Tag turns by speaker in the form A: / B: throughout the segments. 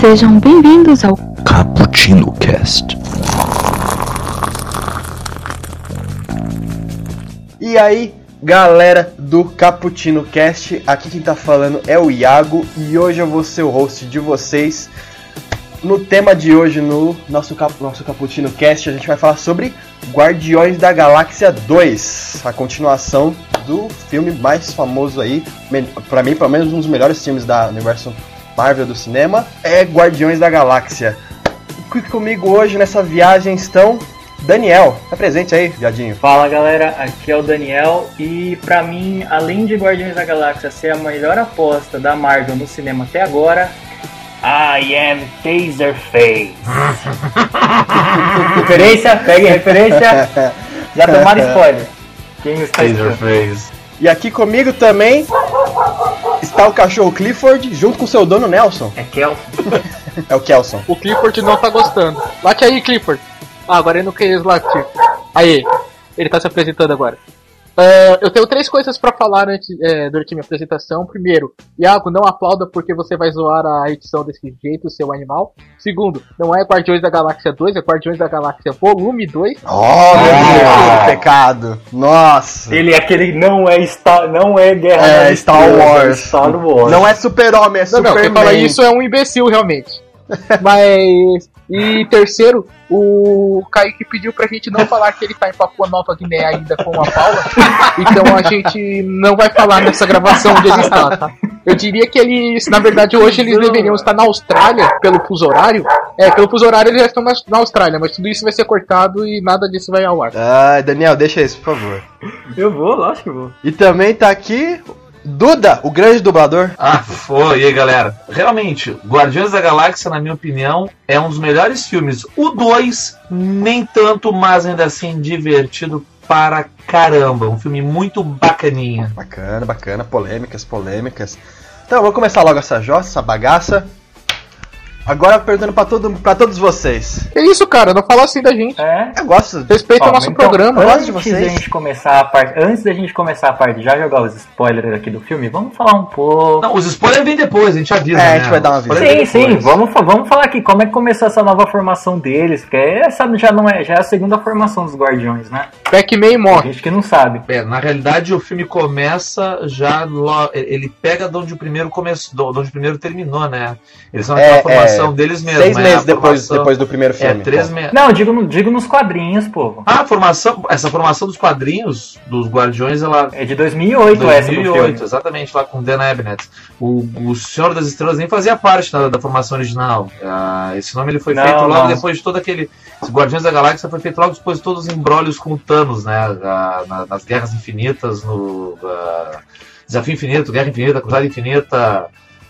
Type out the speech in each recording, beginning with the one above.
A: Sejam bem-vindos ao
B: Cappuccino Cast.
C: E aí, galera do Cappuccino Cast, aqui quem tá falando é o Iago e hoje eu vou ser o host de vocês. No tema de hoje, no nosso, cap nosso Cappuccino Cast, a gente vai falar sobre Guardiões da Galáxia 2, a continuação do filme mais famoso aí, me- pra mim, pelo menos um dos melhores filmes da universo Marvel do cinema, é Guardiões da Galáxia. E comigo hoje nessa viagem estão Daniel, tá presente aí, viadinho.
D: Fala galera, aqui é o Daniel e pra mim, além de Guardiões da Galáxia ser a melhor aposta da Marvel no cinema até agora, I am Taserface. referência? Peguem referência? Já tomaram spoiler. Quem está escutando?
C: E aqui comigo também está o cachorro Clifford, junto com seu dono Nelson.
D: É Kel.
C: É o Kelson.
E: O Clifford não tá gostando. Late aí, Clifford. Ah, agora ele não quis latir. Aí, tipo, ele tá se apresentando agora. Ah, eu tenho três coisas pra falar antes, é, durante minha apresentação. Primeiro, Iago, não aplauda porque você vai zoar a edição desse jeito, seu animal. Segundo, não é Guardiões da Galáxia 2, é Guardiões da Galáxia Volume 2.
C: Oh, meu
B: Ah.
C: Deus, que pecado. Nossa.
D: Ele é aquele não é Star, não é Guerra
C: É,
D: nas
C: Star
D: Estrelas,
C: Wars.
D: é Star Wars.
C: Não é super-homem, é
E: Não, não, quem
C: super
E: fala isso é um imbecil, realmente. Mas. E terceiro, o Kaique pediu pra gente não falar que ele tá em Papua Nova Guiné ainda com a Paula. Então a gente não vai falar nessa gravação onde ele está, tá? Eu diria que eles, na verdade, hoje eles deveriam estar na Austrália, pelo fuso horário. É, pelo fuso horário eles já estão na, na Austrália, mas tudo isso vai ser cortado e nada disso vai ao ar.
C: Ah, Daniel, deixa isso, por favor.
D: Eu vou, lógico que vou.
C: E também tá aqui Duda, o grande dublador.
B: Ah, foi, e aí galera? Realmente, Guardiões da Galáxia, na minha opinião, é um dos melhores filmes. O 2, nem tanto, mas ainda assim divertido para caramba. Um filme muito bacaninha.
C: Bacana, bacana, polêmicas, polêmicas. Então, vou começar logo essa jossa, essa bagaça. Agora perguntando pra, todo, pra todos vocês.
E: É isso, cara, não fala assim da gente.
D: É.
C: Eu gosto
E: Respeita o
D: Ó,
E: nosso
D: então,
E: programa.
C: gosto
D: Antes
C: de
D: da
C: vocês.
D: gente começar a parte, antes da gente começar a parte, já jogar os spoilers aqui do filme, vamos falar um pouco.
B: Não, os spoilers vêm depois, a gente avisa.
C: É, a
B: né?
C: gente vai dar uma
B: Os spoilers
D: sim,
B: vêm
D: sim,
B: depois.
D: vamos, fa- vamos falar aqui como é que começou essa nova formação deles, porque essa já não é, já é a segunda formação dos Guardiões, né?
E: Pac-Man
D: Tem
E: morre.
D: gente que não sabe.
B: É, na realidade, o filme começa já. lo- Ele pega de onde o primeiro começou, de onde o primeiro terminou, né? Eles são
C: É,
B: aquela formação deles mesmo.
C: Seis
B: é,
C: meses
B: a
C: depois,
B: formação-
C: depois do primeiro filme.
B: É, três meses.
D: Não, digo, no- digo nos quadrinhos, povo.
B: Ah, a formação, essa formação dos quadrinhos dos Guardiões, ela
D: É de 2008, essa do filme.
B: 2008, exatamente, lá com Dan Abnett. O, o Senhor das Estrelas nem fazia parte da, da formação original. Ah, esse nome ele foi
D: Não,
B: feito logo
D: não.
B: depois de todo aquele. Os Guardiões da Galáxia foi feito logo depois de todos os embrólios com o Thanos, né? Ah, na- nas Guerras Infinitas, no ah, Desafio Infinito, Guerra Infinita, Cruzada Infinita,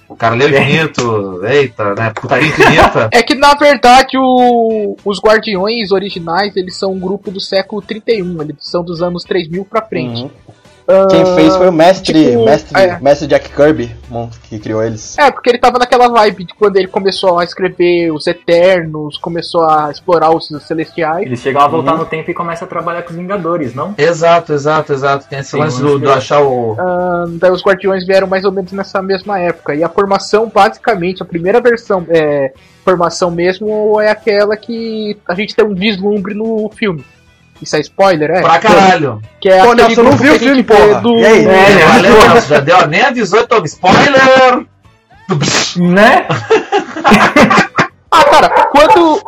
B: o Carleiro
D: Guerra-
B: Infinito, eita, né? Putaria Infinita.
E: É que na verdade o- os Guardiões originais eles são um grupo do século 31, eles são dos anos 3000 pra frente.
C: Uhum. Quem fez foi o mestre,
E: Ah, tipo,
C: mestre,
E: é.
C: mestre Jack Kirby, mon- que criou eles.
E: É, porque ele tava naquela vibe de quando ele começou a escrever os Eternos, começou a explorar os Celestiais.
D: Eles chegam a voltar
C: Uhum.
D: no tempo e começam a trabalhar com os Vingadores, não?
B: exato, exato, exato. Tem esse
D: Sim,
B: lance
D: mas
B: do, do
D: que-
B: achar o.
E: Daí os Guardiões vieram mais ou menos nessa mesma época. E a formação, basicamente, a primeira versão, é, formação mesmo, é aquela que a gente tem um vislumbre no filme. Isso é spoiler, é?
B: pra caralho.
E: Que é
C: Pô,
E: aquele
C: Nelson, não
E: grupo
C: viu
E: que
C: o
E: a gente
C: filme,
E: vê
C: porra?
E: do-
C: E aí?
D: É,
B: É, valeu, Nelson, já deu, nem avisou, então, spoiler!
D: Né?
E: Ah, cara, quando.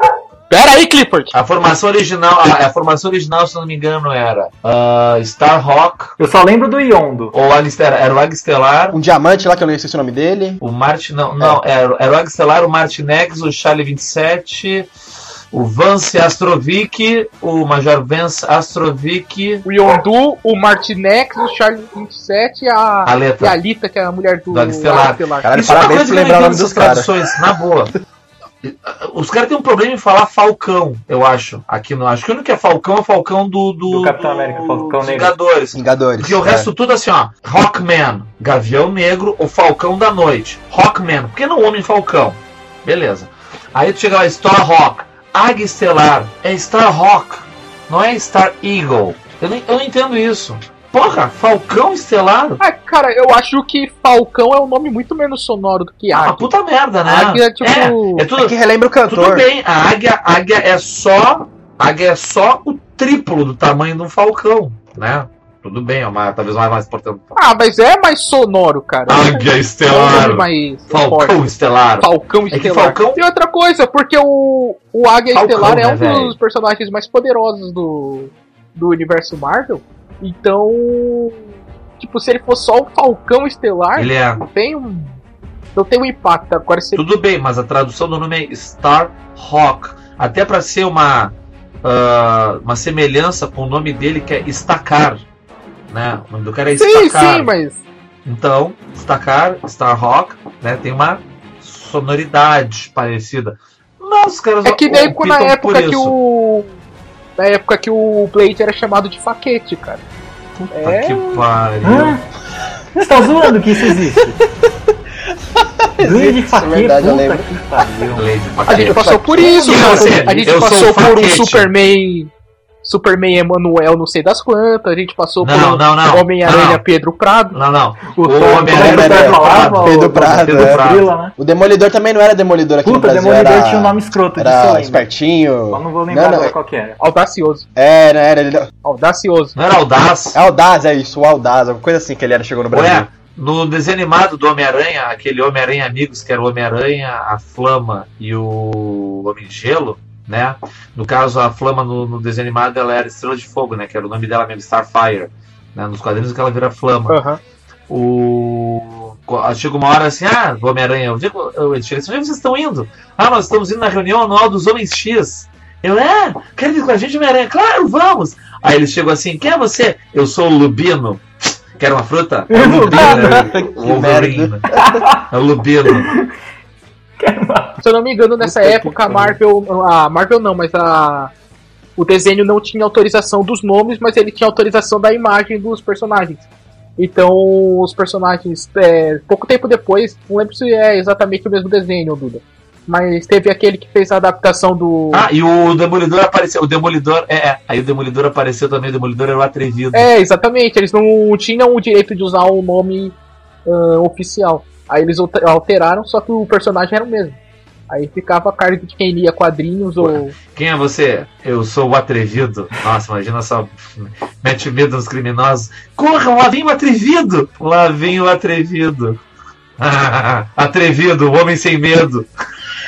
E: Pera aí, Clifford!
B: A formação original, a, a formação original, se eu não me engano, era ah, Starhawk,
D: Eu só lembro do Yondo.
B: ou Alien Estelar- era o Alien Estelar,
C: Um diamante lá que eu não esqueci o nome dele.
B: o Martin, não, não,
C: É.
B: era, era o Alien Estelar, o Martin X, o Charlie 27, o Vance Astrovic, o Major Vance Astrovic,
E: O Yondu, o Martinex, o Charlie 27 e a,
B: a
E: e a
B: letra.
E: Alita, que é a mulher do
B: Da Ah, tá. Estelar.
E: Estelar.
C: Caralho,
B: é uma
C: parabéns por
B: coisa que eu
C: lembrar o
B: não
C: nome
B: entendo
C: dos caras.
B: essas traduções, na boa. Os caras têm um problema em falar Falcão, eu acho. Aqui não acho. que O único que é Falcão é Falcão do. Do,
D: Do Capitão América, Falcão
B: dos
D: Negro.
B: Vingadores.
C: Vingadores.
B: Porque o
C: é.
B: resto tudo assim, ó. Rockman, Gavião Negro, o Falcão da Noite. Rockman, por que não Homem Falcão? Beleza. Aí tu chega lá, Star Rock, Águia Estelar, é Star Rock, não é Star Eagle. Eu não, eu não entendo isso. Porra, Falcão Estelar?
E: Ah, cara, eu acho que Falcão é um nome muito menos sonoro do que
B: Ah, uma
E: Águia.
B: puta merda, né?
E: Águia é tipo.
B: É, é tudo,
C: É que relembra o
B: tudo
C: cantor.
B: bem, a águia, a águia é só. a águia é só o triplo do tamanho de um falcão, né? Tudo bem, é uma, talvez mais, mais importante.
E: Ah, mas é mais sonoro, cara.
B: Águia
E: É um nome
B: Estelar!
E: mais forte.
B: Ah, Falcão Estelar! É
E: Falcão
B: que
E: Estelar.
B: Falcão-
E: E outra coisa, porque o, o Águia
B: Falcão,
E: Estelar é
B: né,
E: um
B: velho?
E: dos personagens mais poderosos do, do universo Marvel. Então, tipo, se ele fosse só o Falcão Estelar,
B: Ele é.
E: não tem um. Não tem um impacto. Agora se ele.
B: Tudo bem, mas a tradução do nome é Star Rock. Até pra ser uma ah, uma semelhança com o nome dele que é Estacar, né? O nome do cara é
E: Sim,
B: Estacar.
E: sim, mas. é
B: Então, Estacar, Star Rock, né? Tem uma sonoridade parecida. Mas os caras
E: É que nem
B: optam
E: na
B: por
E: época que
B: isso.
E: o. Na época que o Blade era chamado de faquete, cara.
B: Puta
E: é-
B: que pariu.
D: Hã? Vocês estão zoando que isso existe? Ganho de faquete,
C: verdade, eu
D: puta
C: lembro.
D: que pariu.
B: Lady
E: A gente
B: Bacaneira.
E: passou por isso,
B: E
E: cara.
B: você?
E: A gente
B: É, Eu sou
E: passou
B: o
E: por um
B: Faquete.
E: Superman. Superman Emanuel, não sei das quantas. A gente passou
B: Não,
E: por
B: não, não.
E: um Homem-Aranha
B: Não.
E: Pedro Prado.
B: Não, não.
D: O
B: Tom
D: Tom
B: Homem-Aranha
D: Pedro
B: é
C: Pedro
D: Prado,
C: Prado,
D: o-
C: Pedro
D: o-
C: Prado,
B: Pedro
C: é.
B: Prado.
D: Grila, né?
C: O Demolidor também não era Demolidor aqui
D: Puta,
C: no Brasil.
D: Demolidor
C: era...
D: tinha um nome escroto disso
C: Era
D: aí. Mas
C: espertinho.
D: não vou lembrar
C: Não, não,
D: agora
C: é-
D: qual que era.
E: Audacioso.
C: É, não era. Ele...
E: Audacioso.
B: Não era audaz.
C: É Audaz, é isso, o Audaz, alguma coisa assim que ele era, chegou no Brasil.
B: Ué, no desenho animado do Homem-Aranha, aquele Homem-Aranha Amigos, que era o Homem-Aranha, a Flama e o Homem de Gelo, né? No caso, a Flama no, no desenho animado ela era Estrela de Fogo, né? Que era o nome dela mesmo, Starfire. Né? Nos quadrinhos que ela vira Flama.
E: Aham.
B: O. co- Chega uma hora assim, ah, o Homem-Aranha, onde é que- onde chega assim, onde é que vocês estão indo? Ah, nós estamos indo na reunião anual dos Homens X. Eu, é, quer ir com a gente, Homem-Aranha? Claro, vamos! Aí ele chegou assim, quem é você? Eu sou o Lubino. Quer uma fruta? É o Lubino. o Wolverine. É o Lubino.
E: Se eu não me engano, nessa
B: Puta que
E: época a
B: pariu.
E: Marvel. A Marvel não, mas a. O desenho não tinha autorização dos nomes, mas ele tinha autorização da imagem dos personagens. Então, os personagens. é, pouco tempo depois, não lembro se é exatamente o mesmo desenho, Duda. Mas teve aquele que fez a adaptação do.
B: Ah, e o Demolidor apareceu. O Demolidor, é, é. Aí o Demolidor apareceu também, o Demolidor era o atrevido.
E: É, exatamente. Eles não tinham o direito de usar o nome ah, oficial. Aí eles alter- alteraram, só que o personagem era o mesmo. Aí ficava a cargo de quem lia quadrinhos ou.
B: Quem é você? Eu sou o atrevido. Nossa, imagina só. Mete medo nos criminosos. Corram, lá vem o atrevido! Lá vem o atrevido. atrevido, o homem sem medo.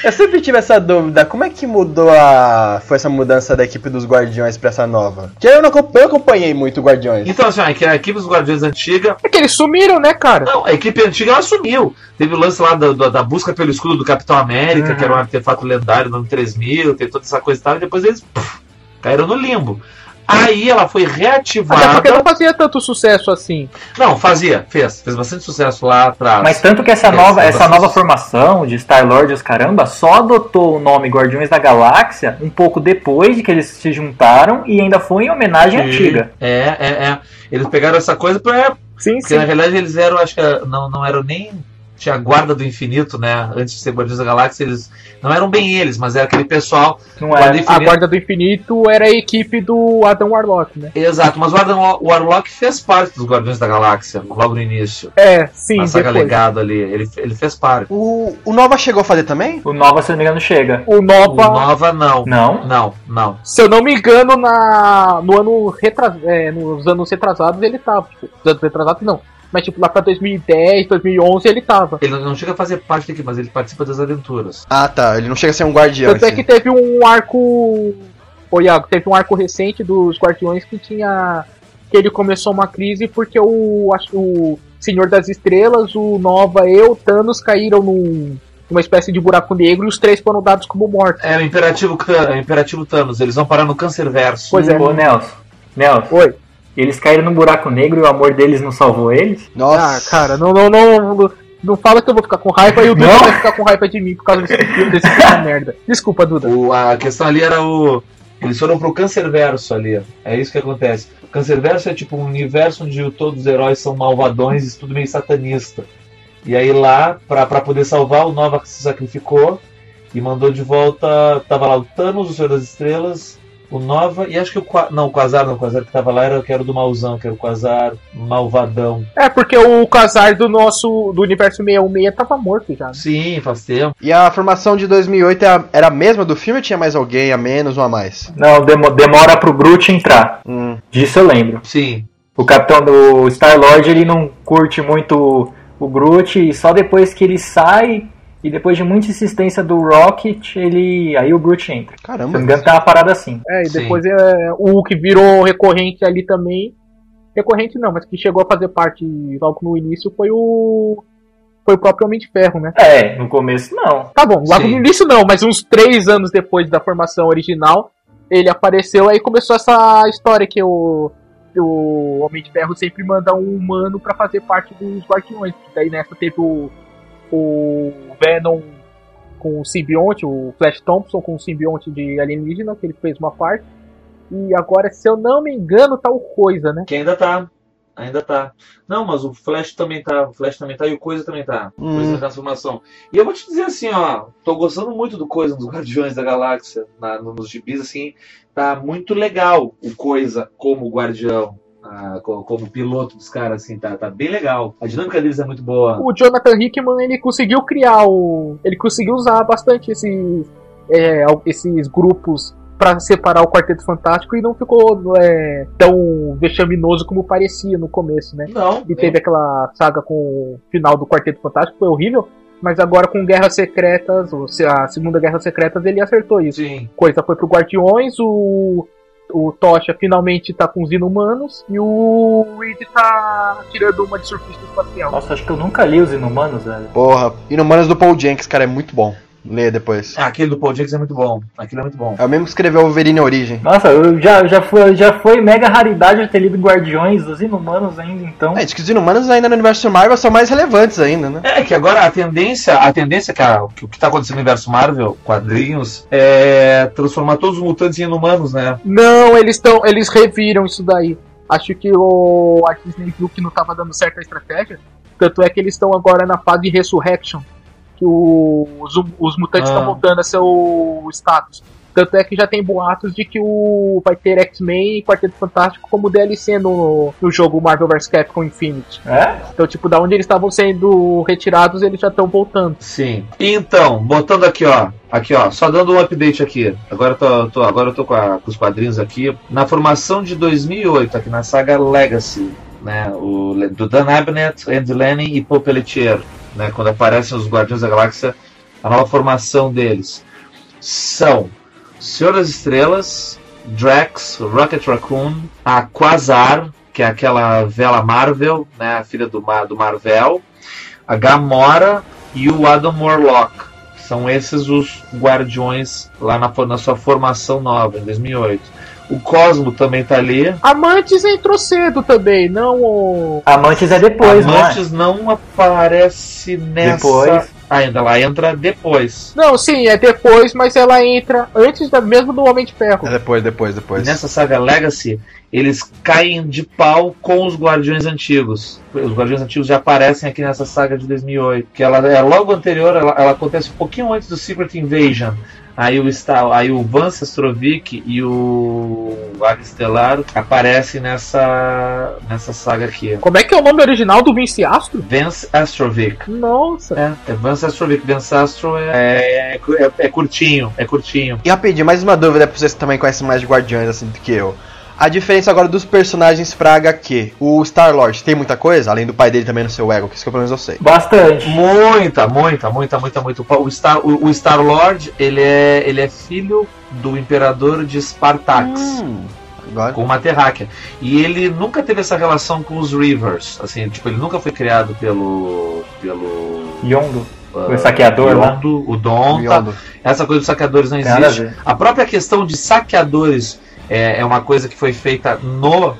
C: Eu sempre tive essa dúvida, como é que mudou a. Foi essa mudança da equipe dos Guardiões pra essa nova? Porque eu não acompanhei, eu acompanhei muito o Guardiões.
B: Então, assim, ó, é que a equipe dos Guardiões Antiga.
E: É que eles sumiram, né, cara?
B: Não, a equipe antiga ela sumiu. Teve o lance lá da, da- da busca pelo escudo do Capitão América,
D: Uhum.
B: que era um artefato lendário no ano 3000, tem toda essa coisa e tal, e depois eles puf, caíram no limbo. Aí ela foi
E: Até é porque
B: reativada.
E: não fazia tanto sucesso assim.
B: Não, fazia, fez. Fez bastante sucesso lá atrás.
D: Mas tanto que essa
B: Esse
D: nova,
B: é
D: essa
B: bastante-
D: nova formação de Star-Lord e os caramba só adotou o nome Guardiões da Galáxia um pouco depois de que eles se juntaram e ainda foi em homenagem
B: Sim.
D: antiga.
B: É, é, é. Eles pegaram essa coisa pra.
E: Sim,
B: Porque na realidade eles eram, acho que eh, não, não eram nem. Tinha a guarda do infinito, né? Antes de ser Guardiões da Galáxia, eles. Não eram bem eles, mas era aquele pessoal.
D: Não
B: Guarda
D: é?
E: A
B: infinito.
E: Guarda do Infinito era a equipe do Adam Warlock, né?
B: Exato, mas o, Adam, Wa- o Warlock fez parte dos Guardiões da Galáxia, logo no início.
E: É, sim,
B: na saga
E: depois.
B: legado ali. Ele, ele fez parte.
C: O, o Nova chegou a fazer também?
D: O Nova, se não me engano, chega.
E: O
B: O
E: Nova,
B: Nova, não.
D: Não?
B: Não, não.
E: se eu não me engano, na, no ano retras, é, nos anos retrasados ele tava. Tipo, nos anos retrasados não. Mas tipo, lá pra 2010, 2011 ele tava.
B: Ele não chega a fazer parte daqui, mas ele participa das aventuras.
C: Ah tá, ele não chega a ser um guardião.
E: Tanto é
C: assim.
E: que teve um arco. Ô Iago, teve um arco recente dos Guardiões que tinha. que ele começou uma crise porque o. acho que o Senhor das Estrelas, o Nova e o Thanos caíram num, numa espécie de buraco negro e os três foram dados como mortos.
B: É o Imperativo, Can- é o Imperativo Thanos, eles vão parar no Cancerverso.
E: Pois é.
D: Ô, Nelson. Nelson,
E: Oi.
D: eles caíram num buraco negro e o amor deles não salvou eles?
E: Ah,
C: Nossa,
E: cara, não, não, não. Não fala que eu vou ficar com raiva e o Duda
D: Não.
E: vai ficar com raiva de mim por causa desse, desse filme da merda. Desculpa, Duda.
B: O- a questão ali era o. Eles foram pro Cancerverso ali. É isso que acontece. O Cancerverso é tipo um universo onde todos os heróis são malvadões e isso tudo meio satanista. E aí lá, pra, pra poder salvar, o Nova se sacrificou e mandou de volta. Tava lá o Thanos, o Senhor das Estrelas, o Nova e acho que o Qua... não, o Quasar não, o Quasar que tava lá era, que era o do Mauzão, que era o Quasar malvadão.
E: É, porque o Quasar do nosso, do universo 616 tava morto já. né?
B: Sim, faz tempo.
C: E a formação de 2008 era- era a mesma do filme ou tinha mais alguém, a menos ou a mais?
D: Não, demo- demora pro Groot entrar.
C: Hum.
D: Disso eu lembro.
B: Sim.
D: O capitão do Star-Lord, ele não curte muito o- o Groot e só depois que ele sai e depois de muita insistência do Rocket, ele aí o Groot entra. Se
C: Caramba.
D: não me engano, tá uma parada assim.
E: É, e
B: Sim.
E: depois é, o que virou recorrente ali também. Recorrente não, mas que chegou a fazer parte logo no início foi o. Foi o próprio Homem de Ferro, né?
D: É, no começo não.
E: Tá bom, logo
B: Sim.
E: no início não, mas uns três anos depois da formação original, ele apareceu aí começou essa história que o, o Homem de Ferro sempre manda um humano pra fazer parte dos Guardiões. Daí nessa teve o, o Venom com o simbionte, o Flash Thompson com o simbionte de alienígena, que ele fez uma parte. E agora, se eu não me engano, tá o Coisa, né?
B: Que ainda tá. Ainda tá. Não, mas o Flash também tá. O Flash também tá e o Coisa também tá.
C: Hum.
B: Coisa da transformação. E eu vou te dizer assim, ó. Tô gostando muito do Coisa nos Guardiões da Galáxia. na- nos gibis, assim. Tá muito legal o Coisa como guardião. ah, co- como piloto dos caras, assim. Tá, tá bem legal. A dinâmica deles é muito boa.
E: o Jonathan Hickman ele conseguiu criar o. Ele conseguiu usar bastante esses, é, al- esses grupos pra separar o Quarteto Fantástico e não ficou é, tão vexaminoso como parecia no começo, né?
B: Não.
E: E teve aquela saga com o final do Quarteto Fantástico, foi horrível. Mas agora com Guerras Secretas, ou se a Segunda Guerra Secretas, ele acertou isso.
B: Sim.
E: Coisa foi pro Guardiões, o. O Tocha finalmente tá com os inumanos e o Reed tá tirando uma de surfista espacial.
D: Nossa, acho que eu nunca li os Inumanos, velho.
C: Porra. Inumanos do Paul Jenkins, cara, é muito bom. Lê depois.
B: Ah, aquele do Paul Jenkins é muito bom. Aquele é muito bom.
C: É o mesmo que escreveu Wolverine Origem.
D: Nossa, eu já, já, foi, já foi mega raridade eu ter lido Guardiões dos Inumanos ainda, então.
C: É, diz que os Inumanos ainda no universo Marvel são mais relevantes ainda, né?
B: É que agora a tendência, a tendência, cara, o que o que tá acontecendo no universo Marvel, quadrinhos, é transformar todos os mutantes em inumanos, né?
E: Não, eles estão. Eles reviram isso daí. Acho que o a Disney viu que não tava dando certa estratégia. Tanto é que eles estão agora na fase de Resurrection. Que o- os, os mutantes
B: Ah.
E: estão voltando a seu status. Tanto é que já tem boatos de que o vai ter X-Men e Quarteto Fantástico como DLC no, no jogo Marvel vs Capcom Infinity.
D: É?
E: Então, tipo, da onde eles estavam sendo retirados, eles já estão voltando.
B: Sim. Então, botando aqui, ó. Aqui, ó. Só dando um update aqui. Agora eu tô, tô- agora eu tô com, a- com os quadrinhos aqui. Na formação de 2008, aqui na saga Legacy, né? O, Le- do Dan Abnett, Andy Lanning e Paul Pelletier, né? Quando aparecem os Guardiões da Galáxia, a nova formação deles são Senhor das Estrelas, Drax, Rocket Raccoon, a Quasar, que é aquela vela Marvel, né? A filha do, Mar- do Marvel, a Gamora, e o Adam Warlock. São esses os guardiões lá na, na sua formação nova, em 2008. O Cosmo também tá ali.
E: Amantes entrou cedo também, não o.
D: Amantes é depois, né?
B: Amantes não aparece nessa.
D: Depois.
B: Ainda, ela entra depois.
E: Não, sim, é depois, mas ela entra antes da, mesmo do Homem de Ferro.
C: É depois, depois,
B: E
C: depois.
B: nessa saga Legacy, eles caem de pau com os Guardiões Antigos. Os Guardiões Antigos já aparecem aqui nessa saga de 2008. Que ela é logo anterior, ela, ela acontece um pouquinho antes do Secret Invasion. Aí o, Star, aí o Van Sestrovic e o Estelar aparecem nessa, nessa saga aqui.
E: Como é que é o nome original do Vince Astro?
B: Vance Astrovic.
E: Nossa.
B: É, é Vance Astrovic. Vance Astro é, é, é, é curtinho, é curtinho.
C: E rapidinho, mais uma dúvida pra vocês que também conhecem mais de Guardiões assim do que eu. A diferença agora dos personagens pra HQ. O Star-Lord tem muita coisa, além do pai dele também no seu ego, que isso que eu, pelo menos eu sei.
D: Bastante.
B: Muita, muita, muita, muita, muito. O Star, o, o Star Lord, ele é, ele é filho do imperador de Spartax.
C: Agora.
B: Com uma terráquea. E ele nunca teve essa relação com os Reavers. Assim, tipo, ele nunca foi criado pelo. pelo.
D: Yondo.
B: ah,
D: O saqueador lá.
B: Biondo, O Donta.
C: Biondo.
B: Essa coisa dos saqueadores não
D: Tem nada a
B: existe.
D: ver.
B: A própria questão de saqueadores é, é uma coisa que foi feita no,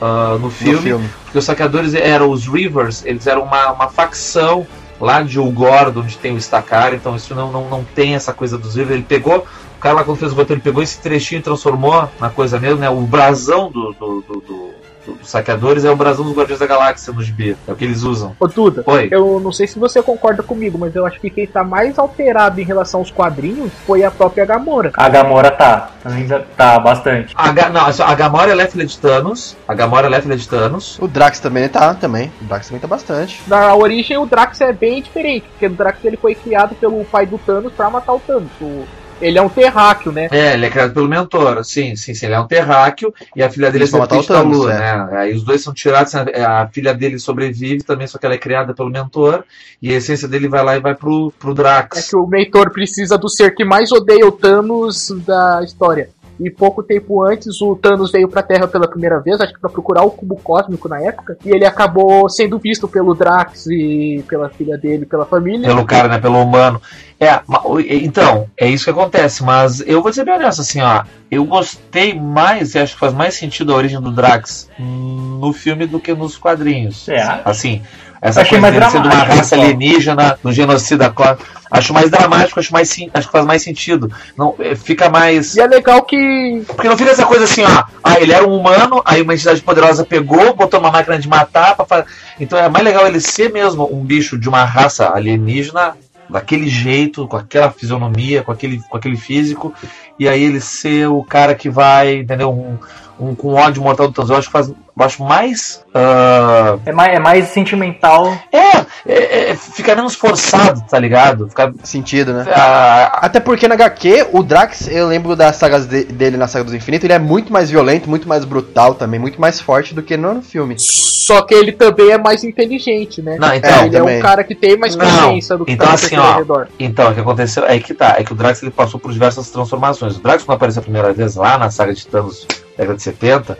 B: ah, no
C: No
B: filme.
C: filme.
B: Porque os saqueadores eram os Reavers, eles eram uma, uma facção lá de Ulgord, onde tem o Estacar, então isso não, não, não tem essa coisa dos Reavers. Ele pegou, o cara lá quando fez o roteiro, ele pegou esse trechinho e transformou na coisa mesmo, né? O brasão do, do, do, do- Os saqueadores é o brasão dos Guardiões da Galáxia no gibi. É o que eles usam.
E: Ô, Duda,
B: Oi.
E: eu não sei se você concorda comigo, mas eu acho que quem tá mais alterado em relação aos quadrinhos foi a própria Gamora.
D: A Gamora tá. Ainda tá bastante.
B: A, Ga- não, a Gamora ela é filha de Thanos. A Gamora ela é filha de Thanos.
C: O Drax também tá, também. O Drax também tá bastante.
E: Na origem, o Drax é bem diferente, porque o Drax ele foi criado pelo pai do Thanos pra matar o Thanos. O- Ele é um terráqueo, né?
B: É, ele é criado pelo mentor. Sim, sim, sim. Ele é um terráqueo e a filha dele é
C: Eles vão matar o
B: serpente da
C: Thanos,
B: lua, né? Aí os dois são tirados. A a filha dele sobrevive também, só que ela é criada pelo mentor. E a essência dele vai lá e vai pro, pro
E: É
B: Drax.
E: que o mentor precisa do ser que mais odeia o Thanos da história. E pouco tempo antes, o Thanos veio pra Terra pela primeira vez, acho que pra procurar o cubo cósmico na época. E ele acabou sendo visto pelo Drax e pela filha dele, pela família.
B: Pelo cara, né? Pelo humano. É, ma- o- e- então, é isso que acontece. Mas eu vou ser bem honesto, assim, ó. Eu gostei mais, e acho que faz mais sentido a origem do Drax hum, no filme do que nos quadrinhos.
D: Você acha?
B: Assim, essa
D: É. Achei
B: coisa
D: mais
B: dele sendo uma
D: dramático,
B: raça
D: só.
B: alienígena no genocida claro. Acho mais dramático, acho, mais, sim- acho que faz mais sentido. Não, eh, fica mais.
E: E é legal que
B: Porque não fica essa coisa assim, ó. Ah, ele era um humano, aí uma entidade poderosa pegou, botou uma máquina de matar. Pra fa- Então é mais legal ele ser mesmo um bicho de uma raça alienígena, daquele jeito, com aquela fisionomia, com aquele, com aquele físico. E aí ele ser o cara que vai, entendeu? Um, um com ódio mortal do Thanos. Eu acho que faz. Eu acho mais. ah,
D: É mais, é mais sentimental.
B: é, é, é, fica menos forçado, tá ligado? Fica.
C: Sentido, né?
B: ah,
C: Até porque na HQ, o Drax, eu lembro das sagas de- dele na Saga dos Infinitos, ele é muito mais violento, muito mais brutal também, muito mais forte do que no no filme.
E: Só que ele também é mais inteligente, né?
B: Não, então.
E: É, ele é
C: também.
E: um cara que tem mais
B: Não,
E: consciência do que
B: então
E: tá
B: assim,
E: acontecendo
B: ó.
E: ao redor.
B: Então, o que aconteceu é que tá, é que o Drax ele passou por diversas transformações. O Drax, quando apareceu a primeira vez lá na saga de Thanos, década de 70,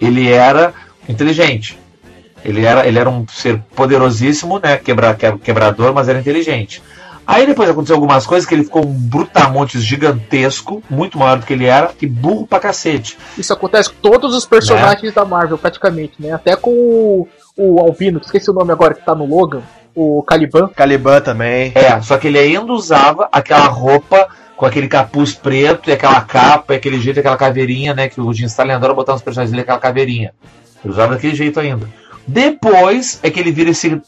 B: ele era inteligente. Ele era, ele era um ser poderosíssimo, né? Quebra, que- quebrador, mas era inteligente. Aí depois aconteceu algumas coisas que ele ficou um brutamontes gigantesco, muito maior do que ele era, e burro pra cacete.
E: Isso acontece com todos os
B: Né?
E: personagens da Marvel, praticamente, né? Até com o, o Albino, que esqueci o nome agora, que tá no Logan, o Caliban.
C: Caliban também.
B: É, só que ele ainda usava aquela roupa com aquele capuz preto e aquela capa, e aquele jeito, aquela caveirinha, né? Que o Jim Stalin adora botar nos personagens dele aquela caveirinha. Ele usava daquele jeito ainda. Depois é que ele vira esse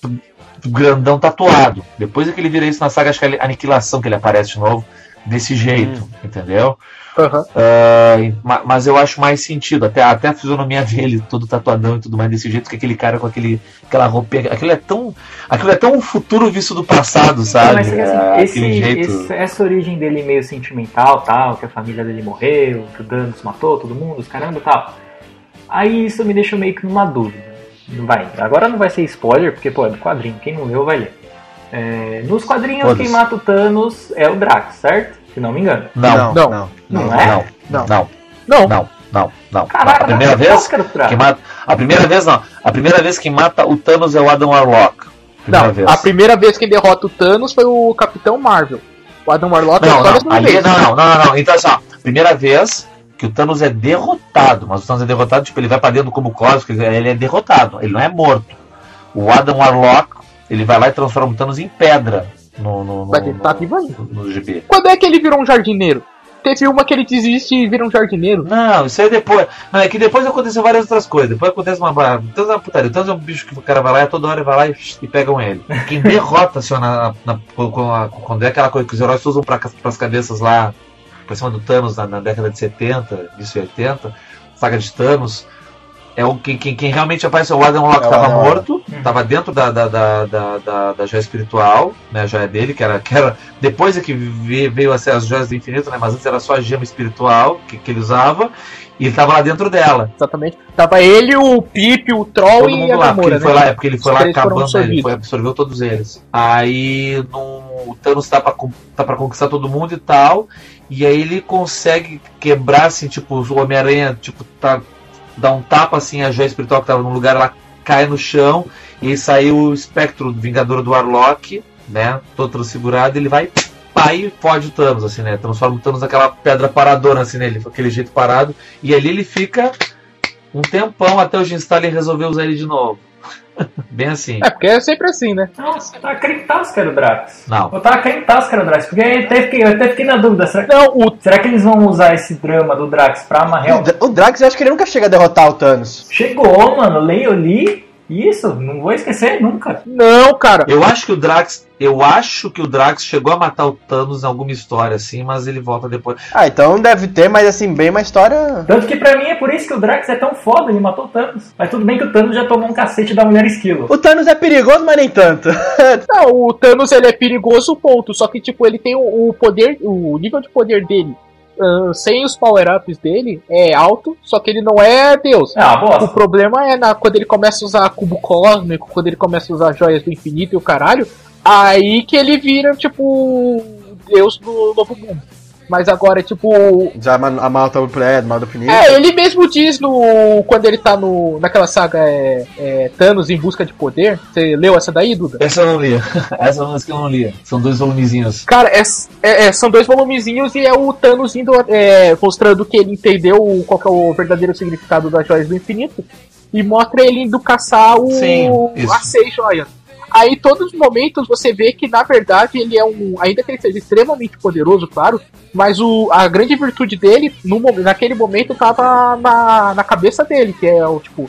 B: grandão tatuado. Depois é que ele vira isso na saga, acho que é Aniquilação, que ele aparece de novo, desse jeito, entendeu?
E: Aham.
B: Aí, ma- Mas eu acho mais sentido, até, até a fisionomia dele, todo tatuadão e tudo mais desse jeito, que aquele cara com aquele, aquela roupinha. Aquilo é tão. Aquilo é tão um futuro visto do passado, sabe?
D: Mas, assim,
B: É,
D: esse-
B: aquele jeito.
D: esse- essa origem dele é meio sentimental, tal, que a família dele morreu, que o Thanos matou todo mundo, os caramba, tal. Aí isso me deixa meio que numa dúvida. Não Vai, agora não vai ser spoiler, porque pô, é do quadrinho, quem não leu vai ler. É, nos quadrinhos
B: Foda-se.
D: quem mata o Thanos é o Drax, certo? Se não me engano.
B: Não,
C: não.
E: não.
C: não.
B: não,
D: Não
B: não,
D: é?
B: não, não,
E: Não.
B: não,
E: Não,
B: não, não.
D: Caraca,
B: A primeira
D: não, é não,
B: vez.
D: cara, Drax.
B: Quem mata, a primeira vez não. A primeira vez que mata o Thanos é o Adam Warlock. Primeira
E: não.
B: vez.
E: A primeira vez que derrota o Thanos foi o Capitão Marvel. O Adam Warlock
B: Não,
E: é
B: não, ali, não, não, não, não, não. Então, assim, ó, primeira vez que o Thanos é derrotado, mas o Thanos é derrotado, tipo, ele vai pra dentro do cubo cósmico, ele- ele é derrotado, ele não é morto. O Adam Warlock, ele vai lá e transforma o Thanos em pedra no, no, no,
E: Vai tentar
B: no,
E: tá vivo ainda.
B: no GB.
E: Quando é que ele virou um jardineiro? Teve uma que ele desiste e vira um jardineiro.
B: Não, isso aí depois. Não, é que depois aconteceu várias outras coisas. Depois acontece uma. ba- Thanos é uma putaria. Thanos é um bicho que o cara vai lá e toda hora vai lá e, e pegam ele. Quem derrota, assim, ó, na, na- quando, a- quando é aquela coisa que os heróis usam pra, ca- pras cabeças lá, pra cima do Thanos na, na década de 70, início de 80, saga de Thanos. É o, quem, quem, quem realmente aparece é o Adam
C: É
B: Warlock, que
C: o
B: tava
C: Adam Warlock.
B: morto, tava dentro da, da, da, da, da, da joia espiritual, né, a joia dele, que era, que era depois é que ve- veio a ser as joias do infinito, né? Mas antes era só a gema espiritual que, que ele usava. E ele tava lá dentro dela.
E: Exatamente. Tava ele, o Pipe, o Troll
B: Todo
E: e a
B: mundo lá. Porque
E: Gamora,
B: ele foi
E: né?
B: lá, é porque ele foi
E: Os
B: lá
E: três foram
B: acabando, né, ele
E: absorvidos.
B: foi, absorveu todos eles. Aí num, o Thanos tá pra, con- tá pra conquistar todo mundo e tal. E aí ele consegue quebrar, assim, tipo, o Homem-Aranha, tipo, tá, dá um tapa assim, a joia espiritual que tava num lugar, ela cai no chão. E aí sai o espectro do Vingador do Warlock, né? Todo segurado, ele vai pá, e fode o Thanos, assim, né? Transforma o Thanos naquela pedra paradona, assim, nele, aquele jeito parado. E ali ele fica um tempão até o Jim Stalin resolver usar ele de novo. Bem assim.
E: É, porque é sempre assim, né?
D: Nossa, tá crentaço que era o Drax.
B: Não.
D: Eu tava crentaço que era o Drax, porque eu até fiquei, eu até fiquei na dúvida. Será que,
E: Não, o.
D: será que eles vão usar esse drama do Drax pra amarrar
C: O,
D: o
C: Dra- o Drax, eu acho que ele nunca chega a derrotar o Thanos.
D: Chegou, mano, leio, eu li. Isso, não vou esquecer nunca.
E: Não, cara.
B: Eu acho que o Drax. Eu acho que o Drax chegou a matar o Thanos em alguma história, assim, mas ele volta depois.
C: Ah, então deve ter, mas assim, bem uma história.
D: Tanto que pra mim é por isso que o Drax é tão foda, ele matou o Thanos. Mas tudo bem que o Thanos já tomou um cacete da mulher esquilo.
C: O Thanos é perigoso, mas nem tanto.
E: Não, o Thanos ele é perigoso, ponto. Só que, tipo, ele tem o, o poder, o nível de poder dele, ah, sem os power-ups dele, é alto, só que ele não é Deus.
D: Ah,
E: O
D: bosta.
E: problema é na, quando ele começa a usar cubo cósmico, quando ele começa a usar joias do infinito e o caralho, aí que ele vira, tipo, Deus do novo mundo. Mas agora, tipo,
C: Já a ma- a malta do é, mal do Finito.
E: é, ele mesmo diz no. Quando ele tá no, naquela saga é, é, Thanos em busca de poder. Você leu essa daí, Duda?
B: Essa eu não li. Essa é uma que eu não li. São dois volumezinhos.
E: Cara, é, é- é- são dois volumezinhos e é o Thanos indo, é, mostrando que ele entendeu o- qual que é o verdadeiro significado das joias do infinito. E mostra ele indo caçar o,
B: Sim, isso.
E: as seis joias. Aí, em todos os momentos, você vê que, na verdade, ele é um. Ainda que ele seja extremamente poderoso, claro. Mas o, a grande virtude dele, no, mo- naquele momento, tava na, na cabeça dele, que é o tipo.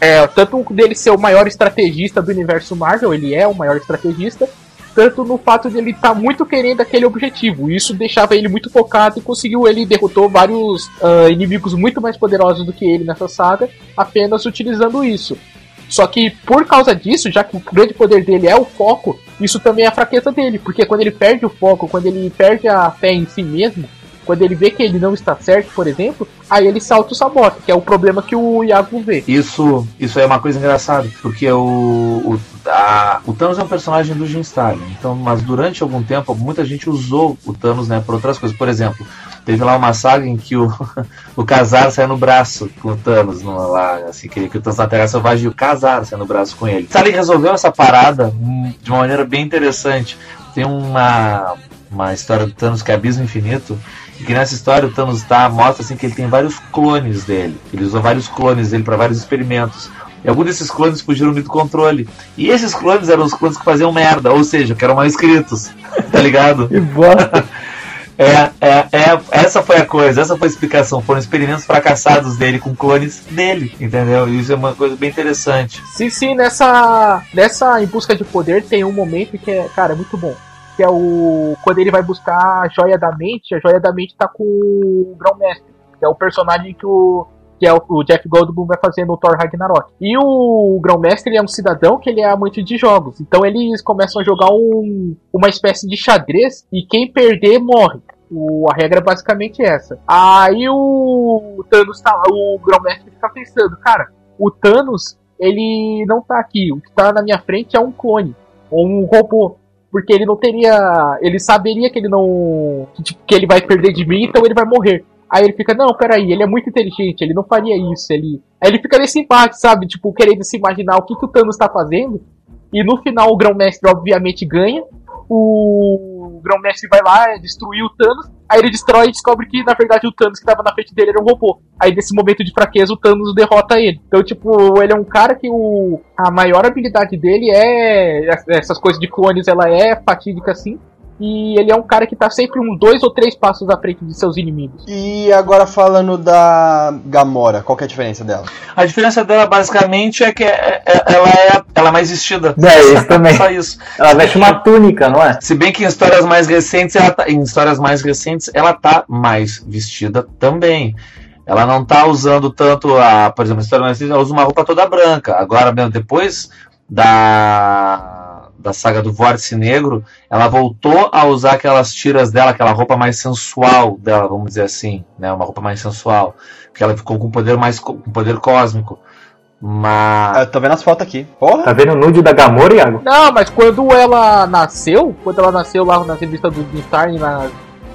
E: É, tanto dele ser o maior estrategista do universo Marvel, ele é o maior estrategista, tanto no fato de ele estar muito querendo aquele objetivo. Isso deixava ele muito focado e conseguiu. Ele derrotou vários ah, inimigos muito mais poderosos do que ele nessa saga, apenas utilizando isso. Só que por causa disso, já que o grande poder dele é o foco, isso também é a fraqueza dele, porque quando ele perde o foco, quando ele perde a fé em si mesmo, quando ele vê que ele não está certo, por exemplo, aí ele salta o sabota, que é o problema que o Iago vê.
B: Isso, isso aí é uma coisa engraçada, porque o, o, a- o Thanos é um personagem do Jim Starlin, então, mas durante algum tempo muita gente usou o Thanos né, por outras coisas. Por exemplo, teve lá uma saga em que o, o Casar sai no braço com o Thanos, no, lá, assim, que, que o Thanos na Terra Selvagem e o Casar sai no braço com ele. Starlin resolveu essa parada hum, de uma maneira bem interessante. Tem uma, uma história do Thanos que é Abismo Infinito, e que nessa história o Thanos tá, mostra assim, que ele tem vários clones dele. Ele usou vários clones dele para vários experimentos. E alguns desses clones fugiram do controle. E esses clones eram os clones que faziam merda, ou seja, que eram mal escritos. tá ligado?
E: E bosta.
B: É, é, é, essa foi a coisa, essa foi a explicação. Foram experimentos fracassados dele com clones dele, entendeu? Isso é uma coisa bem interessante.
E: Sim, sim, nessa, nessa Em Busca de Poder tem um momento que é, cara, é muito bom. Que é o. Quando ele vai buscar a joia da mente, a joia da mente tá com o Grão-Mestre, que é o personagem que o. Que é o, o Jeff Goldblum vai fazer no Thor Ragnarok. E o Grão-Mestre ele é um cidadão que ele é amante de jogos. Então eles começam a jogar um, uma espécie de xadrez e quem perder morre. O- a regra é basicamente essa. Aí o Thanos tá, o Grão-Mestre fica pensando, cara, o Thanos ele não tá aqui. O que tá na minha frente é um clone. Ou um robô. Porque ele não teria. Ele saberia que ele não. Que, tipo, que ele vai perder de mim, então ele vai morrer. Aí ele fica, não, peraí, ele é muito inteligente, ele não faria isso. Ele... Aí ele fica nesse embate, sabe? Tipo, querendo se imaginar o que, que o Thanos tá fazendo. E no final o Grão-Mestre, obviamente, ganha. O Grão-Mestre vai lá é, destruir o Thanos. Aí ele destrói e descobre que, na verdade, o Thanos que tava na frente dele era um robô. Aí nesse momento de fraqueza o Thanos derrota ele. Então, tipo, ele é um cara que o, a maior habilidade dele é. Essas coisas de clones, ela é fatídica assim. E ele é um cara que tá sempre uns dois ou três passos à frente de seus inimigos.
C: E agora falando da Gamora, qual que é a diferença dela?
B: A diferença dela basicamente é que é- é- ela é ela é mais vestida.
D: É, isso também.
B: Só isso.
D: Ela veste uma túnica, não é?
B: Se bem que em histórias mais recentes, ela tá, em histórias mais recentes, ela tá mais vestida também. Ela não tá usando tanto a, por exemplo, a história mais recente, ela usa uma roupa toda branca. Agora mesmo depois da da saga do Vórtice Negro, ela voltou a usar aquelas tiras dela, aquela roupa mais sensual dela, vamos dizer assim, né, uma roupa mais sensual, porque ela ficou com um poder mais co- um poder cósmico. Mas
C: Ah, Eu tô vendo as fotos aqui. Porra!
D: Tá vendo o nude da Gamora, Iago?
E: Não, mas quando ela nasceu, quando ela nasceu lá nas revistas do Jim Starlin, nas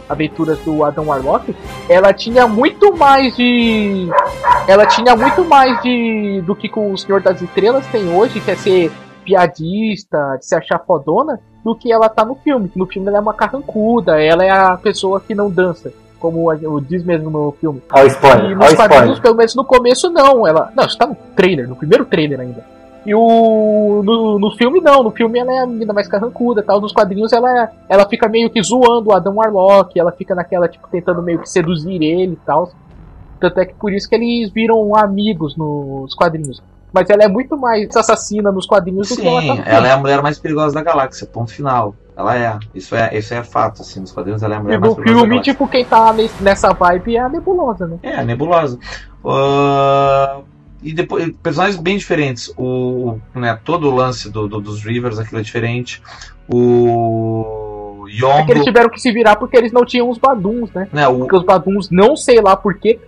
E: aventuras do Adam Warlock, ela tinha muito mais de. Ela tinha muito mais de. do que com o Senhor das Estrelas tem hoje, que é ser piadista, de se achar fodona, do que ela tá no filme. que No filme ela é uma carrancuda, ela é a pessoa que não dança, como a- o diz mesmo no filme.
D: Ó o
E: E
D: spoiler, ó o
E: nos quadrinhos,
D: spoiler.
E: pelo menos no começo, não. Ela. Não, isso tá no trailer, no primeiro trailer ainda. E o. No, no filme não, no filme ela é a menina mais carrancuda tal. Nos quadrinhos ela, ela fica meio que zoando o Adam Warlock, ela fica naquela, tipo, tentando meio que seduzir ele e tal. Tanto é que por isso que eles viram amigos nos quadrinhos. Mas ela é muito mais assassina nos quadrinhos do que ela tá
B: Sim,
E: no filme.
B: ela é a mulher mais perigosa da galáxia, ponto final. Ela é. Isso é, isso é fato, assim, nos quadrinhos ela é a mulher
E: E
B: mais
E: no
B: perigosa.
E: filme,
B: da galáxia.
E: tipo, quem tá nesse- nessa vibe é a nebulosa, né?
B: É, a nebulosa. Ah, e depois, personagens bem diferentes. O, né, todo o lance do, do- dos Rivers, aquilo é diferente. O
E: É que eles
B: Yondo,
E: tiveram que se virar porque eles não tinham os baduns, né?
B: né, o,
E: Porque os baduns não sei lá porquê.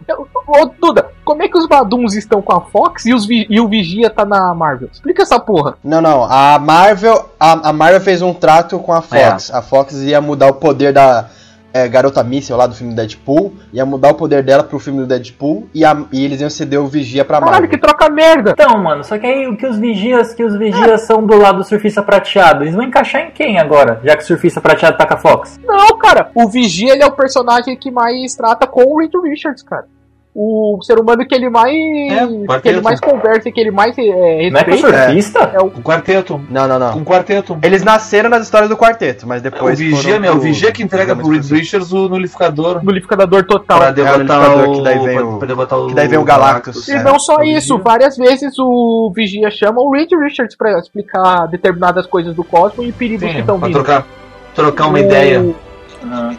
E: Ô, Duda, como é que os baduns estão com a Fox e, os Vi- e o Vigia tá na Marvel? Explica essa porra.
C: Não, não. A Marvel, a, a Marvel fez um trato
B: Ah,
C: com a Fox.
B: é.
C: A Fox ia mudar o poder da é, garota míssil lá do filme Deadpool, ia mudar o poder dela pro filme do Deadpool e, a- e eles iam ceder o Vigia pra
E: Caralho,
C: Marvel.
E: que troca merda.
D: Então, mano, só que aí o que os vigias, que os vigias são do lado do surfista prateado, eles vão encaixar em quem agora? Já que o surfista prateado tá com a Fox.
E: Não, cara. O Vigia, ele é o personagem que mais trata com o Reed Richards, cara. O ser humano que ele mais.
B: quarteto.
E: que ele mais conversa e que ele mais é,
D: Não é com o
E: respeita.
D: surfista?
B: o quarteto.
C: Não, não, não.
B: Com o quarteto.
C: Eles nasceram nas histórias do quarteto, mas
B: É, O
C: depois.
B: Vigia,
C: foram
B: meu, o
C: pro-
B: Vigia que entrega pro Reed Richards o nulificador
E: É. Nulificador total.
B: pra
C: é o
B: derrotar
C: nulificador
B: o.
C: que daí vem
B: pra-
C: o-
B: pra derrotar
C: que daí vem o Galactus.
E: E
C: É,
E: não só
B: o
E: isso,
B: Vigia.
E: várias vezes o Vigia chama o Reed Richards pra explicar determinadas coisas do cosmos e perigos que
B: Sim,
E: estão
B: pra
E: vindo.
B: trocar, trocar uma
E: O-
B: ideia.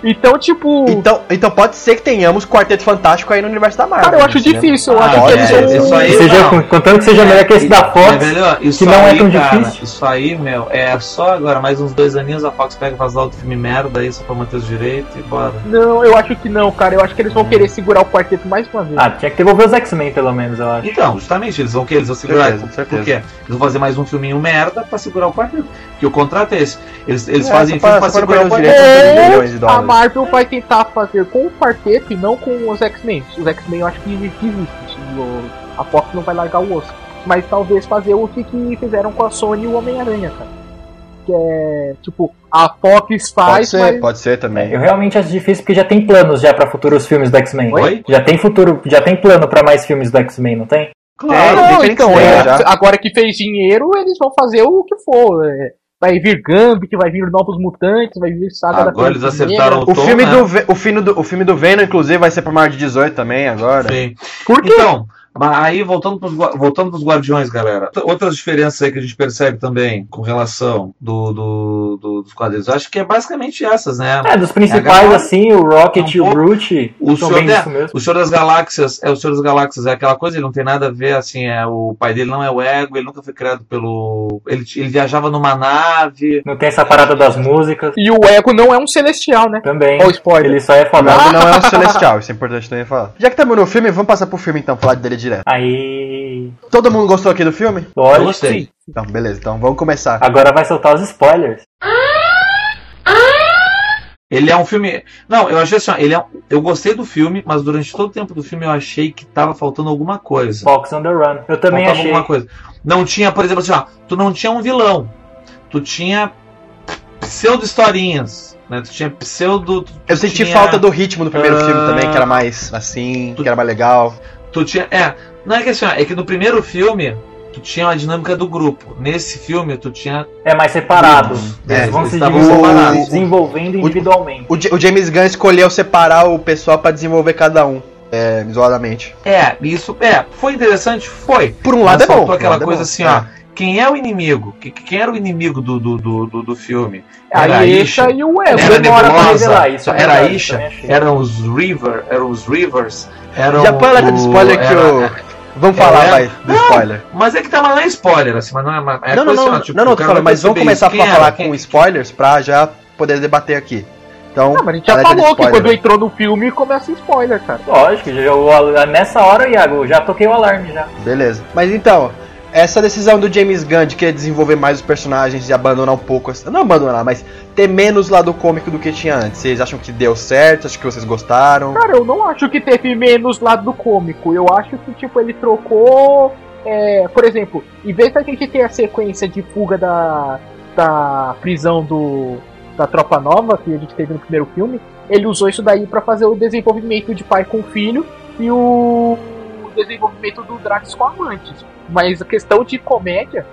E: Então, tipo,
C: Então, então pode ser que tenhamos Quarteto Fantástico aí no universo da Marvel. né?
E: cara, eu acho
C: entendeu?
E: difícil. Eu
B: Ah,
E: acho que
C: olha,
E: eles
B: é, isso
E: são.
B: aí-
D: Seja,
B: não. É,
D: contando que seja melhor que esse da
B: Mas,
D: Fox.
B: velho, isso
D: que não é
B: aí,
D: tão
B: cara,
D: difícil.
B: Isso aí, meu, é só agora, mais uns dois aninhos, a Fox pega e faz lá outro filme merda aí, só pra manter os direitos e bora.
E: Não, eu acho que não, cara. Eu acho que eles vão querer segurar o quarteto mais uma vez.
D: Ah, tinha que devolver os X-Men pelo menos, eu acho.
B: Então, justamente, eles vão o quê? Eles vão segurar.
C: Certeza, certeza.
B: Por quê? Eles vão fazer mais um filminho merda pra segurar o quarteto. Porque o contrato é esse. Eles, eles
C: É,
B: fagem
C: só para-
B: filme pra
C: só para
B: segurar o
C: perder os
B: quarteto.
C: direitos de
E: É,
C: milhões de
E: A
C: dólares.
E: Marvel vai tentar fazer com o quarteto e não com os X-Men. Os X-Men eu acho que que existe. isso, o- A Fox não vai largar o osso. Mas talvez fazer o que, que fizeram com a Sony e o Homem-Aranha, cara. Que é, tipo, a Fox
C: Pode
E: faz,
C: ser,
E: mas
C: pode ser também.
D: Eu realmente acho difícil porque já tem planos já pra futuros filmes do X-Men.
B: Oi?
D: Já tem futuro, já tem plano pra mais filmes do X-Men, não tem?
B: Claro.
C: É,
E: Não,
C: diferente
E: então,
C: dela
E: é,
C: já.
E: agora que fez dinheiro, eles vão fazer o que for. é. Vai vir Gambit, vai vir Novos Mutantes, vai vir Saga da
B: Agora eles
E: Pantera
B: acertaram
E: Negra.
C: O
B: Tom,
C: filme,
B: né?
C: do, Ve- o, filme do, o filme do Venom, inclusive, vai ser pra maior de 18 também agora.
B: Sim.
E: Por quê?
B: Então, mas aí voltando para voltando pros guardiões, galera. Outra- Outras diferenças aí que a gente percebe também com relação do, do- do- dos quadrinhos. Eu acho que é basicamente essas, né?
D: É, dos
B: É, a
D: principais,
B: galera-
D: assim, o Rocket
B: Um
D: e o
B: pouco.
D: Groot
B: O
D: são
B: senhor
D: bem
B: da-
D: isso mesmo.
B: O Senhor das Galáxias é o Senhor das Galáxias, é aquela coisa, ele não tem nada a ver, assim, é, o pai dele não é o ego, ele nunca foi criado pelo. Ele, ele viajava numa nave.
D: Não tem essa parada das músicas
E: E o Ego não é um celestial, né?
D: também.
E: Ó, o spoiler.
D: Ele só é
C: O
D: fodão.
C: Mago não é um celestial, isso é importante também falar. Já que estamos no filme, vamos passar pro filme então, falar dele direto.
D: Aí.
C: Todo mundo gostou aqui do filme?
B: Eu
D: Lógico.
B: gostei.
C: Então, beleza, então vamos começar.
D: Agora vai soltar os spoilers.
B: Ele é um filme. Não, eu achei assim, ó, ele é... um- eu gostei do filme, mas durante todo o tempo do filme eu achei que tava faltando alguma coisa.
D: Fox on the Run. Eu também
B: faltava
D: achei.
B: alguma coisa. Não tinha, por exemplo, assim, ó, tu não tinha um vilão. Tu tinha pseudo historinhas, né? Tu tinha pseudo tu,
C: Eu senti
B: tinha-
C: falta do ritmo do primeiro
B: Ah.
C: filme também, que era mais assim, que era mais legal.
B: tu tinha, é, não é que assim, ó, é que no primeiro filme tu tinha a dinâmica do grupo. Nesse filme tu tinha
D: É mais separado.
B: É,
D: Eles vão
B: eles
D: se
B: estavam
D: desenvol-
C: separados.
D: desenvolvendo individualmente.
C: O, J- o James Gunn escolheu separar o pessoal pra desenvolver cada um, é, isoladamente.
B: é, isso é, foi interessante, foi.
C: Por um
B: Mas
C: lado é bom.
B: faltou
C: por um
B: aquela
C: lado é
B: coisa
C: bom.
B: assim,
C: É.
B: ó, quem é o inimigo? Que- Quem era o inimigo do do, do, do, do filme?
E: A
B: Isha?
E: Yesha e
D: É,
E: o Ego.
B: Era
D: Demora pra
B: nebulosa.
D: revelar isso. é
B: Era a
D: verdade, eu
B: Isha,
D: também achei.
B: eram os River, eram os Rivers, eram
C: É. Já põe a letra de
B: o-
C: spoiler que
B: era-
C: eu. Vamos falar,
B: É.
C: vai, do spoiler.
B: Mas é que tá, mas não é spoiler, assim, mas não é. mas é
C: não, não,
B: coisa
C: não,
B: assim, ó,
C: não,
B: tipo,
C: não,
B: o
C: não, tô
B: cara
C: falando,
B: vai
C: mas vamos
B: perceber isso.
C: começar a
B: Quem é, né? era?
C: falar
B: Quem-
C: com spoilers pra já poder debater aqui. Então,
E: Não, mas a gente já
C: letra de
E: falou que
C: spoiler.
E: quando entrou no filme começa spoiler, cara.
D: Lógico, já, eu, ah, nessa hora, Iago, eu já toquei o alarme já.
C: Beleza. Mas então, essa decisão do James Gunn de querer desenvolver mais os personagens e abandonar um pouco. as- Não abandonar, mas ter menos lado cômico do que tinha antes. Vocês acham que deu certo? Acho que vocês gostaram?
E: Cara, eu não acho que teve menos lado cômico. Eu acho que, tipo, ele trocou. é, por exemplo, em vez da gente ter a sequência de fuga da, da prisão do, da Tropa Nova, que a gente teve no primeiro filme, ele usou isso daí pra fazer o desenvolvimento de pai com filho e o desenvolvimento do Drax com a Mantis. Mas a questão de comédia.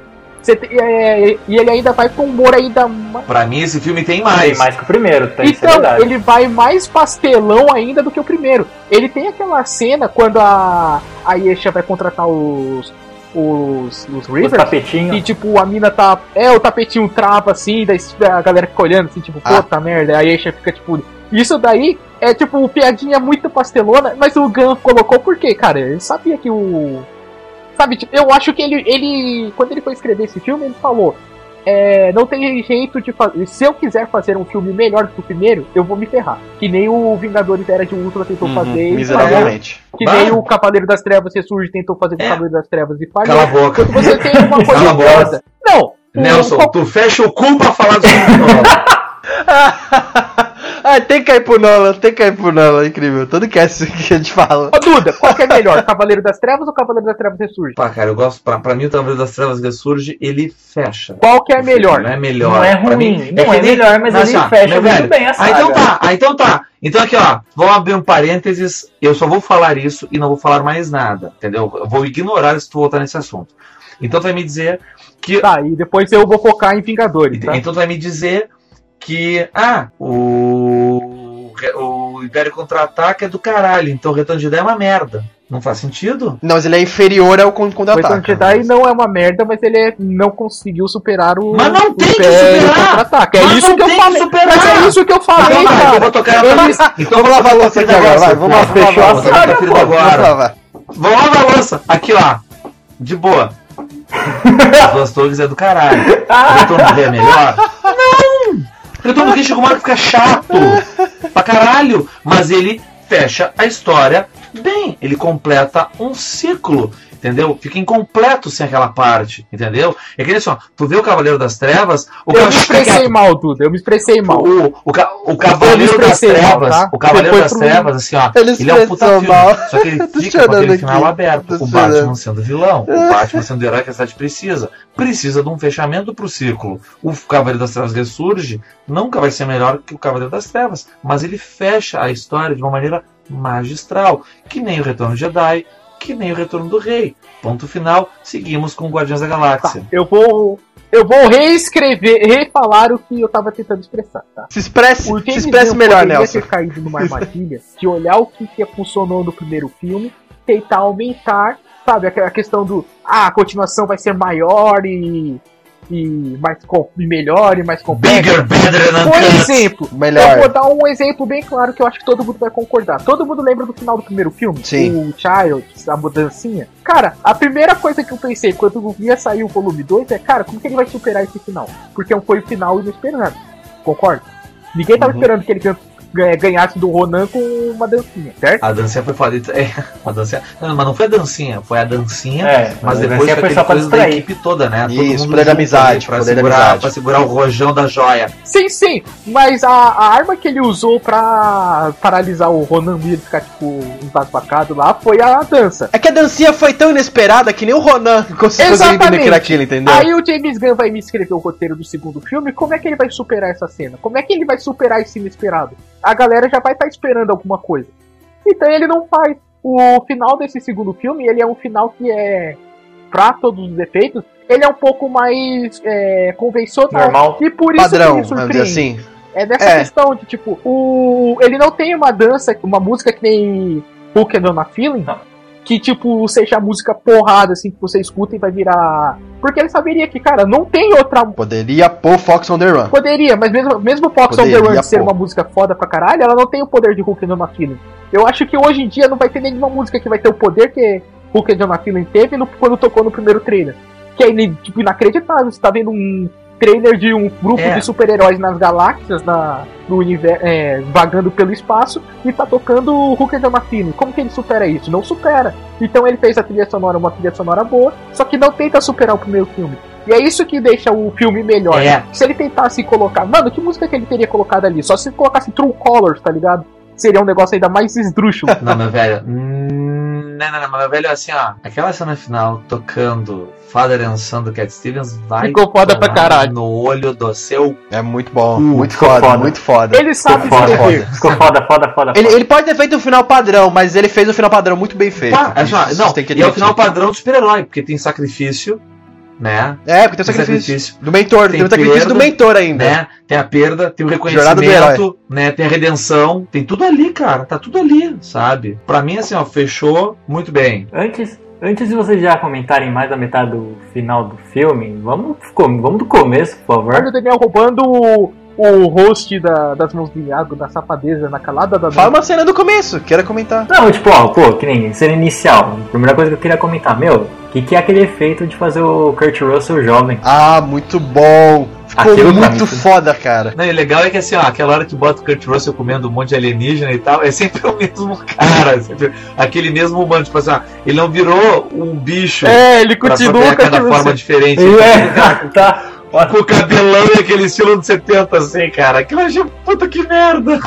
E: você tem- é, e ele ainda vai com humor ainda mais.
B: Pra mim, esse filme
D: Tem
B: tem mais.
D: mais que o primeiro, tem isso é
E: Então,
D: verdade.
E: ele vai mais pastelão ainda do que o primeiro. Ele tem aquela cena quando a, a Yesha vai contratar os. os. os
D: Os
E: Rivers. E
D: tapetinhos.
E: tipo, a mina tá. É, o tapetinho trava assim, daí a galera fica olhando assim, tipo,
C: Ah.
E: puta merda. Aí a Yesha fica tipo. Isso daí é tipo piadinha muito pastelona, mas o Gun colocou por quê, cara? Ele sabia que o. Sabe, tipo, eu acho que ele. ele quando ele foi escrever esse filme, ele falou. É, não tem jeito de fazer. Se eu quiser fazer um filme melhor do que o primeiro, eu vou me ferrar. Que nem o Vingadores Era de Ultra tentou
B: Uhum,
E: fazer. e falhou.
C: miseravelmente.
E: Que
B: Vai.
E: nem o Cavaleiro das Trevas ressurge tentou fazer com o
B: É.
E: Cavaleiro das Trevas e falhou.
B: Cala a boca.
E: Quando você tem uma coisa
B: a boca.
E: foda. Não. o-
B: Nelson,
E: qual-
B: tu fecha o cu pra falar do filme do Nolan.
C: ah, tem que ir pro Nolan, tem que ir pro Nolan, incrível. Todo cast que a gente fala.
E: Ô, Duda, qual que é melhor? Cavaleiro das Trevas ou Cavaleiro das Trevas Ressurge?
B: Pá, cara, eu gosto. Pra, pra mim, o Cavaleiro das Trevas Ressurge, ele fecha.
E: Qual que é melhor?
B: Não é melhor.
D: Não é
B: Pra
D: ruim,
B: mim,
D: não é,
B: que nem-
D: melhor, mas
B: Mas
D: ele
B: assim, ó,
D: fecha
B: meu
D: muito
B: velho,
D: bem a
B: Ah,
D: saga.
B: então tá, ah, então tá. Então aqui, ó, vamos abrir um parênteses. Eu só vou falar isso e não vou falar mais nada, entendeu? Eu vou ignorar se tu voltar nesse assunto. Então tu vai me dizer que.
E: Tá, e depois eu vou focar em Vingadores, tá?
B: Então tu vai me dizer que. Ah, o. O Império Contra-Ataque é do caralho, então o Retorno de Ideia é uma merda. Não faz sentido?
C: Não, mas ele é inferior ao con-
B: Então
E: O
B: tá,
E: Retorno
C: contra-ataque.
E: de Jedi não é uma merda, mas ele é- não conseguiu superar o.
B: Mas não tem que
E: Império
B: superar!
E: Contra-ataque. É
B: Mas
E: isso
B: não
E: que eu
B: tem que
E: falei.
B: superar!
E: Mas é isso que eu falei,
B: Então tá,
E: cara.
B: eu vou tocar
E: Eu
B: na
E: disse-
B: Então
C: Vamos lavar a louça aqui agora, vai. Vamos lavar
B: Vamos
C: fechou a
B: lavar a
C: saga,
B: louça,
C: pô. Vamos
B: agora.
C: lavar.
B: Vamos lá na lança. Aqui, ó. De boa. As duas torres é do caralho. O retorno do Rei é melhor? Não! O retorno do Rei chegou uma hora que fica chato. Pra caralho. Mas ele fecha a história bem. Ele completa um ciclo. Entendeu? Fica incompleto sem aquela parte. Entendeu? É que nem assim, ó. Tu vê o Cavaleiro das Trevas. O
E: Eu me
B: cachorro fica
E: expressei mal, Duda. Eu me expressei mal.
B: o, o, ca- o Cavaleiro
E: Eu
B: das
E: expressei mal,
B: Trevas,
E: tá?
B: o Cavaleiro
E: Foi
B: das
E: pro-
B: Trevas, assim, ó,
C: Ele
B: ele é um puta
C: expressou
B: filme,
C: mal.
B: só que ele
C: Tô
B: fica com
C: chorando
B: aquele
C: aqui.
B: final aberto,
C: Tô
B: o Batman
C: chorando.
B: sendo vilão, o Batman sendo o herói que a cidade precisa. Precisa de um fechamento pro círculo. O Cavaleiro das Trevas ressurge, nunca vai ser melhor que o Cavaleiro das Trevas, mas ele fecha a história de uma maneira magistral, que nem o Retorno de Jedi, que nem o Retorno do Rei. Ponto final, seguimos com Guardiões da
E: Tá,
B: Galáxia.
E: eu vou. Eu vou reescrever, refalar o que eu tava tentando expressar, tá?
C: Se expresse,
E: Por que
C: se
E: dizer,
C: expresse
E: eu
C: melhor,
E: poderia
C: Nelson.
E: ter caído numa armadilha de olhar o que, que funcionou no primeiro filme, tentar aumentar, sabe, aquela questão do ah, a continuação vai ser maior e, e mais com, e melhor e
C: Tá,
E: mais complexa.
B: Bigger, better than
E: Por
B: uncut.
E: exemplo, eu vou
C: Melhor.
E: dar um exemplo bem claro que eu acho que todo mundo vai concordar. Todo mundo lembra do final do primeiro filme?
C: Sim.
E: O Child, a mudancinha. Cara, a primeira coisa que eu pensei quando eu ia sair o volume 2 é, cara, como que ele vai superar esse final? Porque foi o final inesperado. Concorda? Ninguém tava
B: Uhum.
E: esperando que ele gan- ganha- ganhasse do Ronan com uma dancinha, certo?
B: A dancinha foi foda. É, a dancinha. Não, mas não foi a dancinha, foi a dancinha.
D: É,
B: Mas
D: assim
B: depois foi
D: foi
B: aquele
D: só pra
B: coisa da
D: distrair.
B: equipe toda, né? Todo
C: Isso,
B: mundo
C: poder da
B: junto
C: amizade,
B: ali pra
C: poder da
B: segurar,
C: amizade.
B: Pra segurar o rojão da joia.
E: Sim, sim. Mas a, a arma que ele usou pra paralisar o Ronan e ele ficar, tipo, embasbacado lá foi a dança.
C: É que a dancinha foi tão inesperada que nem o Ronan conseguiu
E: Exatamente.
C: conseguir aquilo, entendeu?
E: Aí o James Gunn vai me escrever o roteiro do segundo filme. Como é que ele vai superar essa cena? Como é que ele vai superar esse inesperado? A galera já vai estar esperando alguma coisa. Então ele não faz. O final desse segundo filme, ele é um final que é. Pra todos os defeitos, ele é um pouco mais é, convencional.
D: Normal.
E: E por isso que
C: Padrão,
E: me
C: vamos dizer
E: surpreende.
C: assim.
E: É dessa
C: É.
E: questão de tipo, o ele não tem uma dança, uma música que nem Hooked on a Feeling,
D: Não.
E: que tipo seja música porrada assim que você escuta e vai virar, porque ele saberia que, cara, não tem outra
C: Poderia pôr Fox on the Run.
E: Poderia, mas mesmo, mesmo Fox on the
C: Poderia,
E: Run ser
C: pô.
E: uma música foda pra caralho, ela não tem o poder de Hooked on a Feeling. Eu acho que hoje em dia não vai ter nenhuma música que vai ter o poder que Hooked on a Feeling teve no- quando tocou no primeiro trailer. Que é ine- tipo, inacreditável, você tá vendo um trailer de um grupo
B: É.
E: de super-heróis nas galáxias, na, no universo, vagando pelo espaço, e tá tocando o Hooked on a Feeling. Como que ele supera isso? Não supera. Então ele fez a trilha sonora uma trilha sonora boa, só que não tenta superar o primeiro filme. E é isso que deixa o filme melhor.
B: É.
E: Se ele tentasse colocar. Mano, que música que ele teria colocado ali? Só se ele colocasse True Colors, tá ligado? seria um negócio ainda mais esdrúxulo.
B: Não, meu velho. hum, Não, não, não, meu velho, assim, ó. Aquela cena final tocando Father and Son do Cat Stevens vai.
E: Ficou foda pra
B: tomar
E: caralho.
B: No olho do seu.
C: É muito bom,
D: Hum,
C: muito
D: ficou
C: foda,
D: foda.
C: muito foda.
E: Ele sabe
C: Ficou foda,
E: escrever.
C: foda.
D: Ficou foda, foda, foda.
C: Ele,
D: foda.
C: ele pode ter feito um final padrão, mas ele fez um final padrão muito bem feito.
B: Pá, assim, ó,
C: Isso
B: não,
C: tem que
B: e é o
C: admitir.
B: final padrão do super-herói, porque tem sacrifício, né?
C: É, porque tem o
B: Tem
C: sacrifício.
B: sacrifício.
C: Do mentor,
B: Tem
C: tem o sacrifício do
B: perda,
C: mentor ainda.
B: né? Tem a perda, tem o
C: Jornada do herói.
B: reconhecimento, né? Tem a redenção, tem tudo ali, cara. Tá tudo ali, sabe? Pra mim, assim, ó, fechou muito bem.
D: Antes, antes de vocês já comentarem mais da metade do final do filme, vamos, com- vamos do começo, por
E: Olha
D: favor.
E: o Daniel roubando o, o host da- das mãos do Iago, da safadeza, na calada da
C: Fala
E: noite.
C: uma cena do começo, quero comentar.
D: Não, tipo, ó, pô, que nem cena inicial. A primeira coisa que eu queria comentar, meu, o que, que é aquele efeito de fazer o Kurt Russell jovem?
C: Ah, muito bom. Ficou
D: Aquilo pra
C: muito
D: mim.
C: foda, cara.
B: Não, e o legal é que assim, ó, aquela hora que bota o Kurt Russell comendo um monte de alienígena e tal, é sempre o mesmo cara, é sempre aquele mesmo humano, tipo assim, ó, ele não virou um bicho
E: É, ele
B: pra
E: continua
B: poder
E: com
B: cada
E: aquilo.
B: forma diferente.
D: É, tá.
B: Com o cabelão e aquele estilo de 70, assim, cara. Aquilo eu achei, puta que merda.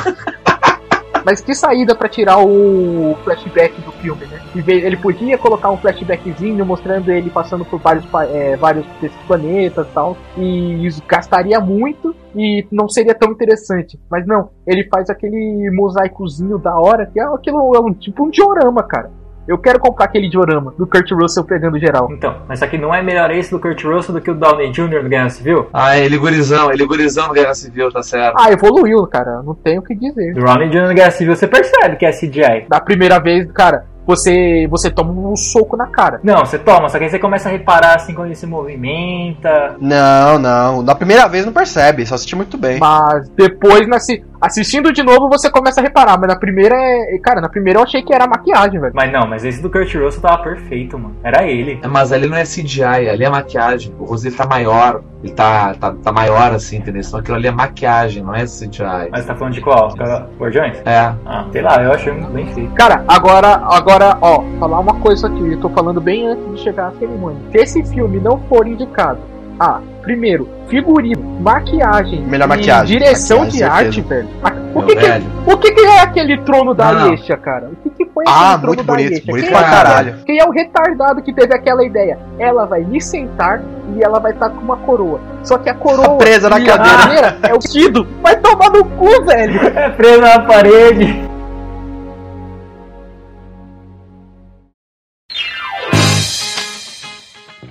E: Mas que saída pra tirar o flashback do filme, né? Em vez- Ele podia colocar um flashbackzinho mostrando ele passando por vários, pa- é, vários desses planetas e tal. E isso gastaria muito e não seria tão interessante. Mas não, ele faz aquele mosaicozinho da hora, que é aquilo, é um, tipo um diorama, cara. Eu quero comprar aquele diorama do Kurt Russell pegando geral.
D: Então, mas só que não é melhor esse do Kurt Russell do que o Downey Jr. do Guerra Civil?
B: Ah, ele gurizão, ele gurizão no Guerra Civil, tá certo.
E: Ah, evoluiu, cara. Não tenho o que dizer.
D: Do Downey Jr. do Guerra Civil você percebe que é CGI.
E: Da primeira vez, cara, você, você toma um soco na cara.
D: Não, você toma, só que aí você começa a reparar assim quando ele se movimenta.
C: Não, não. Na primeira vez não percebe, só assisti muito bem.
E: Mas depois, né, se- assistindo de novo, você começa a reparar. Mas na primeira é. Cara, na primeira eu achei que era maquiagem, velho.
D: Mas não, mas esse do Kurt Russell tava perfeito, mano. Era ele.
B: Mas ali não é CGI, ali é maquiagem. O rosto dele tá maior, ele tá, tá, tá maior assim, entendeu? Então aquilo ali é maquiagem, não é CGI.
D: Mas você tá falando de qual? Cara, Guardiões?
B: É,
D: Ah, sei lá, eu achei muito bem feito.
E: Cara, agora, agora, ó, falar uma coisa aqui, eu tô falando bem antes de chegar à cerimônia. Se esse filme não for indicado a, primeiro, figurino, maquiagem,
C: Melhor
E: e
C: maquiagem,
E: direção
C: maquiagem,
E: de
C: certeza.
E: arte, velho. O
B: meu
E: que que,
B: velho.
E: o que que é aquele trono da
B: Não, não.
E: Alexia, cara? O que que foi aquele
C: Ah,
E: trono
C: muito
E: da
C: bonito,
E: Alexia?
C: bonito
E: Quem
C: pra
E: é-
C: caralho.
E: Quem é o retardado que teve aquela ideia? Ela vai me sentar e ela vai estar com uma coroa. Só que a coroa.
C: Tá Presa na
E: e a
C: cadeira.
E: cadeira é o vestido. Vai tomar no cu, velho.
D: É preso na parede.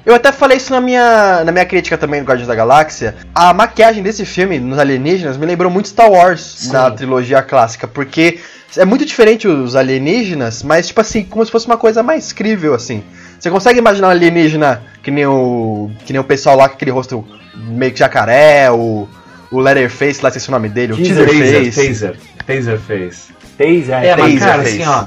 C: Eu até falei isso na minha, na minha crítica também do Guardiões da Galáxia. A maquiagem desse filme, nos alienígenas, me lembrou muito Star Wars
B: Sim.
C: na trilogia clássica, porque é muito diferente os alienígenas, mas tipo assim, como se fosse uma coisa mais crível, assim. Você consegue imaginar um alienígena que nem o. que nem o pessoal lá com aquele rosto meio que jacaré, o. O Letterface, lá esqueci o nome dele, o
B: Teaser
C: Teaserface.
B: fez. Taser, taser fez.
D: Taser.
B: É, mas
C: taser
B: cara,
C: fez.
B: assim, ó.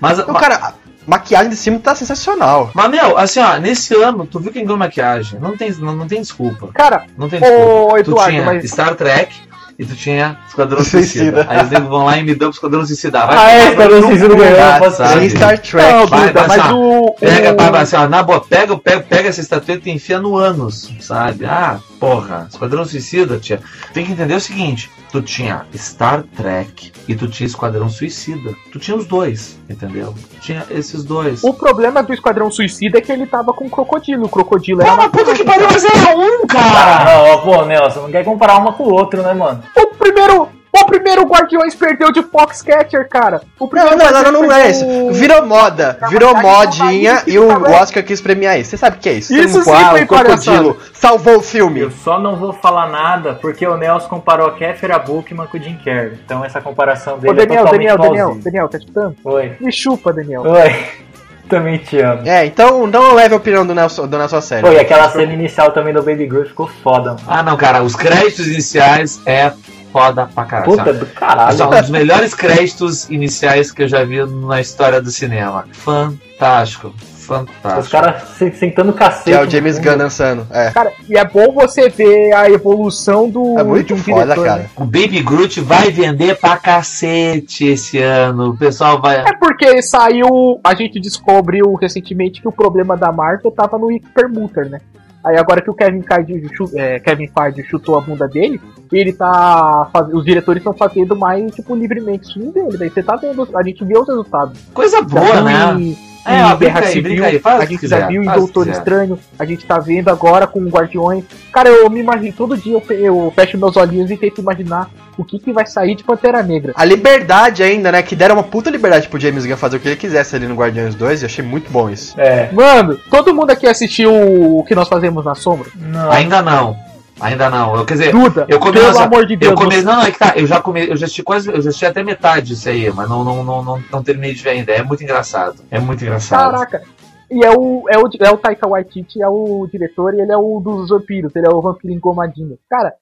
B: Mas,
C: Então, cara, a maquiagem desse filme tá sensacional.
B: mas, meu, assim, ó, nesse ano, tu viu quem ganhou maquiagem? Não tem, não, não tem desculpa.
E: Cara,
B: Não tem desculpa.
E: ô
B: tu
E: Eduardo,
B: tinha
E: mas.
B: Star Trek e tu tinha Esquadrão
C: Suicida.
B: Suicida. Aí eles nego vão lá e me dão pro Esquadrão Suicida. Vai
D: Ah, é,
B: tomar
D: Esquadrão
B: no
D: Suicida
B: cu,
D: ganhou,
B: cara,
D: pode
B: sabe?
C: Tem Tá, Star Trek.
E: Não,
B: vai,
E: Duda,
B: vai,
E: mas
B: vai.
E: o.
B: Pega,
E: o-
B: pá, pá, assim, ó, na boa, pega, pega, pega essa estatueta e enfia no ânus, sabe? Ah, porra, Esquadrão Suicida, tia. Tem que entender o seguinte: tu tinha Star Trek e tu tinha Esquadrão Suicida. Tu tinha os dois, entendeu? Tu tinha esses dois.
E: o problema do Esquadrão Suicida é que ele tava com um crocodilo. O crocodilo era.
B: Ah, mas puta que pariu, mas era um,
D: Ah,
B: cara!
D: não, ó, pô, Nelson, não quer comparar uma com o outro, né, mano?
E: O primeiro. O primeiro Guardiões perdeu de Foxcatcher, cara. O
C: Não,
E: primeiro
C: não, não, não, não é
E: Guardiões
C: isso.
E: perdeu-
C: Virou moda,
E: Pra
C: virou
E: maquiagem do
C: modinha
E: país,
C: e o
E: tá bom.
C: Oscar quis premiar isso. Você sabe o que é isso?
E: Isso sim
C: ah,
E: foi
C: o crocodilo salvou o
D: Eu
C: filme.
D: só não vou falar nada porque o Nelson comparou a Kéfera Bookman com o Jim Carrey. Então essa comparação dele
E: Ô, Daniel,
D: é totalmente
E: Daniel,
D: plausível.
E: Daniel, Daniel, tá escutando?
D: Oi.
E: Me chupa, Daniel.
D: Oi. Também te amo.
C: É, então não leve a opinião do Nelson, do Nelson a sério.
D: Pô, e aquela cena inicial também do Baby Groove ficou foda, mano.
B: Ah, não, cara, os créditos iniciais é foda pra
C: Ah,
B: caralho.
D: Puta do caralho.
B: São um dos melhores créditos iniciais que eu já vi na história do cinema. Fantástico,
D: Os
B: fantástico.
D: caras se- sentando cacete.
C: que é o James Gunn dançando. É.
E: Cara, e é bom você ver a evolução do.
C: É muito
E: de um
C: foda,
E: diretor, né?
C: cara.
B: O Baby Groot vai vender pra cacete esse ano. O pessoal vai.
E: É porque saiu. A gente descobriu recentemente que o problema da Marvel tava no Hypermuter, né? Aí agora que o Kevin Feige, chu- é, Kevin Feige chutou a bunda dele, ele tá. faz- Os diretores estão fazendo mais, tipo, livremente o filme dele. Daí você tá vendo, a gente vê os resultados.
B: Coisa boa, né?
E: Em,
B: É,
E: em
B: ó, brinca
E: Guerra
B: aí,
E: Civil,
B: brinca aí, faz
E: a
B: o que
E: gente
B: quiser,
E: já viu em
B: faz o que
E: Doutor
B: quiser.
E: Estranho, a gente tá vendo agora com Guardiões. Cara, eu me imagino, todo dia eu, fe- eu fecho meus olhinhos e tento imaginar o que, que vai sair de Pantera Negra.
C: A liberdade ainda, né? Que deram uma puta liberdade pro James Gunn fazer o que ele quisesse ali no Guardiões 2. Eu achei muito bom isso.
D: É.
E: Mano, todo mundo aqui assistiu o que nós fazemos na sombra?
D: Não.
B: Ainda não. Ainda não. Eu, quer dizer,
E: Duda,
B: eu comi
E: pelo
B: essa-
E: amor de Deus.
B: eu come...
E: você-
B: Não, não, é que tá. Eu já comi, eu já assisti quase. Eu já assisti até metade disso aí, mas não, não, não, não, não terminei de ver ainda. É muito engraçado. É muito engraçado.
E: Caraca. E é o, é o, é o Taika Waititi, é o diretor, e ele é o dos vampiros, ele é o vampiro engomadinho. Cara,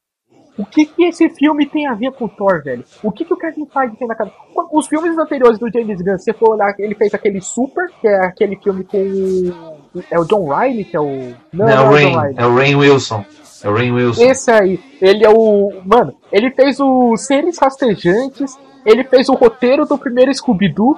E: o que que esse filme tem a ver com o Thor, velho? O que que o Kevin Feige tem na cabeça? Os filmes anteriores do James Gunn, se você for olhar, ele fez aquele Super, que é aquele filme com... o- É o John Riley, que é o...
B: Não, é o
E: John
B: Rain. É o Rain Wilson. É o Rain Wilson.
E: esse aí, ele é o. Mano, ele fez o Seres Rastejantes, ele fez o roteiro do primeiro Scooby-Doo.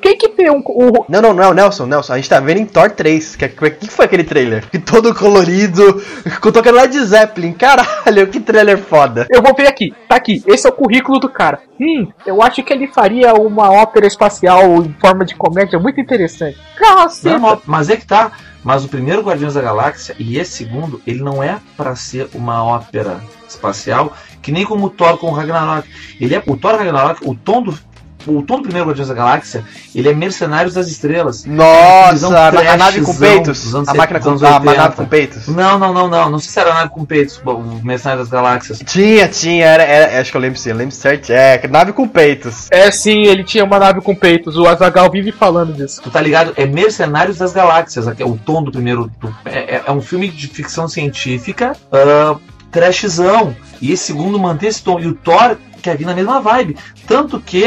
E: Quem que tem um. o ro-
C: Não, não, não, Nelson, Nelson, a gente tá vendo em Thor 3. O que, é, que, que foi aquele trailer? Que Todo colorido, com tocando Led Zeppelin. Caralho, que trailer foda.
E: eu vou ver aqui, tá aqui, esse é o currículo do cara. Hum, eu acho que ele faria uma ópera espacial em forma de comédia muito interessante. Caceta!
B: Não, mas- mas é que tá. Mas o primeiro Guardiões da Galáxia e esse segundo, ele não é pra ser uma ópera espacial, que nem como o Thor com o Ragnarok. Ele é o Thor Ragnarok, o tom do o tom do primeiro Guardiões da Galáxia, ele é Mercenários das Estrelas. Visão
C: Nossa, a, ma- a
B: trashzão
C: nave com peitos.
B: dos anos
C: A máquina com,
B: dos
C: a,
B: anos
C: a
B: 80.
C: nave com peitos.
B: Não, não, não, não. Não sei se era nave com peitos, bom, Mercenários das Galáxias.
C: Tinha, tinha, era, era- acho que eu lembro sim, eu lembro certo. É, nave com peitos.
E: É sim, ele tinha uma nave com peitos, o Azagal vive falando disso.
B: Tu tá ligado? É Mercenários das Galáxias, aqui é o tom do primeiro. do- é, é- é um filme de ficção científica, ah, trashzão. E esse segundo mantém esse tom. E o Thor quer vir na mesma vibe. Tanto que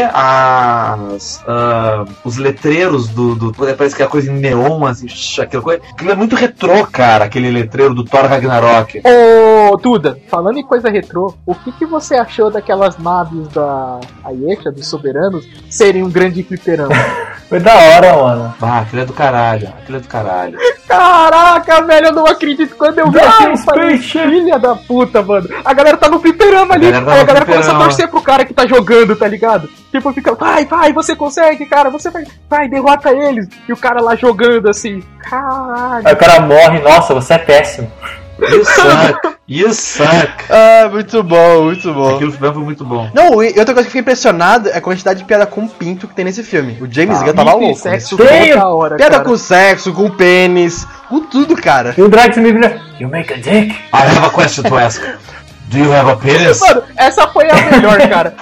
B: as, ah, os letreiros do, do- Parece que é coisa em neon, assim, aquela coisa. Aquilo é muito retrô, cara, aquele letreiro do Thor Ragnarok.
E: Ô, Duda, falando em coisa retrô, o que, que você achou daquelas naves da Aiesha, dos soberanos, serem um grande fliperama?
D: Foi da hora, mano.
B: Ah, aquilo é do caralho, aquilo é do caralho.
E: Caraca, velho, eu não acredito. Quando eu vi
D: Não,
E: aquilo, eu falei,
D: Spaceship.
E: filha da puta, mano. A galera tá no fliperama ali.
B: A galera tá
E: aí a
B: no
E: galera começa a
B: fliperama.
E: torcer pro cara que tá jogando, tá ligado? Tipo, fica, vai, vai, você consegue, cara, você vai, vai, derrota eles. E o cara lá jogando assim, caralho.
D: Aí o cara morre, nossa, você é péssimo.
B: You suck, you suck.
C: Ah, muito bom, muito bom.
B: Aquilo foi muito bom.
C: Não, e outra coisa que eu fiquei impressionado é a quantidade de piada com pinto que tem nesse filme. O James
B: Ah,
C: Gunn tava
E: Bife e
C: louco.
E: sexo
C: nesse filme.
E: toda
B: né,
E: hora,
C: Piada
E: cara.
C: com sexo, com pênis, com tudo, cara.
D: E o Drax me vira. You make a dick?
B: I have a question to ask. Do you have a penis?
E: Mano, essa foi a melhor, cara.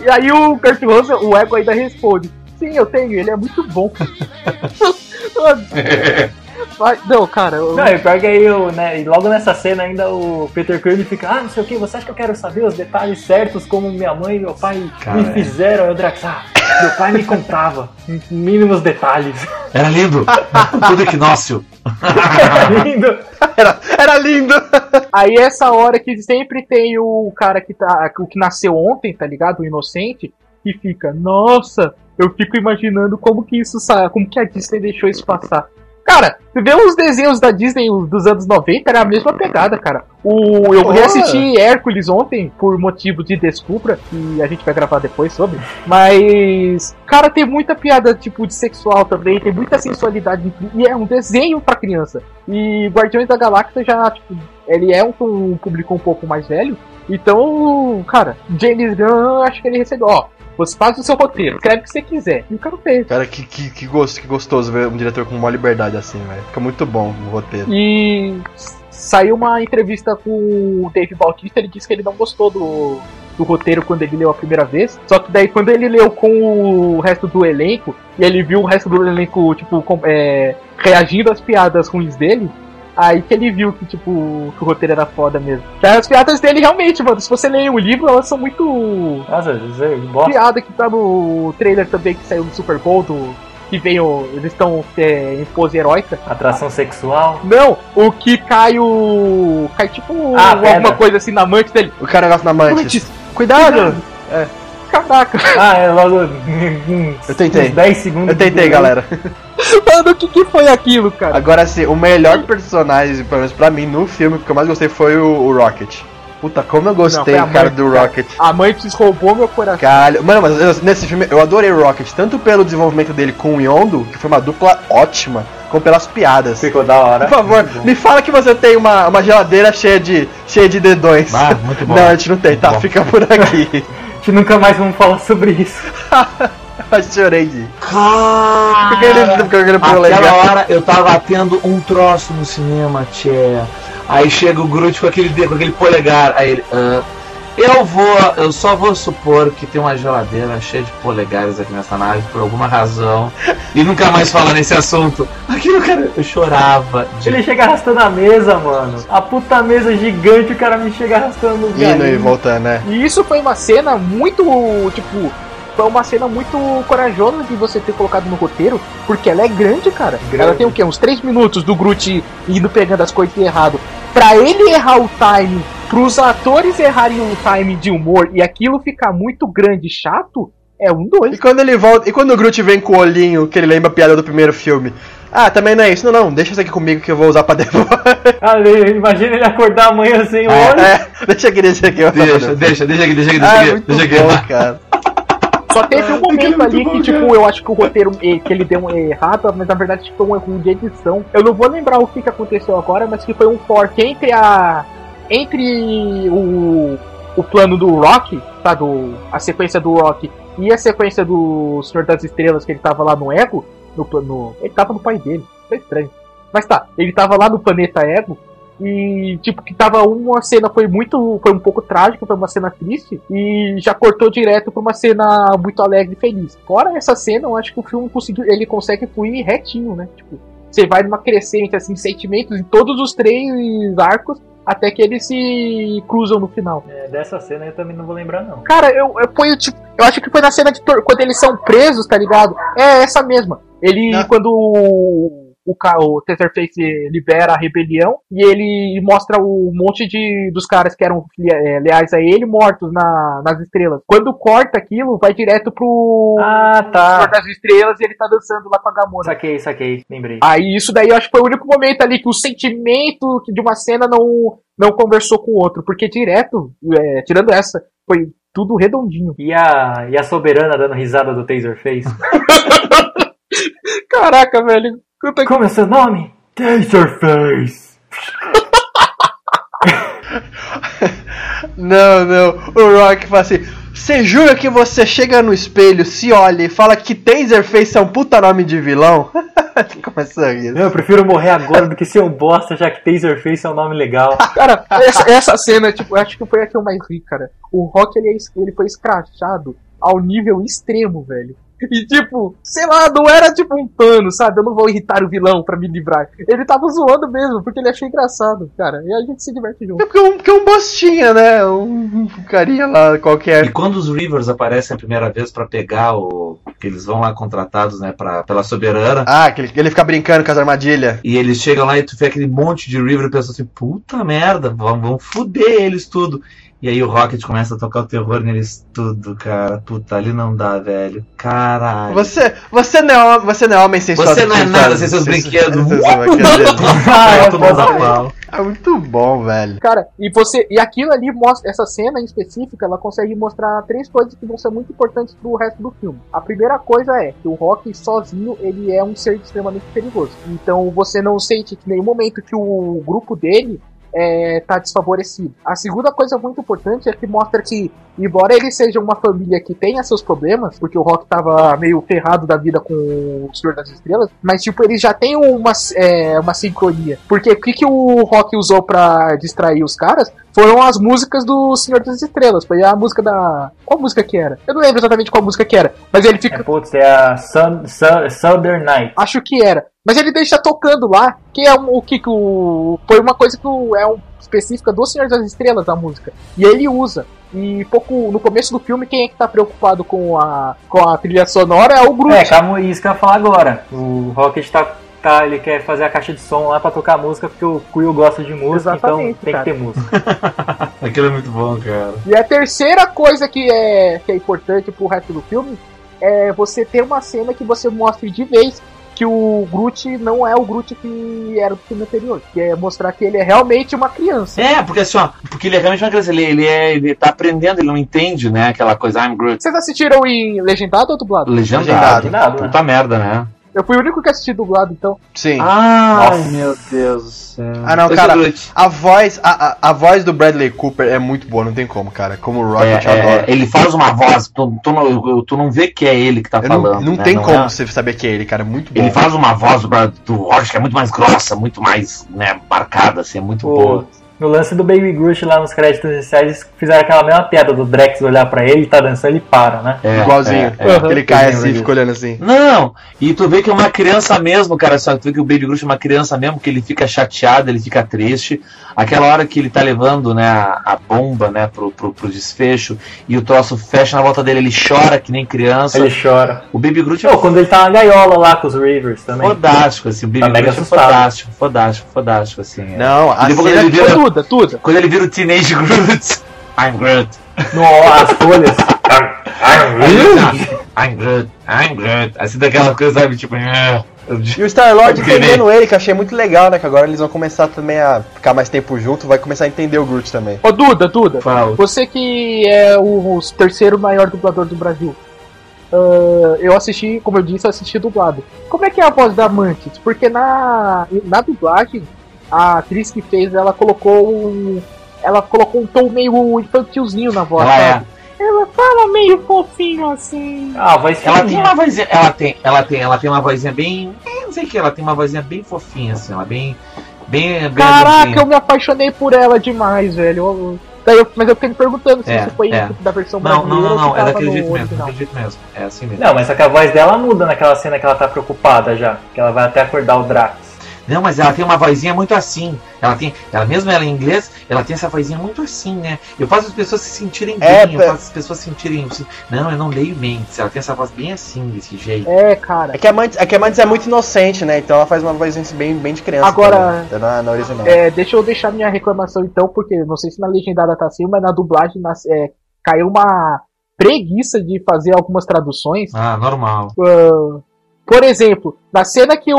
E: e aí o Kurt Russell, o ego ainda responde. Sim, eu tenho, ele é muito bom. Mano, mas- não, cara, eu-
D: Não, e pior que aí, eu, né, e logo nessa cena ainda o Peter Quill fica, ah, não sei o que, você acha que eu quero saber os detalhes certos como minha mãe e meu pai
B: Cara,
C: é.
D: me fizeram? Aí o Drax, ah, meu pai me contava os mínimos detalhes.
B: Era lindo. Tudo equinócio.
D: Lindo.
C: Era, era lindo.
E: Aí essa hora que sempre tem o cara que tá. O que nasceu ontem, tá ligado? O inocente, que fica, nossa, eu fico imaginando como que isso sa como que a Disney deixou isso passar. Cara, você vê os desenhos da Disney os dos anos 90, era a mesma pegada, cara. O, eu
C: Porra.
E: reassisti Hércules ontem, por motivo de desculpa, que a gente vai gravar depois sobre. Mas, cara, tem muita piada, tipo, de sexual também, tem muita sensualidade. E é um desenho pra criança. E Guardiões da Galáxia já, tipo, ele é um, um público um pouco mais velho. Então, cara, James Gunn, eu acho que ele recebeu, ó, você faz o seu roteiro, escreve o que você quiser. E o cara fez.
C: Cara, que, que, que gosto, que gostoso ver um diretor com maior liberdade assim, velho. Fica muito bom o roteiro.
E: E saiu uma entrevista com o Dave Bautista, ele disse que ele não gostou do, do roteiro quando ele leu a primeira vez. Só que daí quando ele leu com o resto do elenco, e ele viu o resto do elenco, tipo, com- é, reagindo às piadas ruins dele. Aí que ele viu que, tipo, que o roteiro era foda mesmo. Que As piadas dele realmente, mano, se você ler o livro, elas são muito.
D: Nossa, você bosta.
E: Piada que tá no trailer também que saiu no Super Bowl, do, que veio. Eles estão é, em pose heróica.
D: Atração sexual.
E: Não, o que cai o. cai tipo
D: Ah,
E: alguma
D: pedra.
C: é
E: coisa assim na mante dele.
B: é
C: O cara negócio na um mantis.
E: Mantis, cuidado!
C: É.
E: caraca.
D: Ah, é logo.
C: Eu tentei.
D: Uns 10 segundos.
C: Eu tentei, galera.
E: Mano, o que, que foi aquilo, cara?
C: Agora sim, o melhor personagem, pelo menos pra mim, no filme, que eu mais gostei foi o, o Rocket. Puta, como eu gostei,
E: Não, foi a
C: cara,
E: mãe, tá-
C: do
E: cara.
C: Rocket.
E: A mãe te roubou meu coração.
C: Caralho. Mano, mas eu- nesse filme eu adorei o Rocket, tanto pelo desenvolvimento dele com o Yondo, que foi uma dupla ótima, como pelas piadas.
D: Ficou da hora.
C: Por favor, me fala que você tem uma, uma geladeira cheia de, cheia de dedões.
B: Ah, muito bom.
C: Não, a gente não tem, tá?
B: Bom.
C: Fica por aqui.
D: A gente nunca mais vamos falar sobre isso.
C: eu chorei de.
B: Cara,
C: Porque ele, porque ele pulou
B: Ah, Aquela
C: legal.
B: hora eu tava atendo um troço no cinema, tchê. Aí chega o Groot com aquele dedo, com aquele polegar. Aí ele. "Ah, eu vou. Eu só vou supor que tem uma geladeira cheia de polegares aqui nessa nave por alguma razão. E nunca mais fala nesse assunto. Aquilo, cara, eu chorava de
D: Ele chega arrastando a mesa, mano. A puta mesa gigante, o cara me chega arrastando o
C: Indo e
D: galinho.
C: voltando, né?
E: E isso foi uma cena muito, tipo, foi uma cena muito corajosa de você ter colocado no roteiro, porque ela é grande, cara.
D: Grande.
E: Ela tem o quê? Uns 3 minutos do Groot indo pegando as coisas errado. Pra ele errar o time, pros atores errarem o time de humor e aquilo ficar muito grande e chato, é um
C: E
E: dois.
C: quando ele volta. E quando o Groot vem com o olhinho, que ele lembra a piada do primeiro filme. Ah, também não é isso. Não, não, deixa isso aqui comigo que eu vou usar pra devolver.
D: Ah, ele- imagina ele acordar amanhã assim, sem olho.
C: É, deixa aqui, deixa aqui. eu vou
B: Deixa,
C: fazer.
B: deixa, deixa aqui, deixa aqui, deixa
C: Ah,
B: aqui.
C: muito
B: Deixa aqui.
C: bom, cara.
E: Só teve um momento
D: muito
E: ali
D: bom,
E: que, tipo, eu acho que o roteiro eh, que ele deu um errado, mas na verdade foi um erro de edição. Eu não vou lembrar o que, que aconteceu agora, mas que foi um fork entre a. Entre o. o plano do Rock, tá? Do. A sequência do Rock e a sequência do Senhor das Estrelas, que ele tava lá no Ego. No, pla- no, ele tava no pai dele. Foi estranho. Mas tá, ele tava lá no planeta Ego. E, tipo, que tava uma cena foi muito. Foi um pouco trágica, foi uma cena triste. E já cortou direto pra uma cena muito alegre e feliz. Fora essa cena, eu acho que o filme conseguiu. Ele consegue fluir retinho, né? Tipo, você vai numa crescente, assim, de sentimentos em todos os três arcos. Até que eles se cruzam no final.
D: É, dessa cena eu também não vou lembrar, não.
E: Cara, eu, eu foi o tipo. Eu acho que foi na cena de tor- quando eles são presos, tá ligado? É essa mesma. Ele
C: Não.
E: quando o o, ca- o Tetherface libera a rebelião e ele mostra o monte de dos caras que eram lia- é, leais a ele mortos na, nas estrelas. Quando corta aquilo, vai direto pro
D: Ah,
E: Senhor
D: tá.
E: das estrelas e ele tá dançando lá com a Gamora.
D: Saquei, saquei. Lembrei.
E: Aí isso daí eu acho que foi o único momento ali que o sentimento de uma cena não, não conversou com o outro, porque direto, é, tirando essa, foi tudo redondinho.
D: E a, e a soberana dando risada do Taserface?
E: Caraca, velho. Quanta...
D: Como é o seu nome? Taserface!
C: Não, não. O Rock fala assim: Você jura que você chega no espelho, se olha e fala que Taserface é um puta nome de vilão? Começa a rir.
D: Eu prefiro morrer agora do que ser um bosta, já que Taserface é um nome legal.
E: Cara, essa, essa cena, tipo, eu acho que foi a que eu mais ri, cara. O Rock, ele, é es- ele foi escrachado ao nível extremo, velho. E tipo, sei lá, não era tipo um pano, sabe? Eu não vou irritar o vilão pra me livrar. Ele tava zoando mesmo, porque ele achou engraçado, cara. E a gente se diverte junto.
C: É porque é um, porque é um bostinha, né? Um, um carinha lá
B: E
C: qualquer.
B: quando os Rivers aparecem a primeira vez pra pegar o. que eles vão lá contratados, né, pra, pela soberana.
C: Ah, que ele, ele fica brincando com as armadilhas.
B: E eles chegam lá e tu vê aquele monte de River e pensa assim, puta merda, vamos, vamos fuder eles tudo. E aí o Rocket começa a tocar o terror neles tudo, cara. Puta, ali não dá, velho. Caralho.
C: Você, você, não, é, hom- você não é homem sem
B: Você não é nada sem seus brinquedos.
D: Ah, é
B: tu
D: bom.
B: não dá pau.
C: É muito bom, velho.
E: Cara, e você. E aquilo ali mostra. Essa cena em específica, ela consegue mostrar três coisas que vão ser muito importantes pro resto do filme. A primeira coisa é que o Rock sozinho, ele é um ser extremamente perigoso. Então você não sente que em nenhum momento que o grupo dele. É, tá desfavorecido. A segunda coisa muito importante é que mostra que, embora ele seja uma família que tenha seus problemas, porque o Rock tava meio ferrado da vida com o Senhor das Estrelas, mas tipo, ele já tem uma, é, uma sincronia. Porque o que, que o Rock usou pra distrair os caras foram as músicas do Senhor das Estrelas. Foi a música da. Qual música que era? Eu não lembro exatamente qual música que era. Mas ele fica.
D: É, putz, é a Sun, Sun, Southern Night.
E: Acho que era. Mas ele deixa tocando lá, que é um- o que, que o. Foi uma coisa que o- é um, específica do Senhor das Estrelas, a música. E ele usa. E pouco no começo do filme, quem é que tá preocupado com a, com a trilha sonora é o Groot.
D: É, calma, isso que eu ia falar agora. O Rocket tá tá, ele quer fazer a caixa de som lá pra tocar música, porque o Quill gosta de música,
E: Exatamente,
D: então tem
E: cara.
D: que ter música.
B: Aquilo é muito bom, cara.
E: E a terceira coisa que é, que é importante pro resto do filme é você ter uma cena que você mostre de vez que o Groot não é o Groot que era do filme anterior. Que é mostrar que ele é realmente uma criança.
B: É, porque assim, ó, porque ele é realmente uma criança, ele, ele, é, ele tá aprendendo, ele não entende, né, aquela coisa, I'm Groot.
E: Vocês assistiram em legendado ou
B: Hum.
E: dublado?
B: Legendado.
D: Legendado, né?
B: Puta merda, né?
E: Eu fui o único que assisti dublado, então.
C: Sim.
B: Ah. Ai,
D: Nossa.
B: meu Deus do céu.
C: Ah, não,
B: Esse
C: cara,
B: Groot.
C: A voz, a, a, a voz do Bradley Cooper é muito boa, não tem como, cara. Como o
B: É,
C: Rocket eu
B: é,
C: adora.
B: ele faz uma voz, tu, tu não, tu não vê que é ele que tá
C: Eu não
B: falando.
C: não
B: né,
C: tem como
B: é?
C: você saber que é ele, cara. É muito bom.
B: Ele faz uma voz do, Brad- do Rocket que é muito mais grossa, muito mais, né, marcada, assim, é muito boa.
D: O- no lance do Baby Groot lá nos créditos iniciais, eles fizeram aquela mesma piada do Drex olhar pra ele, tá dançando, ele para, né?
B: É,
C: Igualzinho.
B: é, é.
E: Aham.
C: Ele cai
D: Eu lembro
C: assim, fica
D: disso.
C: olhando assim.
B: Não, e tu vê que é uma criança mesmo, cara. Só que tu vê que o Baby Groot é uma criança mesmo, que ele fica chateado, ele fica triste. Aquela hora que ele tá levando né, a, a bomba né, pro, pro, pro desfecho e o troço fecha na volta dele, ele chora que nem criança.
D: Ele chora.
B: O Baby Groot é
D: Pô, quando ele tá na gaiola lá com os Rivers também.
B: fodástico, assim. O Baby
D: Tá mega
B: Groot é
D: assustado.
B: fodástico, fodástico, fodástico, assim. é.
C: Não, a
B: Depois
C: cena
B: ele
C: que-
B: vira-
E: Tuda, Tuda.
B: Quando ele vira o Teenage Groot, I'm Groot.
D: No, as folhas.
B: tá, I'm Groot, I'm Groot. Assim daquela coisa, sabe, tipo. "Ah".
C: E o Star-Lord
B: Porque ele-
C: entendendo ele, que eu achei muito legal, né? Que agora eles vão começar também a ficar mais tempo junto, vai começar a entender o Groot também.
E: Ô, Duda, Duda.
B: Fala.
E: Você que é o, o terceiro maior dublador do Brasil. ah, eu assisti, como eu disse, eu assisti dublado. Como é que é a voz da Mantis? Porque na, na dublagem, a atriz que fez, ela colocou um. Ela colocou um tom meio infantilzinho na voz.
B: Ela é.
E: sabe? Ela fala meio fofinho assim.
D: Ah, vai ser.
B: Ela tem uma vozinha, ela tem, ela tem, ela tem uma vozinha bem, é, não sei o que, ela tem uma vozinha bem fofinha assim, ela bem, bem, assim. bem
E: Caraca, eu
B: amorzinha.
E: me apaixonei por ela demais, velho. Eu- daí eu- mas eu fiquei me perguntando se
B: É,
E: isso foi
B: é.
E: da versão
B: não, não,
E: brasileira.
B: não,
E: ou
B: não,
E: se
B: é
E: tava
B: daquele
E: no
B: jeito mesmo,
E: original.
B: daquele jeito mesmo, é assim mesmo.
D: Não, mas só que a voz dela muda naquela cena que ela tá preocupada já. Que ela vai até acordar o Drax.
B: Não, mas ela tem uma vozinha muito assim, ela tem, ela mesmo ela em inglês, ela tem essa vozinha muito assim, né? Eu faço as pessoas se sentirem bem,
C: É,
B: eu
C: pe-
B: faço as pessoas se sentirem, assim, não, eu não leio mentes, ela tem essa voz bem assim desse jeito.
E: É, cara.
C: É que a Mantis, é, que a Mantis é muito inocente, né? Então ela faz uma voz bem, bem de criança.
E: Agora-
C: também, tá na, na original.
E: É, deixa eu deixar minha reclamação então, porque não sei se na legendada tá assim, mas na dublagem nas- é, caiu uma preguiça de fazer algumas traduções.
B: Ah, normal.
E: Ah, por exemplo, na cena que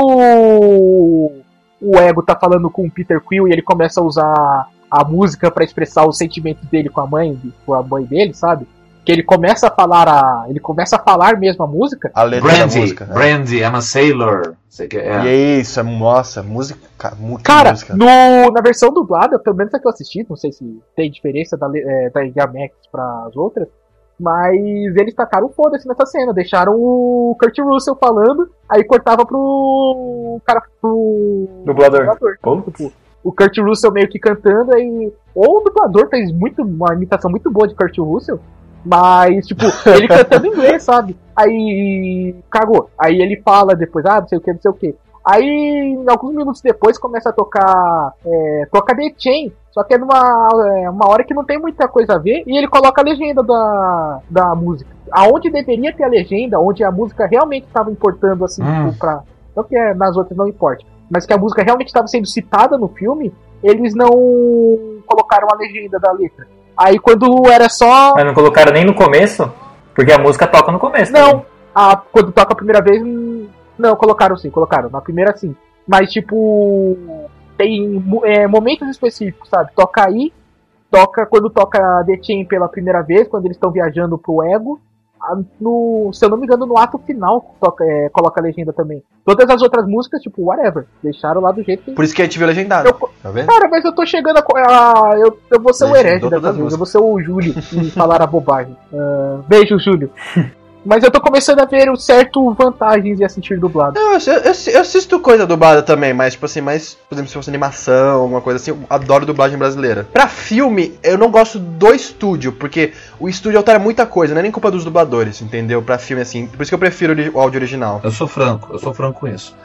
E: o o Ego tá falando com o Peter Quill e ele começa a usar a música pra expressar o sentimento dele com a mãe, com a mãe dele, sabe? Que ele começa a falar a, ele começa a falar mesmo a música.
C: A letra da
B: Brandy,
C: música. né?
B: Brandy, I'm a sailor. Sei que é.
C: E é isso, é nossa, música. Cara, mu- que
E: Cara,
C: música.
E: no, na versão dublada, pelo menos a que eu assisti, não sei se tem diferença da, le- é, da Gamex para as outras, mas eles tacaram foda-se nessa cena, deixaram o Kurt Russell falando, aí cortava pro cara, pro
D: Dublador.
E: dublador.
D: Putz.
E: O Kurt Russell meio que cantando, aí ou o dublador fez muito, uma imitação muito boa de Kurt Russell, mas, tipo, ele cantando em inglês, sabe? Aí cagou. Aí ele fala depois, ah, não sei o que, não sei o que. Aí, alguns minutos depois, começa a tocar. É, toca The Chain. Só que é numa é, uma hora que não tem muita coisa a ver. E ele coloca a legenda da, da música. Aonde deveria ter a legenda, onde a música realmente estava importando, assim,
B: Hum.
E: tipo, pra. Não que é, nas outras não importe. Mas que a música realmente estava sendo citada no filme. Eles não colocaram a legenda da letra. Aí quando era só.
D: Mas não colocaram nem no começo? Porque a música toca no começo.
E: Não,
D: né?
E: a- quando toca a primeira vez. hum, Não, colocaram sim, colocaram. Na primeira sim. Mas tipo. Tem mo- é, momentos específicos, sabe? Toca aí, toca quando toca The Chain pela primeira vez, quando eles estão viajando pro ego. Ah, No, se eu não me engano, no ato final toca, é, coloca a legenda também. Todas as outras músicas, tipo, whatever, deixaram lá do jeito que.
C: Por isso que a gente viu legendado.
E: Eu-
C: Tá vendo?
E: Cara, mas eu tô chegando a. co- a- eu, eu vou ser o
C: Legendou
E: herege
C: todas
E: dessa
C: as
E: vez, eu vou ser o Júlio e falar a bobagem. Ah, beijo, Júlio. mas eu tô começando a ver um certo vantagens em assistir dublado.
C: Não, Eu, eu, eu- eu assisto coisa dublada também, mas, tipo assim, mais, por exemplo, se fosse animação, alguma coisa assim, eu adoro dublagem brasileira. Pra filme, eu não gosto do estúdio, porque o estúdio altera muita coisa, não é nem culpa dos dubladores, entendeu? Pra filme, assim, por isso que eu prefiro ori- o áudio original.
B: Eu sou franco, eu sou franco com isso.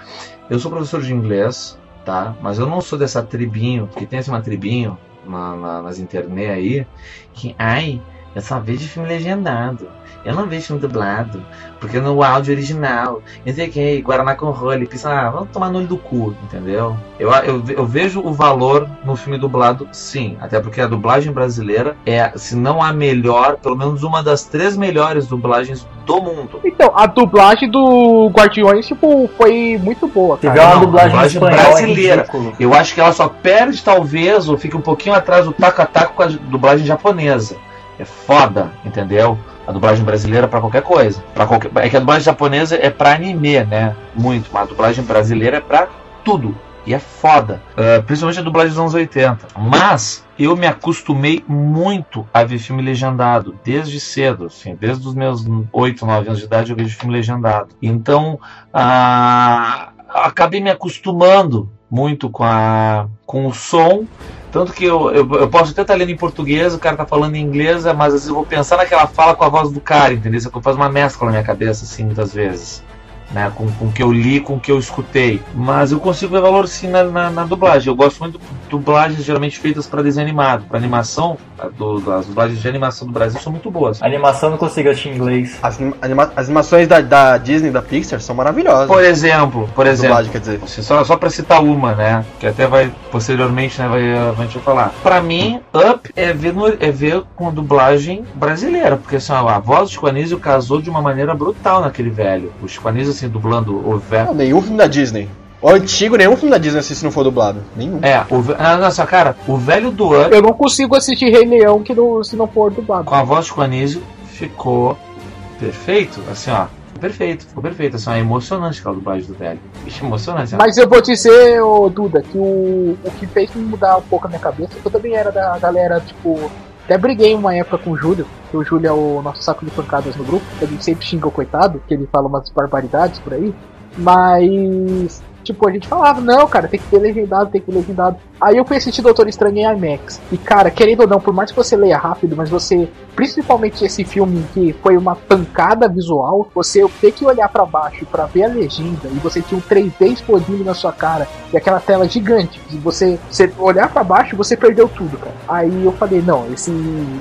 B: Eu sou professor de inglês, tá? Mas eu não sou assim dessa tribinho, porque tem esse uma tribinho na- na- nas internet aí, que, ai, Eu só vejo filme legendado. Eu não vejo filme dublado. Porque no áudio original, não sei o que, Guaraná com role, pensa, ah, vamos tomar no olho do cu, entendeu? Eu, eu, eu vejo o valor no filme dublado, sim. Até porque a dublagem brasileira é, se não a melhor, pelo menos uma das três melhores dublagens do mundo.
E: Então, a dublagem do Guardiões, tipo, foi muito boa,
D: Se
E: cara.
D: tiver uma
B: não,
D: dublagem,
B: dublagem
D: em espanhol,
B: brasileira.
D: é ridículo.
B: Eu acho que ela só perde, talvez, ou fica um pouquinho atrás do taco a taco com a dublagem japonesa. É foda, entendeu? A dublagem brasileira é pra qualquer coisa. Pra qualquer... É que a dublagem japonesa é pra anime, né? Muito, mas a dublagem brasileira é pra tudo. E é foda. Ah, principalmente a dublagem dos anos 80. Mas eu me acostumei muito a ver filme legendado. Desde cedo, assim. Desde os meus 8, 9 anos de idade eu vejo filme legendado. Então, ah, acabei me acostumando muito com, a, com o som. Tanto que eu, eu, eu posso até estar lendo em português, o cara tá falando em inglês, mas às vezes eu vou pensar naquela fala com a voz do cara, entendeu? Isso é que Eu faço uma mescla na minha cabeça, assim, muitas vezes. Né, com, com o que eu li, com o que eu escutei. Mas eu consigo ver valor sim na, na, na dublagem. Eu gosto muito de dublagens geralmente feitas para desenho animado. Para animação, a do- as dublagens de animação do Brasil são muito boas.
D: A animação eu não consigo assistir em inglês.
C: As, anima- as animações da, da Disney, da Pixar, são maravilhosas.
B: Por exemplo, por exemplo,
C: Dublagem, quer dizer.
B: Assim, só, só pra citar uma, né? Que até vai, posteriormente, né, vai, a gente vai falar. Pra mim, Up é ver, no- é ver com dublagem brasileira, porque assim, ó, a voz do Chico Anísio casou de uma maneira brutal naquele velho. O Chico Anísio, assim, dublando o velho.
C: Não, nenhum filme da Disney. O antigo, nenhum filme da Disney se isso não for dublado. Nenhum.
B: É, o ve- ah, nossa, cara, o velho do Up,
E: Eu não consigo assistir Rei Leão que não, se não for dublado.
B: com a voz do Chico Anísio, ficou perfeito, assim, ó. Perfeito, ficou perfeito. Assim, ó, é emocionante aquela dublagem do velho. Bicho, emocionante, né?
E: Mas eu vou dizer, ô Duda, que o, o que fez me mudar um pouco a minha cabeça, eu também era da galera, tipo. Até briguei uma época com o Júlio, que o Júlio é o nosso saco de pancadas no grupo, ele sempre xinga o coitado, que ele fala umas barbaridades por aí, mas. Tipo, a gente falava, não, cara, tem que ter legendado, tem que ter legendado. Aí eu fui assistir Doutor Estranho em IMAX. E, cara, querendo ou não, por mais que você leia rápido, mas você principalmente esse filme que foi uma pancada visual, você ter que olhar pra baixo pra ver a legenda e você tinha um 3D explodindo na sua cara e aquela tela gigante, e você, você olhar pra baixo, você perdeu tudo, cara. Aí eu falei, não, esse,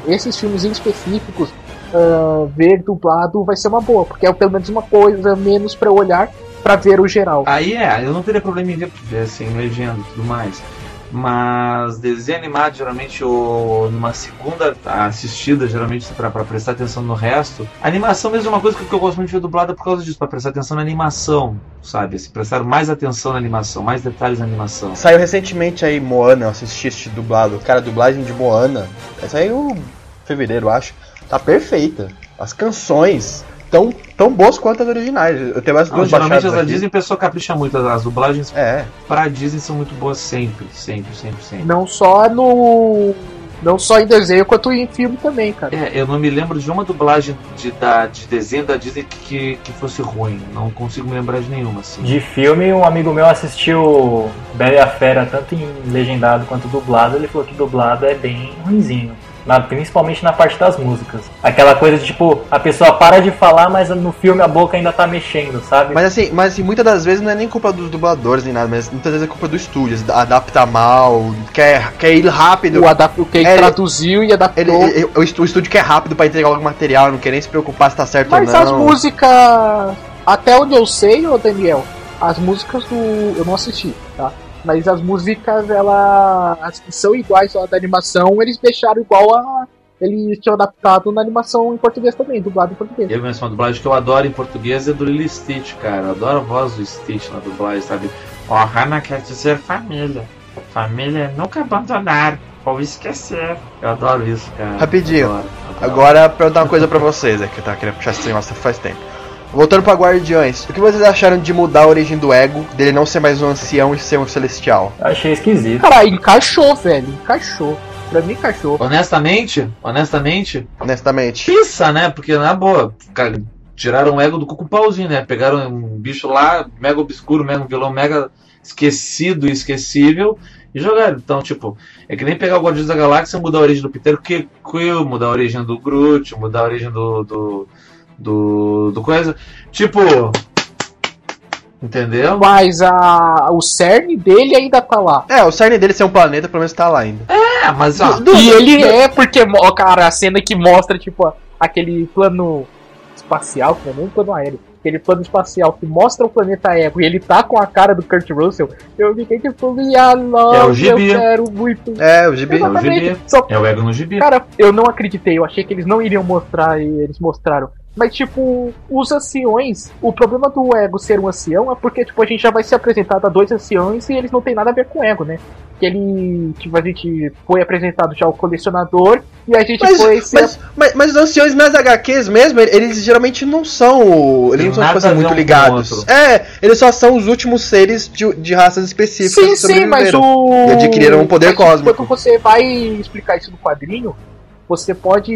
E: esses filmes em específicos, ah, ver dublado vai ser uma boa, porque é pelo menos uma coisa menos pra eu olhar pra ver o geral.
B: Aí é, eu não teria problema em ver ver, assim, legenda e tudo mais. Mas desenho animado, geralmente, ou numa segunda assistida, geralmente, pra, pra prestar atenção no resto. Animação mesmo é uma coisa que eu gosto muito de ver dublada por causa disso, pra prestar atenção na animação, sabe? Se prestar mais atenção na animação, mais detalhes na animação.
C: Saiu recentemente aí Moana, eu assisti este dublado. Cara, a dublagem de Moana. Saiu em fevereiro, eu acho. Tá perfeita. As canções tão, tão boas quanto as originais. Eu tenho mais
B: Não,
C: duas
B: Então, geralmente as
C: baixadas
B: da
C: aqui.
B: Disney, a pessoa capricha muito. As, as dublagens
C: É,
B: pra Disney são muito boas sempre, sempre, sempre, sempre.
E: Não só no. Não só em desenho quanto em filme também, cara.
B: É, eu não me lembro de uma dublagem de, da, de desenho da Disney que, que, que fosse ruim. Não consigo me lembrar de nenhuma, assim.
D: De filme, um amigo meu assistiu Bela e a Fera, tanto em legendado quanto dublado. Ele falou que dublado é bem ruinzinho. na- principalmente na parte das músicas. Aquela coisa de tipo, a pessoa para de falar, mas no filme a boca ainda tá mexendo, sabe?
C: mas assim, mas assim, muitas das vezes não é nem culpa dos dubladores nem nada, mas muitas vezes é culpa do estúdio, eles adapta mal, quer, quer ir rápido.
E: O, adap- o que
C: É, ele-
E: traduziu e adaptou.
C: Ele, ele- o estú- o estúdio quer rápido pra entregar algum material, não quer nem se preocupar se tá certo
E: Mas
C: ou não.
E: as músicas. Até onde eu sei, ô Daniel, as músicas do. Eu não assisti, tá? Mas as músicas, elas as que são iguais à da animação, eles deixaram igual a. Eles tinham adaptado na animação em português também, dublado em português.
B: Eu mesmo, uma dublagem que eu adoro em português é do Lilo e Stitch, cara. Eu adoro a voz do Stitch na dublagem, sabe? Ó, Hannah quer dizer família. Família é nunca abandonar ou esquecer. Eu adoro isso, cara.
C: Rapidinho.
B: Adoro, adoro.
C: Agora, perguntar uma coisa pra vocês, é que eu tava querendo puxar esse negócio faz tempo. Voltando pra Guardiões, o que vocês acharam de mudar a origem do ego, dele não ser mais um ancião e ser um celestial?
D: Eu achei esquisito.
E: Cara, encaixou, velho, encaixou. Pra mim, encaixou.
B: Honestamente, honestamente,
C: Honestamente.
B: pizza, né? Porque na boa, cara, tiraram o ego do cuco pauzinho, né? Pegaram um bicho lá, mega obscuro, mega um vilão mega esquecido e esquecível e jogaram. Então, tipo, é que nem pegar o Guardiões da Galáxia, mudar a origem do Peter Qui- Quill, mudar a origem do Groot, mudar a origem do do do, do coisa. Tipo, Entendeu?
E: Mas a, o cerne dele ainda tá lá.
C: É, o cerne dele ser um planeta, pelo menos tá lá ainda.
B: É, mas ó.
E: e ele é, porque, mo- cara, a cena que mostra, tipo, a- aquele plano espacial, que não é nem um plano aéreo, aquele plano espacial que mostra o planeta Ego e ele tá com a cara do Kurt Russell, eu fiquei tipo, ah,
B: É o
E: love, eu
B: gibi.
E: quero muito.
C: É, o gibi.
B: o gibi.
E: Exatamente. Só,
B: É o ego no gibi.
E: cara, eu não acreditei, eu achei que eles não iriam mostrar e eles mostraram. Mas, tipo, os anciões, o problema do ego ser um ancião é porque, tipo, a gente já vai ser apresentado a dois anciões e eles não tem nada a ver com o ego, né? Que ele, tipo, a gente foi apresentado já ao colecionador e a gente foi
C: Mas,
E: ser
C: mas, mas, mas os anciões nas HQs mesmo, eles geralmente não são. Eles não são tipo,
B: Nada a
C: assim,
B: ver um
C: muito
B: com o
C: ligados.
B: outro.
C: É, eles só são os últimos seres de, de raças específicas.
E: Sim,
C: que
E: sim, mas
C: sobreviveram.
E: o.
C: E adquiriram um poder
E: mas, tipo,
C: cósmico.
E: Quando você vai explicar isso no quadrinho, você pode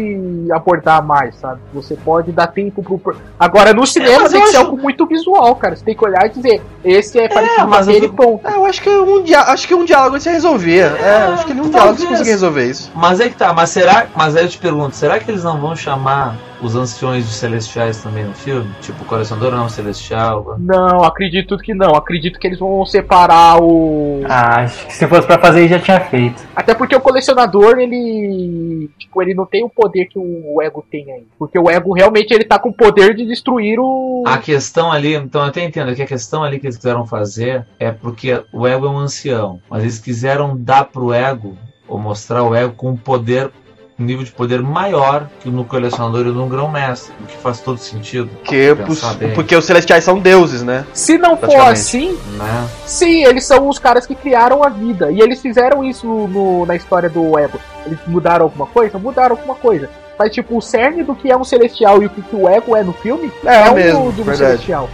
E: abordar mais, sabe? Você pode dar tempo pro. Agora, no cinema
B: mas
E: tem
B: eu
E: que ser
B: acho-
E: algo muito visual, cara. Você tem que olhar e dizer, esse é parecido com
B: mas eu
E: aquele
B: fico-
E: ponto.
C: É, eu acho que um, dia, acho que um diálogo você resolvia. É, acho que um diálogo você
B: talvez.
C: conseguia resolver isso.
B: Mas é que tá, mas será. Mas aí eu te pergunto, será que eles não vão chamar os anciões de celestiais também no filme? Tipo, o colecionador não, celestial.
E: Não, acredito que não. Acredito que eles vão separar o.
D: Ah, acho que se fosse pra fazer, já tinha feito.
E: Até porque o colecionador, ele. Tipo, ele não tem o poder que o ego tem aí. Porque o ego realmente ele tá com o poder de destruir o.
B: A questão ali, então eu até entendo que a questão ali que eles quiseram fazer é porque o ego é um ancião, mas eles quiseram dar pro ego, ou mostrar o ego com um poder, um nível de poder maior que no colecionador e no grão-mestre, o que faz todo sentido,
C: Porque,
B: Pensar
C: pos-
B: bem.
C: porque os celestiais são deuses, né?
E: Se não for
C: Praticamente.
E: assim,
B: né?
E: Sim, eles são os caras que criaram a vida. E eles fizeram isso no- na história do Ego. Eles mudaram alguma coisa? Mudaram alguma coisa. Mas, tipo, o cerne do que é um celestial e o que, que o Ego é no filme
C: É,
E: o
C: mesmo,
E: do,
C: verdade.
E: celestial.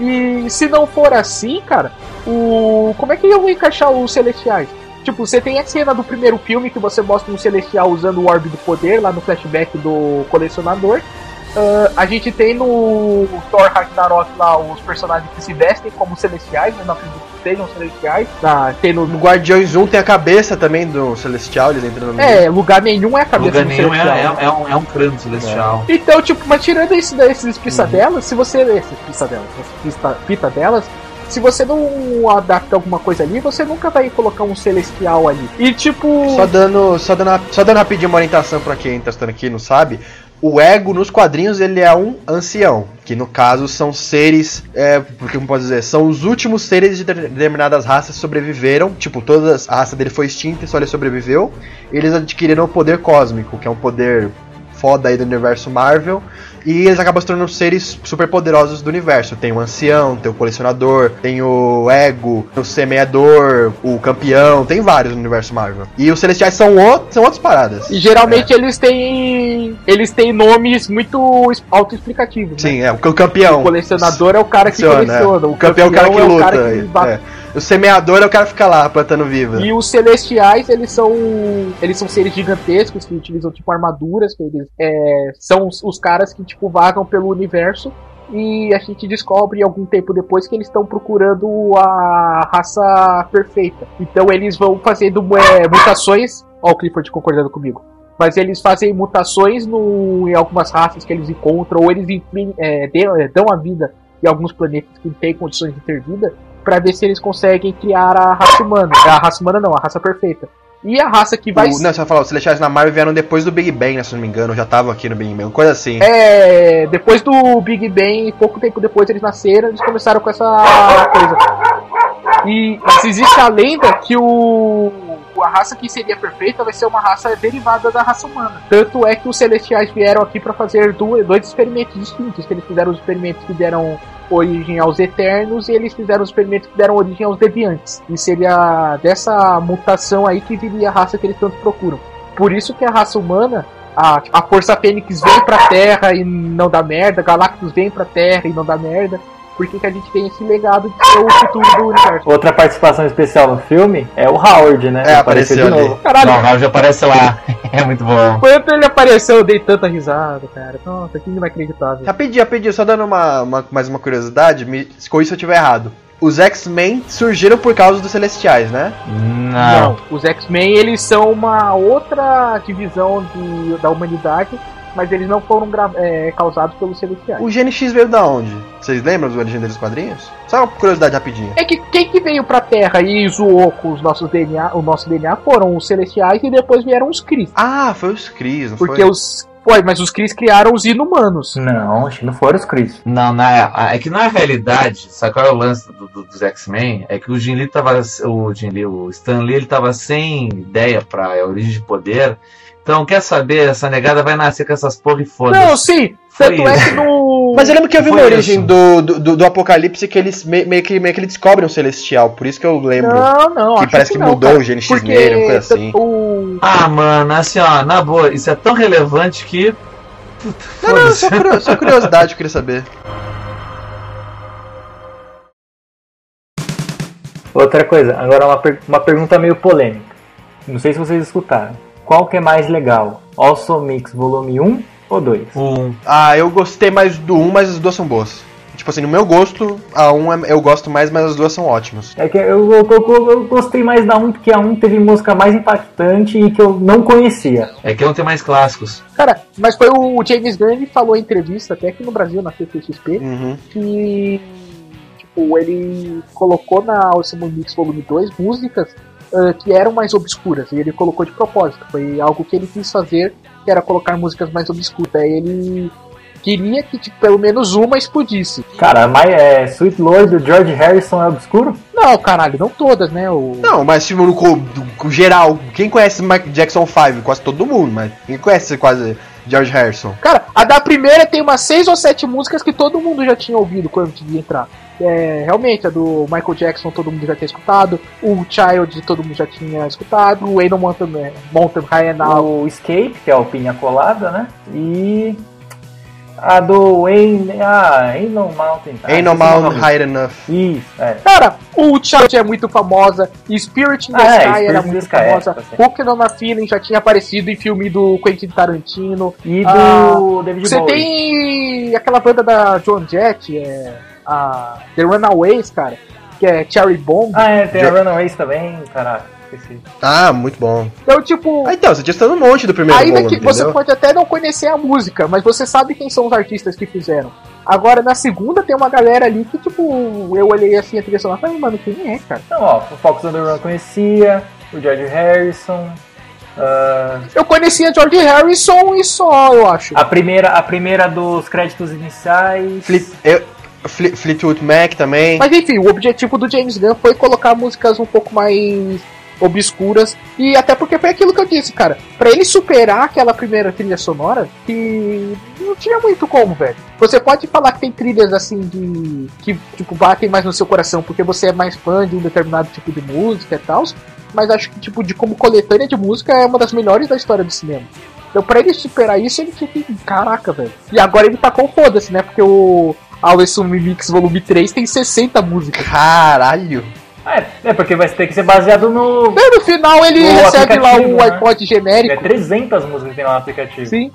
E: E se não for assim, cara, o como é que eu vou encaixar os celestiais? Tipo, você tem a cena do primeiro filme que você mostra um celestial usando o orbe do poder lá no flashback do colecionador. Ah, a gente tem no Thor Ragnarok lá os personagens que se vestem como celestiais, mas não acredito que sejam celestiais. Ah, tem no,
C: No Guardiões 1 tem a cabeça também do celestial, eles entrando no.
E: é, lugar nenhum é a cabeça
B: Lugar
E: do
B: nenhum é,
E: celestial. né?
B: é- é um, é um crânio celestial.
E: Então, tipo, mas tirando isso desses pisadelas, se você. Esses pisadelas, essas pista, pita delas, se você não adapta alguma coisa ali, você nunca vai colocar um celestial ali. E tipo.
C: Só dando, só dando, a- só dando rapidinho uma orientação pra quem tá estando aqui e não sabe. O ego nos quadrinhos ele é um ancião, que no caso são seres, é, porque como pode dizer, são os últimos seres de de- determinadas raças que sobreviveram, tipo todas a raça dele foi extinta e só ele sobreviveu. Eles adquiriram o poder cósmico, que é um poder foda aí do universo Marvel, e eles acabam se tornando seres super poderosos do universo. Tem o ancião, tem o colecionador, tem o ego, o semeador, o campeão, tem vários no universo Marvel. E os celestiais são, outros, são outras paradas.
E: e Geralmente
C: É.
E: eles têm. Eles têm nomes muito es- autoexplicativos. né?
C: Sim, é, o
E: O
C: campeão.
E: colecionador é o cara que
C: Coleciona, é.
E: coleciona.
C: O campeão é o cara que
E: é o
C: luta.
E: cara que bate
C: é. O semeador é o cara que fica lá plantando viva.
E: E os celestiais, eles são. Eles são seres gigantescos que utilizam tipo armaduras, que eles é, são os, os caras que tipo vagam pelo universo. E a gente descobre algum tempo depois que eles estão procurando a raça perfeita. Então eles vão fazendo é, mutações. Ó, o Clifford concordando comigo. Mas eles fazem mutações no, em algumas raças que eles encontram, ou eles imprim- é, dão- é, dão a vida em alguns planetas que têm condições de ter vida pra ver se eles conseguem criar a raça humana. A raça humana não, a raça perfeita. E a raça que vai
C: O, não, você vai falar, os celestiais na Marvel vieram depois do Big Bang, né, se eu não me engano, já estavam aqui no Big Bang, coisa assim.
E: É, depois do Big Bang, pouco tempo depois eles nasceram, eles começaram com essa coisa. E mas existe a lenda que o a raça que seria perfeita vai ser uma raça derivada da raça humana. Tanto é que os celestiais vieram aqui para fazer du- dois experimentos distintos. que Eles fizeram os experimentos que deram origem aos Eternos e eles fizeram os experimentos que deram origem aos Deviantes. E seria dessa mutação aí que viria a raça que eles tanto procuram. Por isso que a raça humana a, a Força Fênix vem pra Terra e não dá merda, Galactus vem pra Terra e não dá merda. Por que, que a gente tem esse legado de ser o futuro do universo?
D: Outra participação especial no filme é o Howard, né?
C: É, apareceu ali.
E: Caralho,
B: Não, já aparece lá. É muito bom.
E: quando ele apareceu, eu dei tanta risada, cara. Nossa, que inacreditável.
C: Rapidinho, rapidinho, só dando uma, uma- mais uma curiosidade, me escolhi se eu tiver errado. Os X-Men surgiram por causa dos Celestiais, né?
B: Não.
E: Os X-Men, eles são uma outra divisão de- da humanidade mas eles não foram gra- é, causados pelos celestiais.
C: O GNX veio da onde? Vocês lembram do origem dos quadrinhos? Só uma curiosidade rapidinha.
E: É que quem que veio pra Terra e zoou com os nossos DNA, o nosso DNA foram os celestiais e depois vieram os Cris.
C: Ah, foi os Cris, não
E: Porque
C: foi? Hum.
E: os. Foi, mas os Cris criaram os inumanos.
D: Não, acho que não foram os Chris.
B: Não, na, é que na realidade, sabe qual é o lance do- do- dos X-Men? É que o Jin Lee tava. O Jin Lee, o Stan Lee, ele tava sem ideia pra origem de poder. Então, quer saber? Essa negada vai nascer com essas porra e
E: Não,
B: foda-se.
E: sim!
B: Foi
E: Tanto é
B: isso.
E: que no.
C: Mas eu lembro que eu vi
B: Foi
C: uma
B: isso.
C: origem do, do, do- do Apocalipse que eles me- meio, que, meio que ele descobre um celestial, por isso que eu lembro.
E: Não, não,
C: que
E: acho
C: parece que,
E: não,
C: mudou
E: cara.
C: o GNX
E: Porque
C: nele, uma coisa assim.
E: o-
B: Ah, mano, assim, ó, na boa, isso é tão relevante que. Puta,
C: Não, não,
B: foda-se.
C: só, curio- só curiosidade, eu queria saber.
D: Outra coisa, agora uma, per- uma pergunta meio polêmica. Não sei se vocês escutaram. Qual que é mais legal? Also Mix volume 1 ou 2?
B: Um.
C: Ah, eu gostei mais do 1, mas as duas são boas. Tipo assim, no meu gosto, a 1 é- eu gosto mais, mas as duas são ótimas.
D: É que eu, eu- eu- eu gostei mais da 1 porque a 1 teve música mais impactante e que eu não conhecia.
B: É que não tem mais clássicos.
E: Cara, mas foi o James Gunn ele falou em entrevista, até aqui no Brasil, na CCXP,
C: Uhum.
E: que tipo, ele colocou na Awesome Mix Volume 2 músicas ah, que eram mais obscuras, e ele colocou de propósito. Foi algo que ele quis fazer, que era colocar músicas mais obscuras. Aí Ele queria que tipo, pelo menos uma explodisse.
D: Cara, mas é Sweet Lord do George Harrison é obscuro?
E: Não, caralho, não todas, né? O...
C: Não, mas tipo, no co- do- geral, quem conhece Michael Jackson 5? Quase todo mundo, mas quem conhece quase George Harrison?
E: Cara, a da primeira tem umas seis ou sete músicas que todo mundo já tinha ouvido quando devia entrar. É, realmente, a do Michael Jackson todo mundo já tinha escutado, o Child todo mundo já tinha escutado, o Enon Mountain, é, Mountain High and Out.
D: Tá, O Escape, que é o Pinha Colada, né? E a do Wayne. Ah, Ain't No Mountain. Ah,
E: É,
C: Ain't no
D: esqueci o
C: mountain
D: nome.
C: high enough.
D: Isso, é.
E: Cara, o Child é muito famosa, Spirit in the
D: Ah, é,
E: Sky
D: Spirit
E: era
D: in the
E: muito
D: Sky, é,
E: famosa,
D: tá certo.
E: Hook on a Feeling já tinha aparecido em filme do Quentin Tarantino.
D: E do
E: Ah,
D: David
E: Você
D: Bowie.
E: tem aquela banda da John Jett, é, a The Runaways, cara, que é Cherry Bomb.
D: Ah, é, tem a
C: Já-
D: Runaways também, caraca, esqueci.
C: Ah, muito bom.
E: Então, tipo...
C: Ah, então, você tinha estado um monte do primeiro
E: Ainda
C: volume,
E: que você
C: entendeu?
E: pode até não conhecer a música, mas você sabe quem são os artistas que fizeram. Agora, na segunda, tem uma galera ali que, tipo, eu olhei assim a trilha sonora e falei, mano, quem é, cara?
D: Então, ó, o Fox on the Run eu conhecia, o George Harrison. ah,
E: Eu conhecia George Harrison e só, eu acho.
D: a, primeira, a primeira dos créditos iniciais.
C: Fleet, eu- Fle- Fleetwood Mac também.
E: Mas enfim, o objetivo do James Gunn foi colocar músicas um pouco mais obscuras e até porque foi aquilo que eu disse, cara. Pra ele superar aquela primeira trilha sonora, que não tinha muito como, velho. Você pode falar que tem trilhas assim de que tipo batem mais no seu coração porque você é mais fã de um determinado tipo de música e tal, mas acho que tipo de como coletânea de música é uma das melhores da história do cinema. Então, pra ele superar isso, ele tinha que. Caraca, velho. E agora ele tá com foda-se, né? Porque o Always Sumi Mix Volume 3 tem 60 músicas.
C: Caralho.
D: Ah, É, é, porque vai ter que ser baseado no.
E: Daí no final ele
D: O
E: recebe lá
D: aplicativo,
E: o
D: né?
E: iPod
D: É
E: genérico.
D: 300 músicas que tem lá no aplicativo.
E: Sim,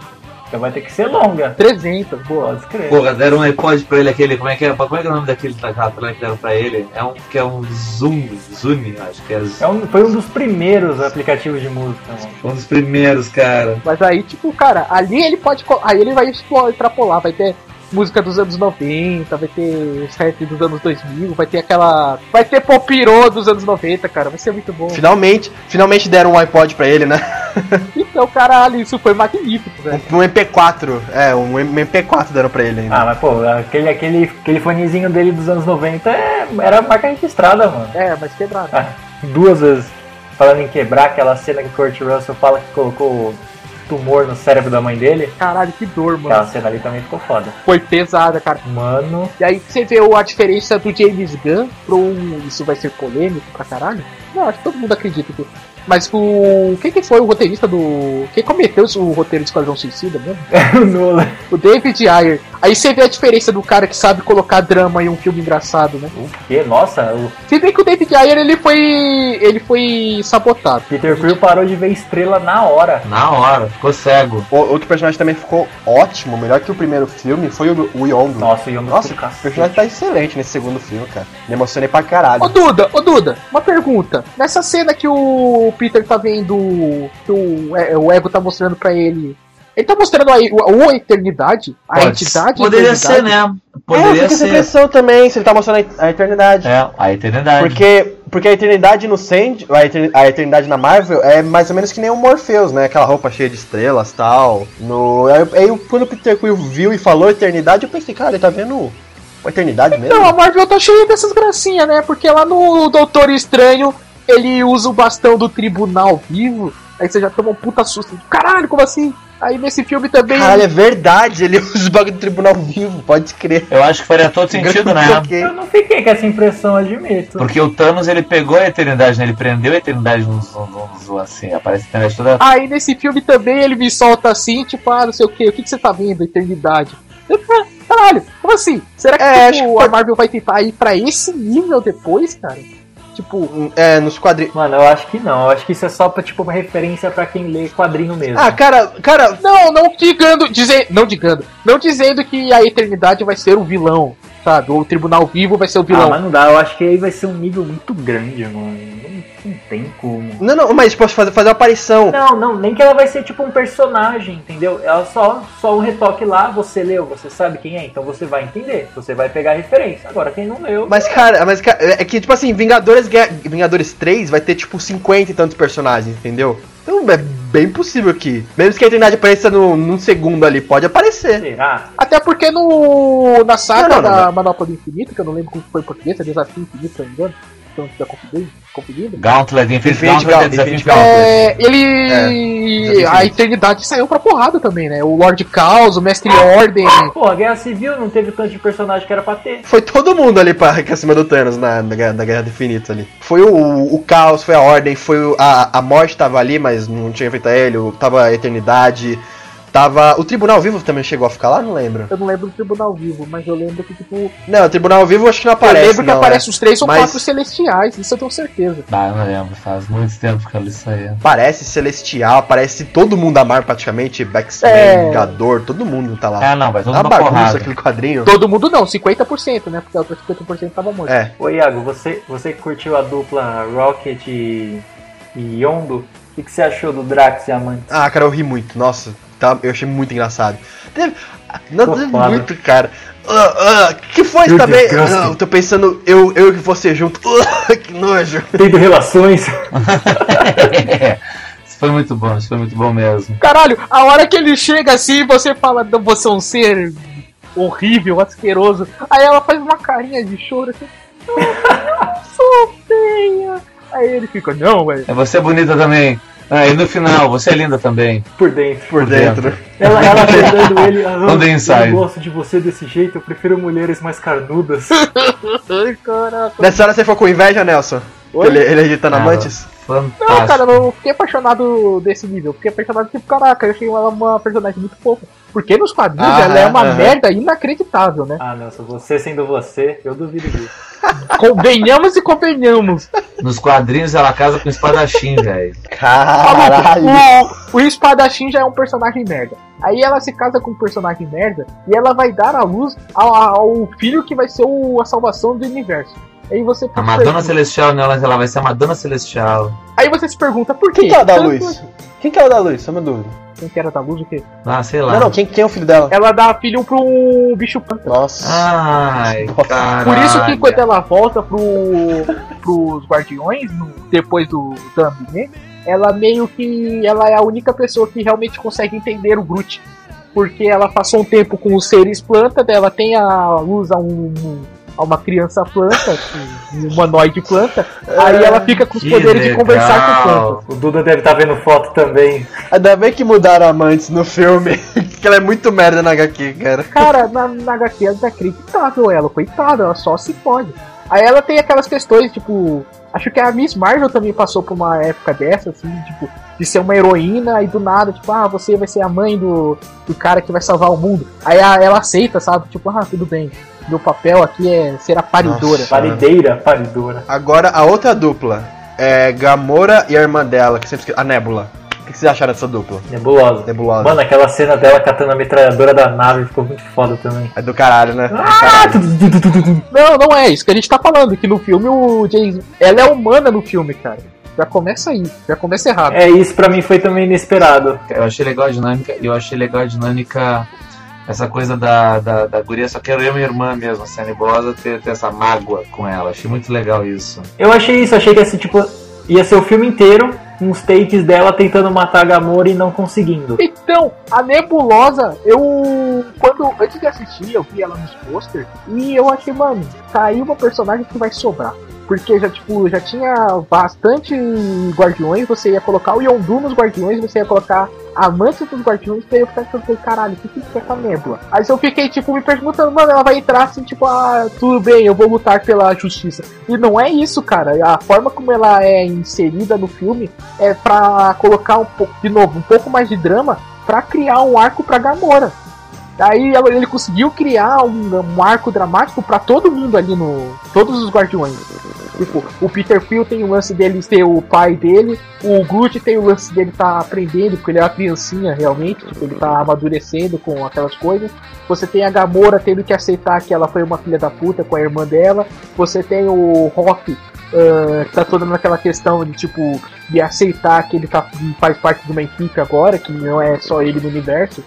D: Então vai ter que ser longa.
E: 300, boa.
D: Pode escrever.
B: Porra, deram um iPod pra ele, aquele. Como é que é, como é, que é o nome daquele daquela tela que deram pra ele? É um que é um Zoom, Zune, acho que é,
D: É um- foi um dos primeiros aplicativos de música, mano.
B: um dos primeiros, cara.
E: Mas aí, tipo, cara, ali ele pode. co- Aí ele vai explo- extrapolar, vai ter. Música dos anos 90, vai ter os rap dos anos 2000, vai ter aquela. Vai ter Popirô dos anos 90, cara, vai ser muito bom.
C: Finalmente, finalmente deram um iPod pra ele, né?
E: Então, caralho, isso foi magnífico, velho.
C: Um MP4. É, um MP4 deram pra ele ainda.
D: Ah, mas pô, aquele, aquele, aquele fonezinho dele dos anos 90 é- era marca registrada, mano.
E: É, mas quebraram.
D: duas vezes falando em quebrar aquela cena que o Kurt Russell fala que colocou o tumor no cérebro da mãe dele.
E: Caralho, que dor, mano.
D: Aquela cena ali também ficou foda.
E: Foi pesada, cara.
D: Mano,
E: E aí você vê o- a diferença do James Gunn pro. Isso vai ser polêmico pra caralho? Não, acho que todo mundo acredita. Que... Mas o. Quem que foi o roteirista do. Quem cometeu o roteiro de Esquadrão Suicida mesmo?
D: o Nolan.
E: O David Ayer. Aí você vê a diferença do cara que sabe colocar drama em um filme engraçado, né?
D: O quê? Nossa, o
E: Se bem que o David Ayer ele foi. ele foi sabotado.
D: Peter Quill parou de ver estrela na hora.
B: Na hora, ficou cego.
C: O- outro personagem também ficou ótimo, melhor que o primeiro filme, foi o, o Yondu.
D: Nossa, o Yondo
C: Nossa,
D: ficou
C: o personagem tá excelente nesse segundo filme, cara. Me emocionei pra caralho.
E: Ô Duda, ô Duda, uma pergunta. Nessa cena que o Peter tá vendo. que o, é, o Ego tá mostrando pra ele Ele tá mostrando aí o, a eternidade, a
B: Pode-
E: entidade.
B: Poderia
E: eternidade.
B: ser, né?
C: é,
B: Poderia
C: fica essa
B: ser.
C: impressão também, se ele tá mostrando a a eternidade.
B: É, a eternidade.
C: Porque, porque a eternidade no Sand, a eterni- a eternidade na Marvel é mais ou menos que nem o Morpheus, né? Aquela roupa cheia de estrelas tal. No, aí, aí eu- quando o Peter Quill viu e falou eternidade, eu pensei, cara, ele tá vendo a eternidade mesmo?
E: Não, a Marvel tá cheia dessas gracinhas, né? Porque lá no Doutor Estranho, ele usa o bastão do tribunal vivo. Aí você já toma um puta susto. Caralho, como assim? Aí nesse filme também.
C: Caralho, é verdade, ele usa os bagulho do tribunal vivo, pode crer.
B: Eu acho que faria todo sentido, né?
C: Choquei.
D: Eu não fiquei com essa impressão, admito.
B: Porque o Thanos ele pegou a eternidade, né? Ele prendeu a eternidade nos, nos, nos assim, aparece a eternidade toda.
E: Aí nesse filme também ele me solta assim, tipo, ah, não sei o que, o que, que você tá vendo, eternidade? Eu, ah, Caralho, como assim? Será que,
C: É,
E: tipo,
C: acho que
E: a Marvel vai tentar ir pra esse nível depois, cara? Tipo,
C: É, nos quadrinhos.
D: Mano, eu acho que não. Eu acho que isso é só pra, tipo, uma referência pra quem lê quadrinho mesmo.
C: Ah, cara, cara,
E: não, não digando, dizer, não digando, não dizendo que a eternidade vai ser o vilão, sabe? Ou o Tribunal Vivo vai ser o
D: Ah,
E: vilão.
D: mas não dá. Eu acho que aí vai ser um nível muito grande, mano. Não, não tem como.
C: Não, não, mas posso fazer, fazer uma aparição.
D: Não, não, nem que ela vai ser tipo um personagem, entendeu? Ela só, só um retoque lá, você leu, você sabe quem é, então você vai entender, você vai pegar a referência. Agora, quem não leu.
C: Mas, cara, mas, cara, é que, tipo assim, Vingadores, Guerra- Vingadores 3 vai ter, tipo, 50 e tantos personagens, entendeu? Então é bem possível que. Mesmo que a Eternidade apareça no, num segundo ali, pode aparecer.
D: Será?
E: Até porque no, na saga
C: Não, não, não,
E: da Manopla do Infinito, que eu não lembro como foi em português, é Desafio Infinito, se não me engano, então já confundindo, confundindo.
B: Gauntlet, Infinite
C: Infinite
B: Gauntlet,
C: Gauntlet,
B: Desafio
C: Infinite
B: Gauntlet.
E: É, ele.
C: É,
E: a eternidade saiu pra porrada também, né? O Lord Caos, o Mestre Ordem.
D: Porra, Guerra Civil não teve tanto de personagem que era pra ter.
C: Foi todo mundo ali pra, pra cima do Thanos na, na, Guerra- na Guerra do Infinito ali. Foi o, o caos, foi a ordem, foi o- a, a morte tava ali, mas não tinha feito a ele, o- tava a Eternidade, tava. O Tribunal Vivo também chegou a ficar lá? Não lembro.
E: Eu não lembro do Tribunal Vivo, mas eu lembro que, tipo.
C: Não, o Tribunal Vivo acho que não aparece.
E: eu lembro que
C: não, é. né?
E: aparece os três ou
C: Mas-
E: quatro celestiais, isso eu tenho certeza.
B: Ah, não lembro, faz muito tempo que eu li isso aí.
C: Parece Celestial, parece todo mundo da Marvel praticamente, Backspin,
E: É.
C: Vingador, todo mundo tá lá.
B: Ah, não, vai todo
C: Tá uma
B: mundo
C: bagunça
B: porrada.
C: aquele quadrinho.
E: Todo mundo não, 50%, né? Porque a outra 50% tava morta.
C: É,
D: Ô Iago, você, você que curtiu a dupla Rocket e, e Yondo, o que, que você achou do Drax e a Mantis?
C: ah, cara, eu ri muito, nossa, tá, eu achei muito engraçado. Teve... ah, Não,
D: Pô,
C: teve
D: foda.
C: muito, cara. Ah, ah, que foi isso
D: Que
C: também?
D: desgaste.
C: Ah, eu tô pensando, eu, eu e você junto. Ah, que nojo.
D: Tendo relações?
B: É. isso foi muito bom, isso foi muito bom mesmo.
C: É.
E: Caralho, a hora que ele chega assim, você fala, não, você é um ser horrível, asqueroso. Aí ela faz uma carinha de choro assim. "Ah, eu sou feia. Aí ele fica, não, velho.
B: É você é bonita também. Ah, e no final, você é linda também.
D: Por dentro.
C: Por dentro.
D: Ela, ela tentando ele. Ah,
B: Não dei
D: eu
B: ensaio."
D: não gosto de você desse jeito, eu prefiro mulheres mais carnudas.
E: Ai, caraca.
C: Nessa hora você ficou com inveja, Nelson?
E: Oi?
C: Ele, ele agitando
B: Ah,
C: amantes?
B: Fantástico.
E: Não, cara, eu fiquei apaixonado desse nível. Fiquei apaixonado, tipo, caraca, eu achei ela uma personagem muito fofa. Porque nos quadrinhos
C: Ah,
E: ela é uma
C: aham.
E: merda inacreditável, né?
D: Ah, Nelson, você sendo você, eu duvido disso.
E: Convenhamos e convenhamos.
B: Nos quadrinhos ela casa com espadachim, velho.
C: Caralho.
E: Tá O, o espadachim já é um personagem merda. Aí ela se casa com um personagem merda e ela vai dar à luz ao, ao filho que vai ser o- a salvação do universo. Aí você,
B: A Madonna
E: pergunta-
B: Celestial, né? Ela, ela vai ser a Madonna Celestial.
E: aí você se pergunta por quê?
C: Quem que é ela dá a
E: Tanto-
C: luz? Quem que é ela dá a luz? Só uma dúvida.
E: Quem que era da luz? O quê?
B: Ah, sei lá.
C: Não, não, quem, quem é o filho dela?
E: Ela dá filho pra um bicho panda.
C: Nossa.
B: Ai, cara.
E: Por isso que é quando ela volta pro, pros Guardiões, no- depois do Thumb, né? Ela meio que. Ela é a única pessoa que realmente consegue entender o Groot. Porque ela passou um tempo com os seres planta, daí ela tem a luz a, um, a uma criança planta, um humanoide planta, aí ela fica com os poderes de conversar com plantas.
D: O Duda deve estar vendo foto também.
C: Ainda bem que mudaram amantes no filme. que ela é muito merda na HQ, cara.
E: Cara, na, na HQ é inacreditável ela, coitada, ela só se fode. Aí ela tem aquelas questões, tipo. Acho que a Miss Marvel também passou por uma época dessa, assim, tipo, de ser uma heroína e do nada, tipo, ah, você vai ser a mãe do, do cara que vai salvar o mundo. Aí a- ela aceita, sabe? Tipo, ah, tudo bem. Meu papel aqui é ser a paridora.
C: Nossa.
D: Parideira, paridora.
C: Agora a outra dupla é Gamora e a irmã dela, que sempre esque- a Nebula. O que vocês acharam dessa dupla?
D: Nebulosa.
C: Nebulosa.
D: Mano, aquela cena dela catando a metralhadora da nave ficou muito foda também.
C: É do caralho,
E: Ah,
C: né?
E: Não, não é isso que a gente tá falando, que no filme o James. Ela é humana no filme, cara. Já começa aí, já começa errado.
D: É, isso pra mim foi também inesperado.
B: Eu achei legal a dinâmica, eu achei legal a dinâmica, essa coisa da, da, da guria, só quero eu e minha irmã mesmo, a Sani Bosa, ter, ter essa mágoa com ela. Achei muito legal isso.
D: Eu achei isso, achei que assim, tipo, ia ser o filme inteiro, uns takes dela tentando matar a Gamora e não conseguindo.
E: Então, a nebulosa, eu. Quando. Antes de assistir, eu vi ela nos pôster e eu achei, mano, tá aí uma personagem que vai sobrar. Porque já, tipo, já tinha bastante guardiões, você ia colocar o Yondu nos guardiões, você ia colocar a Mantis dos guardiões, daí eu ficava pensando, caralho, o que que é essa nébula? Aí eu fiquei, tipo, me perguntando, mano, ela vai entrar assim, tipo, ah, tudo bem, eu vou lutar pela justiça. E não é isso, cara. A forma como ela é inserida no filme é pra colocar um pouco, de novo, um pouco mais de drama pra criar um arco pra Gamora. Aí ela- ele conseguiu criar um, um arco dramático pra todo mundo ali no. Todos os guardiões. Tipo, o Peter Quill tem o lance dele ser o pai dele, o Groot tem o lance dele tá aprendendo, porque ele é uma criancinha realmente, tipo, ele tá amadurecendo com aquelas coisas. Você tem a Gamora tendo que aceitar que ela foi uma filha da puta com a irmã dela. Você tem o Rock ah, que tá toda naquela questão de tipo de aceitar que ele tá, faz parte de uma equipe agora, que não é só ele no universo.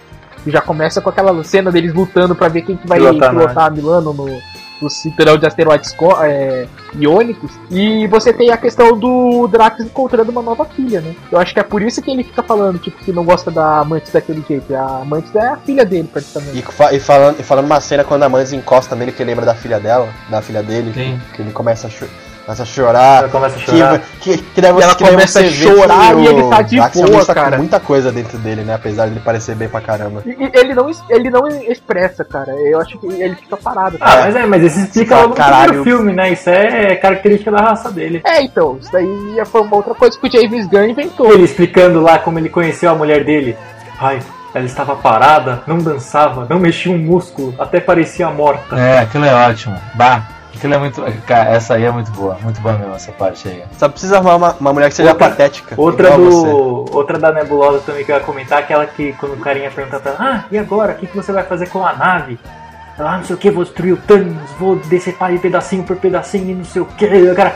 E: E já começa com aquela cena deles lutando pra ver quem que vai
D: Pilotar a
E: pilotar, a Milano no, no cinturão de asteroides co- é, iônicos. E você tem a questão do Drax encontrando uma nova filha, né? Eu acho que é por isso que ele fica falando, tipo, que não gosta da Amantes daquele jeito. A Amantes é a filha dele, praticamente.
C: E, fa- e falando, e falando uma cena quando a Mantis encosta nele, que lembra da filha dela, da filha dele,
B: Sim.
C: que ele começa a, cho- começa a chorar.
D: Ela começa a
C: Que,
D: chorar.
C: que, que daí você-
E: ela
C: que daí
E: começa
C: você
E: a
C: vê que
E: chorar
C: o
E: e ele tá de
C: Drax realmente
E: boa,
C: tá com
E: cara.
C: muita coisa dentro dele, né? Apesar dele parecer bem pra caramba.
E: E- e ele não, es- ele não expressa, cara. Eu acho que ele fica parado.
D: Ah,
E: cara.
D: mas é, mas isso explica
C: Ah,
D: logo no
C: caralho.
D: primeiro filme, né? Isso é característica da raça dele.
E: É, então, isso daí é- foi uma outra coisa que o James Gunn inventou.
D: Ele explicando lá como ele conheceu a mulher dele. Ai, ela estava parada, não dançava, não mexia um músculo, até parecia morta.
B: É, aquilo é ótimo. Bah, aquilo é muito. Cara, essa aí é muito boa. Muito boa mesmo, essa parte aí.
C: Só precisa arrumar uma, uma mulher que seja
D: Outra-
C: patética.
D: Outra
C: É, igual você.
D: do. Outra da nebulosa também que eu ia comentar, aquela que quando o carinha pergunta pra ela, ah, e agora? O que, que você vai fazer com a nave? Ela, ah, não sei o que, vou destruir o Thanos, vou decepar ele pedacinho por pedacinho e não sei o que. Cara,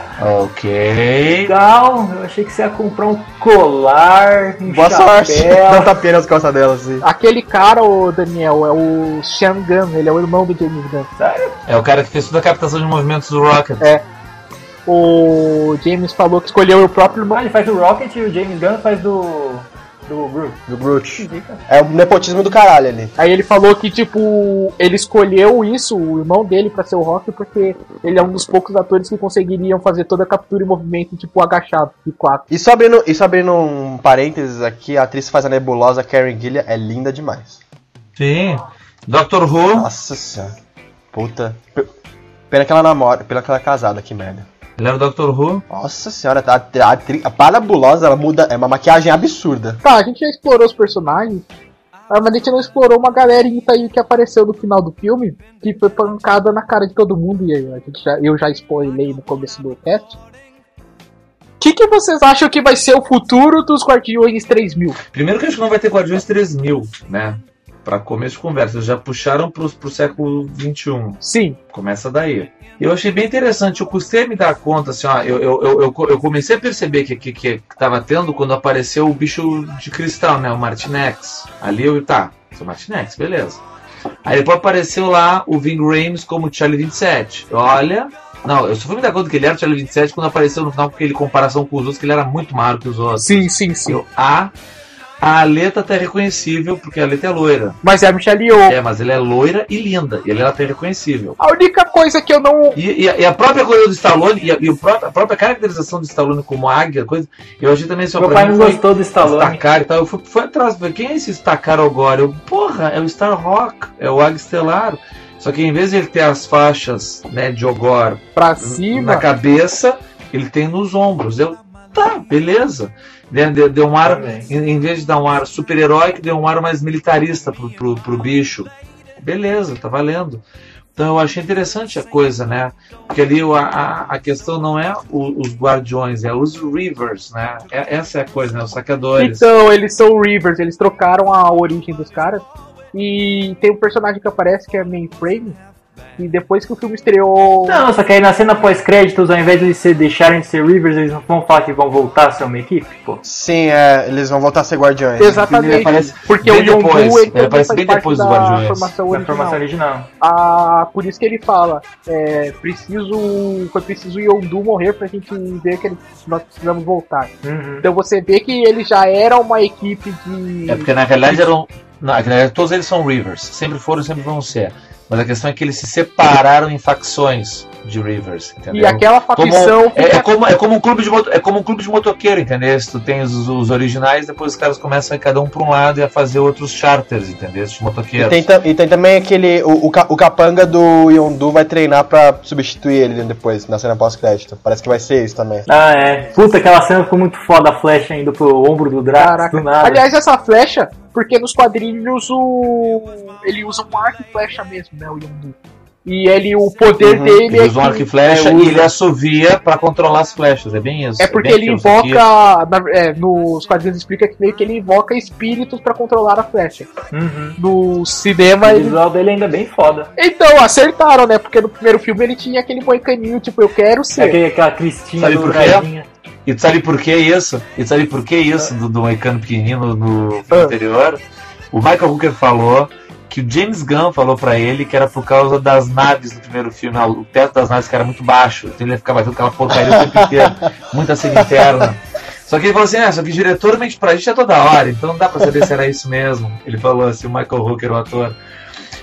B: Ok.
D: legal, eu achei que você ia comprar um colar, um
C: Boa
D: chapéu.
C: sorte. Dá um tapinha nas costas dela, assim.
E: Aquele cara, o Daniel, é o Sean Gunn, ele é o irmão do James Gunn.
B: É o cara que fez toda a captação de movimentos do Rocket.
E: O James falou que escolheu o próprio irmão.
D: Ah, ele faz o Rocket e o James Gunn faz do. do Groot.
C: Do Groot. É o nepotismo do caralho ali.
E: Aí ele falou que, tipo, ele escolheu isso, o irmão dele, pra ser o Rock, porque ele é um dos poucos atores que conseguiriam fazer toda a captura e movimento, tipo, agachado, de quatro.
C: E só abrindo, e só abrindo um parênteses aqui, a atriz que faz a nebulosa Karen Gillian é linda demais.
B: Sim. Doctor Who,
C: Nossa senhora. Puta. P- Pena que ela namora, pena que ela é casada, que merda.
B: ele era o Doctor Who.
C: Nossa senhora, a, a, atri- a parabulosa, ela muda, é uma maquiagem absurda.
E: Tá, a gente já explorou os personagens, ah, mas a gente não explorou uma galerita aí que apareceu no final do filme, que foi pancada na cara de todo mundo, e aí a gente já, eu já spoilei no começo do cast. O que, que vocês acham que vai ser o futuro dos Guardiões 3000?
B: Primeiro que acho que não vai ter Guardiões 3000, né? Pra começo de conversa. Eles já puxaram pro, pro século XXI.
E: Sim,
B: Começa daí. Eu achei bem interessante. Eu custei a me dar conta, assim, ó. Eu, eu, eu, eu, co- eu comecei a perceber que, que, que tava tendo quando apareceu o bicho de cristal, né? O Martinex. Ali eu, tá, sou Martinex, beleza. Aí depois apareceu lá o Ving Rames como Charlie 27. Olha. Não, eu só fui me dar conta que ele era o Charlie 27 quando apareceu no final, porque ele, em comparação com os outros, que ele era muito maior que os outros.
E: sim, sim, sim.
B: Eu, a, a Aleta até é reconhecível, porque a Aleta é loira.
E: Mas é a Michelle Yeoh.
B: É, mas ela é loira e linda. E ela é até reconhecível.
E: A única coisa que eu não.
B: E, e a- e a própria coisa do Stallone, e a, e o pró- a própria caracterização do Stallone como águia, coisa, eu achei também só
D: Meu
B: pra
D: pai
B: mim
D: não
B: foi
D: gostou do Stallone.
B: Stacar e tal. Eu fui, fui atrás, falei, quem é esse Stacar agora? Eu, porra, é o Star Rock, é o Águia Estelar. Só que em vez de ele ter as faixas né, de Ogor
E: Pra
B: na
E: cima.
B: cabeça, ele tem nos ombros. Eu, tá, beleza. Né, Deu, deu um ar,
D: Também.
B: em, em vez de dar um ar super-heróico, deu um ar mais militarista pro, pro, pro bicho. Beleza, tá valendo. Então eu achei interessante a coisa, né? Porque ali o- a, a, a questão não é o- os guardiões, é os rivers, né? É- essa é a coisa, né? Os saqueadores.
E: Então, eles são Rivers, eles trocaram a origem dos caras. E tem um personagem que aparece que é mainframe, E depois que o filme estreou.
D: Não, só que aí na cena pós-créditos, ao invés de eles se deixarem de ser Rivers, eles não vão falar que vão voltar a ser uma equipe, pô.
C: Sim, é, eles vão voltar a ser guardiões.
E: Exatamente.
B: Ele aparece
E: porque
B: bem
E: o Yondu
B: depois.
E: ele
B: Ele
E: também
B: aparece
E: faz
B: bem
E: parte
B: depois
E: da
B: dos Guardiões.
E: formação
D: Na
E: original.
D: formação original.
E: Ah, por isso que ele fala, é, preciso, foi preciso o Yondu morrer pra gente ver que ele- nós precisamos voltar.
D: Uhum.
E: Então você vê que ele já era uma equipe de.
B: É porque na realidade eram. Na, na realidade, todos eles são Rivers. Sempre foram, sempre vão ser. Mas a questão é que eles se separaram em facções de Rivers, entendeu?
E: e aquela
B: É, Como-
E: facção
B: é, é como, é como um clube de moto- é como um clube de motoqueiro, entendeu? Tu tem os, os originais, depois os caras começam a ir cada um para um lado e a fazer outros charters, entendeu? De
C: E
B: motoqueiros.
C: tem, tam- e tem também aquele. O, o, ca- o capanga do Yondu vai treinar pra substituir ele depois, na cena pós-crédito. Parece que vai ser isso também.
D: Ah, é. Puta, aquela cena ficou muito foda, a flecha indo pro ombro do Drax,
E: Caraca.
D: do nada.
E: Aliás, essa flecha, porque nos quadrinhos o. ele usa um arco e flecha mesmo, né? O Yondu. E ele, o poder
C: Uhum.
E: dele
B: Ele
E: é,
B: usa um arco
E: que-
B: e flecha
D: é,
B: e
D: usa.
B: ele assovia para controlar as flechas, é bem isso.
E: é porque
B: bem
E: ele
B: aquilo, isso aqui.
E: invoca. na- é, nos quadrinhos explica que meio que ele invoca espíritos pra controlar a flecha.
D: Uhum.
E: No
D: O
E: cinema ele
D: visual dele ainda é bem foda.
E: Então, acertaram, né? Porque no primeiro filme ele tinha aquele moicaninho, tipo, eu quero
D: É
E: ser.
D: aquele, aquela Cristina
B: Sabe
D: do
B: por quê?
D: Rainha.
B: E tu sabe por que isso? E tu sabe por que isso do, do Moicano pequenino no filme
E: Ah.
B: anterior? O Michael Hooker falou que o James Gunn falou pra ele que era por causa das naves do primeiro filme, o teto das naves que era muito baixo, então ele ia ficar batendo aquela porcaria o tempo inteiro, muita cena interna. Só que ele falou assim, ah, só que diretor mente pra gente é toda hora, então não dá pra saber se era isso mesmo. Ele falou assim, o Michael Hooker, o ator.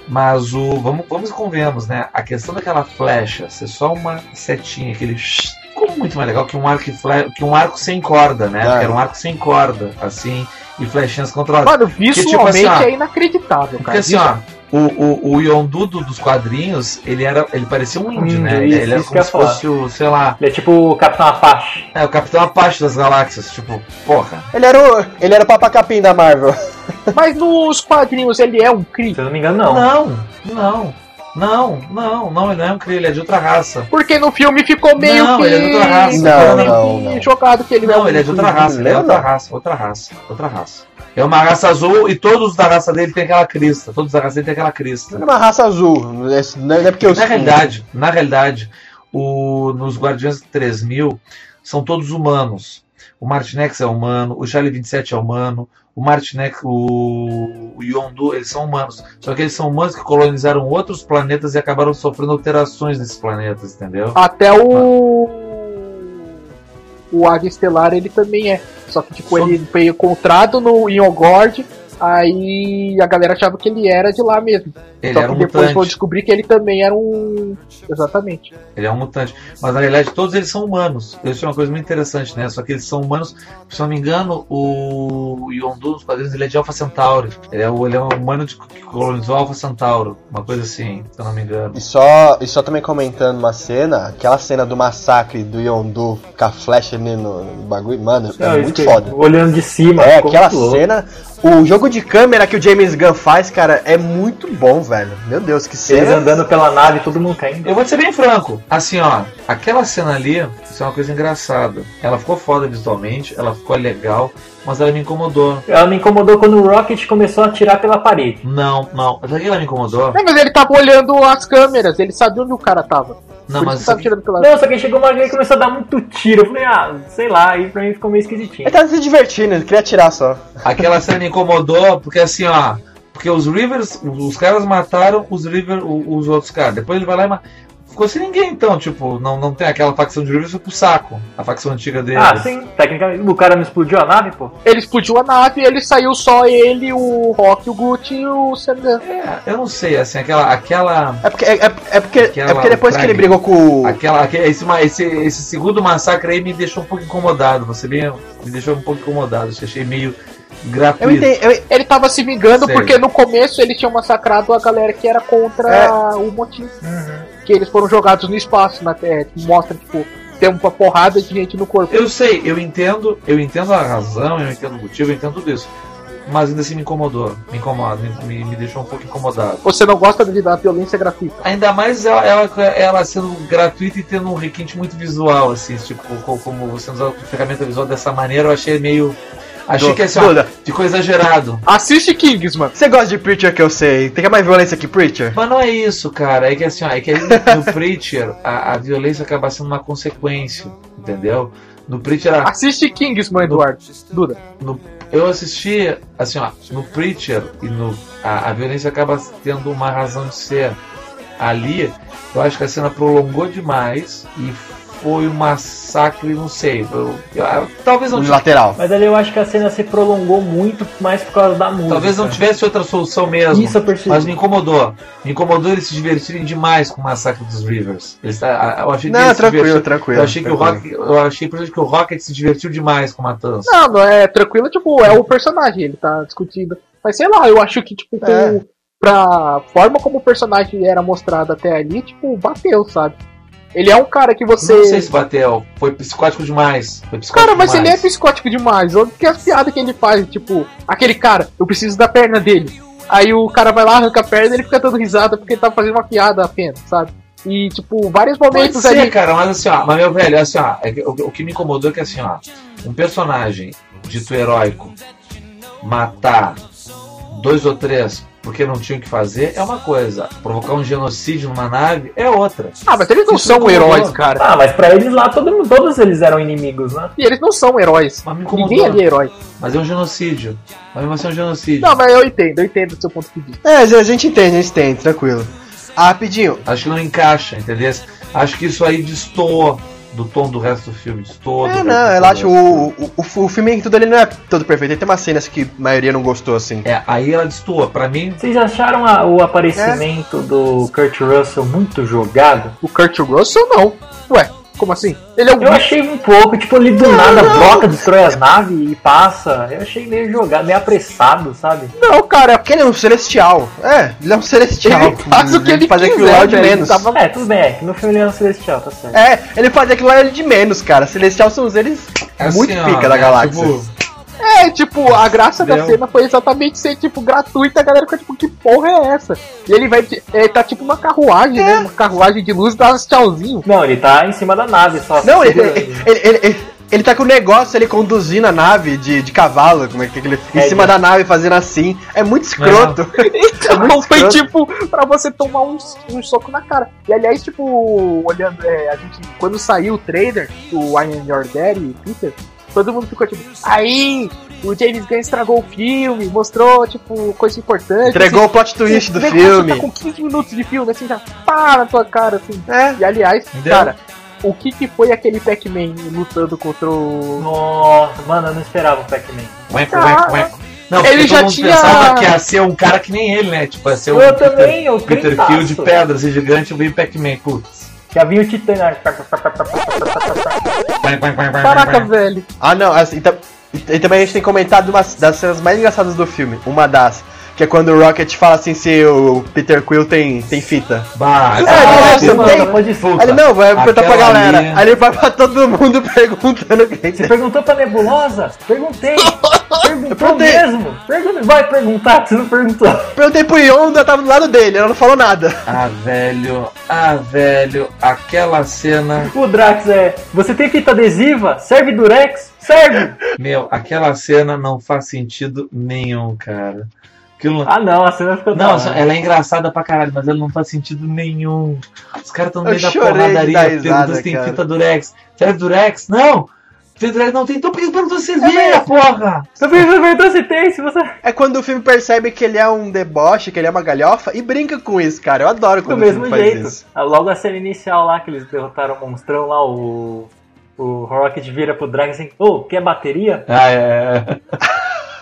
B: Mas o. Vamos, vamos e convenhamos, né? A questão daquela flecha ser só uma setinha, aquele. shhh, Ficou muito mais legal que um arco, e fle- que um arco sem corda, né?
C: É.
B: Porque era um arco sem corda, assim, e flechinhas controladas.
E: Mano,
B: Que,
E: visualmente
B: tipo, assim, ó,
E: é inacreditável,
B: Porque
E: cara.
B: assim, ó, o, o, o Yondu do- dos quadrinhos, ele era. Ele parecia um índio,
D: Índio,
B: né? Ele,
D: Hum, isso-
B: ele era
D: isso que
B: como
D: eu
B: se
D: ia falar.
B: fosse o, sei lá,
D: Ele é tipo o Capitão Apache.
B: é, o Capitão Apache das Galáxias. Tipo, porra.
C: Ele era o, ele era o papacapim da Marvel.
E: Mas nos quadrinhos ele é um Kree.
D: Se eu não me engano, não.
B: Não, não, não, não, não, ele não é um Kree, ele é de outra raça.
E: Porque no filme ficou meio
B: Não,
E: que.
B: ele é de outra raça.
C: Não,
E: meio
C: não,
E: que
C: não.
E: jogado que ele é
B: Não,
E: um
B: ele é de outra
E: Kree.
B: raça, ele é
C: não.
B: outra raça, outra raça, outra raça. É uma raça azul e todos da raça dele tem aquela crista, todos da raça dele tem aquela crista.
C: é Uma raça azul. Esse- Não é não é porque eu
B: Na realidade, um na realidade, o, nos Guardiões 3000 são todos humanos. O Martinex é humano, o Charlie 27 é humano, o Martinex, o, o Yondu, eles são humanos. Só que eles são humanos que colonizaram outros planetas e acabaram sofrendo alterações nesses planetas, entendeu?
E: Até o. O Águia Estelar ele também é. Só que, tipo,
B: Só-
E: ele foi encontrado no em Ogord. Aí a galera achava que ele era de lá mesmo.
B: Ele
E: Só
B: era
E: que
B: um
E: depois vão
B: mutante.
E: descobrir que ele também era um. Exatamente.
B: Ele é um mutante. Mas na realidade todos eles são humanos. Isso é uma coisa muito interessante, né? Só que eles são humanos. Se eu não me engano, o Yondu nos quadrinhos ele é de Alpha Centauri. Ele é, o- ele é um humano de- que colonizou Alpha Centauro. Uma coisa assim, se eu não me engano.
C: E só, e só também comentando uma cena, aquela cena do massacre do Yondu com a flecha ali no, no bagulho, mano, é
D: Não, isso
C: muito
D: que-
C: foda.
D: Olhando de cima.
C: É,
D: ficou
C: aquela
D: muito louco.
C: cena. O jogo de câmera que o James Gunn faz, cara, é muito bom, velho. Meu Deus, que
D: Eles
C: cena.
D: andando pela nave, todo mundo caindo.
B: Eu vou te ser bem franco. Assim, ó, aquela cena ali, isso é uma coisa engraçada. Ela ficou foda visualmente, ela ficou legal, mas ela me incomodou.
D: Ela me incomodou quando o Rocket começou a atirar pela parede.
B: Não, não. Sabe o que ela me incomodou?
E: Não, É, mas ele tava olhando as câmeras, ele sabia onde o cara tava.
B: Não,
E: Por isso
B: mas
E: que tava tirando pela.
D: Não, só que chegou uma vez e começou a dar muito tiro. Eu falei, ah, sei lá, aí pra mim ficou meio esquisitinho.
C: Ele tá se divertindo, ele queria tirar só.
B: Aquela cena me incomodou porque assim, ó. Porque os Rivers, os caras mataram os Rivers, os outros caras. Depois ele vai lá e mata. Ficou sem ninguém então, tipo, não, não tem aquela facção de Rivers foi pro saco. A facção antiga deles.
D: Ah, sim, tecnicamente. O cara não explodiu a nave, pô.
E: Ele explodiu a nave e ele saiu só ele, o Rock, o Gucci e o Sandan.
B: É, eu não sei, assim, aquela. aquela
C: É porque, é, é- é porque,
B: Aquela
C: é porque depois que ele brigou com o.
B: Aquela, aque- esse, ma- esse, esse segundo massacre aí me deixou um pouco incomodado, você bem, me deixou um pouco incomodado, eu achei meio
C: Eu
B: gratuito.
C: entendi. eu-
E: Ele tava se vingando
B: Sei.
E: porque no começo ele tinha massacrado a galera que era contra
C: É.
E: o motim. Que eles foram jogados no espaço, na Terra. que Mostra, tipo, tem uma porrada de gente no corpo.
B: Eu sei, eu entendo, eu entendo a razão, eu entendo o motivo, eu entendo tudo isso. Mas ainda assim me incomodou, me incomoda, me, me- me deixou um pouco incomodado.
E: Você não gosta de dar violência gratuita.
B: Ainda mais ela, ela, ela sendo gratuita e tendo um requinte muito visual, assim, tipo, co- como você usar a ferramenta visual dessa maneira, eu achei meio. Achei
C: Do-
B: que assim, ó,
C: Duda.
B: ficou exagerado.
E: Assiste Kingsman.
C: Você gosta de Preacher que eu sei. Tem que mais violência que Preacher?
B: Mas não é isso, cara. É que assim, ó, é que aí no Preacher a, a violência acaba sendo uma consequência, entendeu? No Preacher, a-
E: Assiste Kingsman, Eduardo. Duda.
B: eu assisti, assim, ó, no Preacher e no a, a violência acaba tendo uma razão de ser. Ali, eu acho que a cena prolongou demais e foi um massacre, não sei. Eu, eu-
C: Um
B: talvez não tivesse,
C: Unilateral.
D: Mas ali eu acho que a cena se prolongou muito mais por causa da música.
B: talvez não tivesse outra solução mesmo.
D: Isso eu percebi.
B: Mas me incomodou. Me incomodou eles se divertirem demais com o massacre dos Rivers. Eles, tá, a- a- eu achei que
C: Não,
B: eles se
C: tranquilo,
B: divertiram-
C: tranquilo.
B: Eu achei que o
C: tranquilo.
B: Rock, eu achei por exemplo, que o Rocket se divertiu demais com a matança.
E: Não, não é tranquilo, tipo, é o personagem, ele tá discutindo. Mas sei lá, eu acho que, tipo, com,
C: É.
E: pra forma como o personagem era mostrado até ali, tipo, bateu, sabe? Ele é um cara que você.
B: Não sei se bateu, foi psicótico demais. Foi psicótico
E: Cara, mas
B: demais.
E: ele é psicótico demais. Olha que as piadas que ele faz, tipo, aquele cara, eu preciso da perna dele. Aí o cara vai lá, arranca a perna ele fica dando risada porque ele tá fazendo uma piada apenas, sabe? E, tipo, vários
B: Pode
E: momentos
B: ser,
E: ali.
B: cara, mas assim, ó, mas meu velho, assim, ó, é que o, o que me incomodou é que assim, ó, um personagem dito heróico matar dois ou três porque não tinha o que fazer é uma coisa, provocar um genocídio numa nave é outra.
E: Ah, mas eles não
B: Isso é um
E: são
B: incomodou.
E: heróis, cara.
D: Ah, mas pra eles lá, todo, mundo- todos eles eram inimigos, né?
E: E eles não são heróis.
B: Mas me
E: Ninguém ali
B: incomodou.
E: é herói.
B: Mas é um genocídio. Mas mesmo assim é um genocídio.
E: Não, mas eu entendo, eu entendo o seu ponto de vista.
C: É, a gente entende, a gente entende, tranquilo. Ah, rapidinho.
B: Acho que não encaixa, entendeu? Acho que isso aí destoa do tom do resto do filme. Destoa do
C: É,
B: resto
C: não,
B: do
C: eu acho
B: resto do filme.
C: o, o, o, o filme em tudo ele não é todo perfeito. Ele tem umas cenas que a maioria não gostou, assim.
B: É, aí ela destoa. Pra mim,
D: Vocês acharam a- o
B: É.
D: aparecimento do Kurt Russell muito jogado?
E: O Kurt Russell não. Ué, como assim? Ele é um
D: Eu achei um pouco, tipo, ele do nada brota, destrói as naves e passa. Eu achei meio jogado, meio apressado, sabe?
E: não, cara.
C: Porque ele é um celestial. É, ele é um celestial.
E: Ele faz o que ele
C: faz aquilo
E: quiser,
C: lá de
E: velho,
C: menos.
E: tá bom.
D: É, tudo bem, é que no filme ele é um celestial, tá certo.
C: É, ele faz aquilo lá de menos, cara. Celestial são os eles
B: é
C: muito
B: assim, ó,
C: pica da
B: né,
C: galáxia.
B: tipo,
E: É, tipo, a graça da
B: Entendeu?
E: cena foi exatamente ser, tipo, gratuita. A galera fica, tipo, que porra é essa? E ele vai, ele tá tipo uma carruagem, né? Uma carruagem de luz, dá uns tchauzinho.
D: Não, ele tá em cima da nave só.
C: Não, ele,
D: segurando.
C: ele, ele, ele- ele- ele tá com o negócio ele conduzindo a nave de, de cavalo, como é que ele fica em
D: É,
C: cima
D: ele-
C: da nave fazendo assim. É muito escroto.
E: Então,
C: muito
E: foi
C: escroto.
E: tipo, pra você tomar um, um soco na cara. E aliás, tipo, olhando, é, a gente, quando saiu o trailer do I Am Your Daddy, Peter, todo mundo ficou tipo, aí, o James Gunn estragou o filme, mostrou, tipo, coisa importante.
C: Entregou o plot
E: assim,
C: twist do
E: Esse negócio
C: filme.
E: Tá com 15 minutos de filme, assim, já pá na tua cara, assim.
C: É.
E: E aliás,
B: Entendeu?
E: cara, o que que foi aquele Pac-Man lutando contra o...
D: Nossa, mano, eu não esperava o Pac-Man.
B: ueco,
E: Cara,
B: ueco, ueco. Não,
E: Tá. ele
B: porque todo
E: já
B: mundo
E: tinha-
B: pensava que ia ser um cara que nem ele, né? Tipo, ia ser um
D: eu
B: Peter,
D: também, eu
B: Peter
D: crentaço.
B: Kill de pedra, assim, gigante, e veio Pac-Man. Putz.
D: Já vi o Titã. né?
B: é,
E: Caraca, velho.
C: Ah, não, assim, tam- e, e também a gente tem comentado uma das cenas mais engraçadas do filme. Uma das. Que é quando o Rocket fala assim se o Peter Quill tem, tem fita.
B: Bah,
D: É,
C: Sério,
B: ah,
C: você
B: puta.
D: mano,
C: tem?
D: pode ser.
C: Aí ele não, vai perguntar pra
B: aquela
C: galera.
B: ali-
C: Aí ele vai pra todo mundo perguntando quem
D: Você
C: tem.
D: perguntou pra Nebulosa? Perguntei. Perguntou
C: perguntei.
D: mesmo? Pergunta- Vai perguntar, você não perguntou.
C: Perguntei pro Yonda, tava do lado dele, ela não falou nada.
B: Ah, velho, ah, velho, aquela cena,
D: O Drax é. Você tem fita adesiva? Serve Durex? Serve!
B: meu, aquela cena não faz sentido nenhum, cara. Aquilo,
D: Ah não, a cena ficou da
B: Não,
D: hora.
B: ela é engraçada pra caralho, mas ela não faz sentido nenhum. Os caras estão no
C: Eu
B: meio da
C: chorei de
B: porradaria,
C: dar risada,
B: perguntando se tem
C: cara.
B: fita durex. Serve durex? Não! Fita durex não tem, então por que perguntou se vocês viram,
C: É mesmo.
B: porra?
D: Eu perguntou se tem, se você.
C: É quando o filme percebe que ele é um deboche, que ele é uma galhofa e brinca com isso, cara. Eu adoro
D: Do
C: quando o
D: mesmo
C: filme é faz
D: jeito.
C: isso.
D: Ah, Logo a cena inicial lá, que eles derrotaram o monstrão lá, o. O Rocket vira pro Drax assim, ô, quer bateria?
B: Ah, é.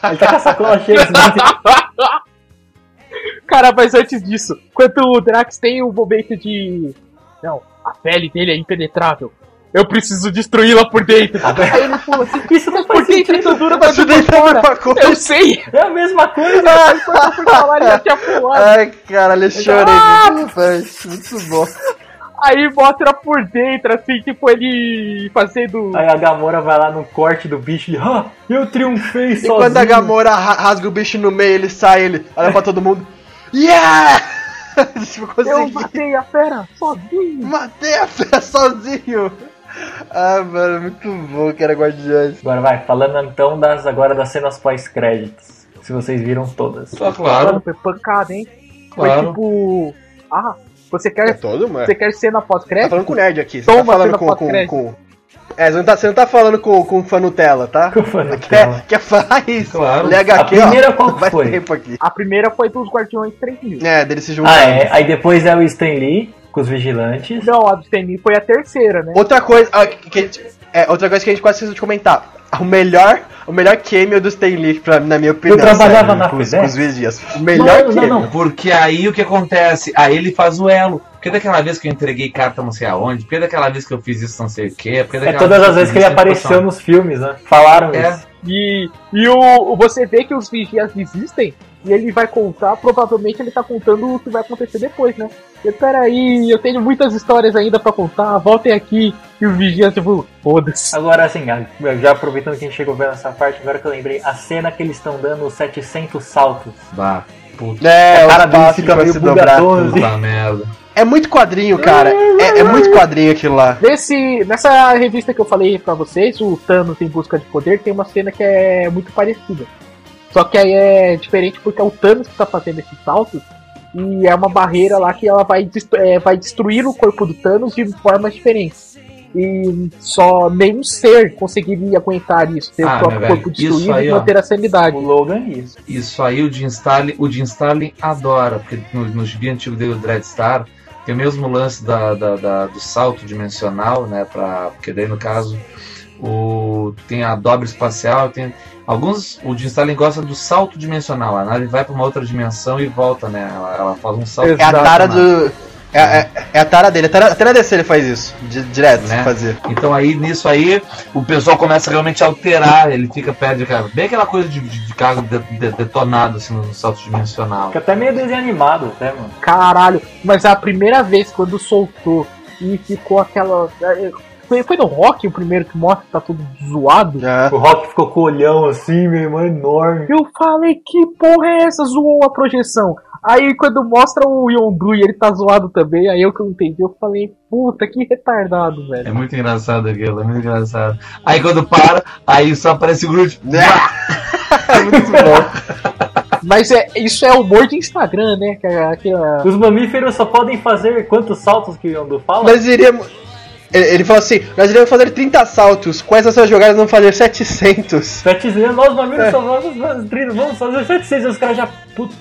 D: Ele tá com a sacola cheia assim, assim.
E: Cara, mas antes disso, quando o Drax tem o momento de. Não, a pele dele é impenetrável. Eu preciso destruí-la por dentro. Aí ele pula assim,
D: Isso não
E: por
D: faz
E: dentro é tão
D: sentido.
E: dura, mas
C: Você
E: por fora.
C: pra coisa.
E: Eu sei!
D: É a mesma coisa.
E: Quando eu fui falar, ele já tinha pulado.
C: Ai, caralho, eu chorei. Muito, muito bom.
E: Aí mostra por dentro, assim, tipo, ele fazendo.
D: Aí a Gamora vai lá no corte do bicho e ah, eu triunfei
C: E
D: sozinho.
C: quando a Gamora ra- rasga o bicho no meio, ele sai, ele olha pra todo mundo. Yeah! tipo,
E: Eu
C: consegui.
E: matei a fera sozinho.
C: Matei a fera sozinho. Ah, mano, muito bom que era Guardiões.
D: Agora vai, falando então das, agora das cenas pós-créditos. Se vocês viram todas.
B: Ah,
E: Mano,
B: claro,
E: foi pancada, hein? Foi
B: claro.
E: tipo. Ah, você
C: É
E: quer,
C: todo, mano.
E: você quer cena
C: Tá falando com
E: pós-crédito?
C: o nerd aqui. Você
E: Toma,
C: tá falando
E: cena
C: com, com,
E: pós-crédito.
C: com. É, você não tá, você não tá falando com, com fã Nutella, tá?
D: Com fã Nutella.
C: Quer, quer falar isso?
B: Claro.
C: Lê
D: A
C: HQ,
D: primeira
C: ó.
D: qual
C: Faz
D: foi?
C: tempo aqui.
E: A primeira foi dos Guardiões 3000.
C: É, deles se juntar.
D: Ah, é. Aí depois é o Stan Lee com os vigilantes.
E: Não, a do 100.000 foi a terceira, né?
C: Outra coisa, ah, que que a gente- é, outra coisa que a gente quase esqueceu de comentar. O melhor, o melhor cameo do Stan Lee, pra- na minha opinião.
D: trabalhava na
C: com, os-
D: FedEx?
C: com os vigias. O melhor
D: Não, não,
C: cameo.
D: não.
B: Porque aí o que acontece? Aí ele faz o elo. Porque daquela vez que eu entreguei carta não sei aonde, porque daquela vez que eu fiz isso não sei o quê, porque
D: É
B: daquela
D: todas
B: vez
D: as vezes que ele
B: eu fiz isso,
D: apareceu nos filmes, né? Falaram
B: É.
D: isso.
E: E, e o, o- você vê que os vigias existem e ele vai contar, provavelmente ele tá contando o que vai acontecer depois, né? Eu, peraí, eu tenho muitas histórias ainda pra contar, voltem aqui. E os vigias, tipo, foda-se.
D: Agora, assim, a- já aproveitando que a gente chegou vendo essa parte, agora que eu lembrei, a cena que eles estão dando os 700 saltos.
B: Bah, puta,
C: É,
D: A cara
C: os
D: dele
C: passos
D: fica
C: pra
D: meio assim,
C: se dobrar.
D: bugadona.
B: puta merda.
C: É muito quadrinho, cara. É, é
D: Uhum.
C: muito quadrinho aquilo lá.
E: Nesse, nessa revista que eu falei pra vocês, o Thanos em Busca de Poder, tem uma cena que é muito parecida. Só que aí é diferente porque é o Thanos que tá fazendo esses saltos. E é uma barreira lá que ela vai, destru- é, vai destruir o corpo do Thanos de formas diferentes. E só nenhum ser conseguiria aguentar isso, ter
B: Ah,
E: o próprio
B: meu
E: corpo
B: velho, isso
E: destruído
B: aí,
E: e
B: ó.
E: manter a sanidade.
D: O Logan e isso.
B: Isso aí o Jim Starlin, o Jim Starlin adora, porque no, no gibi antigo dele, o Dreadstar, tem o mesmo lance da, da- da- do salto dimensional, né? Pra, porque daí no caso o, tem a dobra espacial, tem. Alguns. O Jim Starlin gosta do salto dimensional. A nave vai pra uma outra dimensão e volta, né? Ela, ela faz um salto.
C: É a tara
B: dimensional.
C: do. É, é- é a tara dele. A tara- até na DC ele faz isso. di- direto,
B: Né?
C: fazer.
B: Então aí, nisso aí, o pessoal começa realmente a alterar, ele fica perde cara. Bem aquela coisa de, de, de carro de- de- detonado assim no salto dimensional.
D: Fica até meio desenho animado, até, mano.
E: Caralho, mas a primeira vez quando soltou e ficou aquela. é, Foi, foi no rock o primeiro que mostra que tá tudo zoado.
C: É.
D: O Rock ficou com o olhão assim, meu irmão, enorme.
E: Eu falei, que porra é essa? Zoou a projeção. Aí quando mostra o Yondu e ele tá zoado também, aí eu que não entendi, eu falei, puta, que retardado, velho.
B: É muito engraçado aquilo, é muito engraçado. Aí quando para, aí só aparece o Groot.
C: É muito bom.
E: Mas é, isso é humor de Instagram, né? Que é aquela-
D: Os mamíferos só podem fazer quantos saltos que o Yondu fala?
C: Nós iríamos. Ele ele falou assim: nós iríamos fazer 30 saltos, quais as suas jogadas vão fazer 700?
D: 700, nós mamíferos só vamos, vamos, vamos fazer 700. Os caras já. Putz,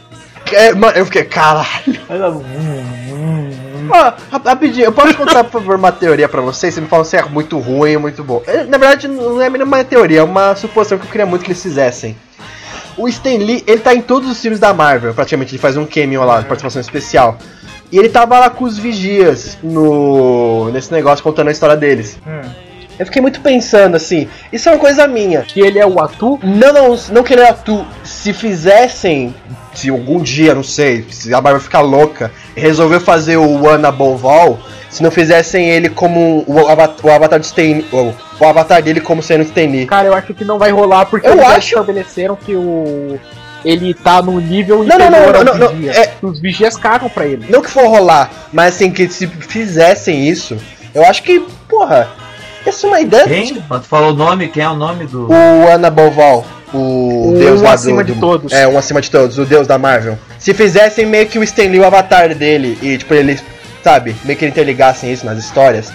C: É, mano, eu fiquei, caralho.
D: aí lá, vum, vum.
C: Ó, rap- rapidinho, eu posso contar, por favor, uma teoria pra vocês? Você me fala se é muito ruim ou muito bom. É, Na verdade, não é nem uma teoria, é uma suposição que eu queria muito que eles fizessem. O Stan Lee, ele tá em todos os filmes da Marvel, praticamente. Ele faz um cameo lá, participação especial. E ele tava lá com os vigias no nesse negócio, contando a história deles.
D: Hum.
C: Eu fiquei muito pensando assim, isso é uma coisa minha.
E: que ele é o Atu.
C: Não, não, não querer atu. Se fizessem, se algum dia, não sei, se a Marvel ficar louca, resolveu fazer o One Above All, se não fizessem ele como o, ava- o avatar de Stan, o, o avatar dele como sendo Stan Lee.
E: Cara, eu acho que não vai rolar, porque
C: Eu
E: eles já
C: acho-
E: estabeleceram que o. Ele tá num nível
C: Não, não, não,
E: inferior
C: não,
E: aos
C: não, não,
E: vigias.
C: é-
E: Os vigias cagam pra ele.
C: Não que for rolar, mas assim, que se fizessem isso, eu acho que, porra, essa é uma ideia.
B: Quem? Mas tu falou o nome, quem é o nome do.
C: O Ana Boval, o
E: Um
C: deus lá
E: acima
C: do, do-
E: de todos.
C: É, um acima de todos, o deus da Marvel. Se fizessem meio que o Stan Lee o avatar dele e, tipo, eles, sabe, meio que interligassem isso nas histórias.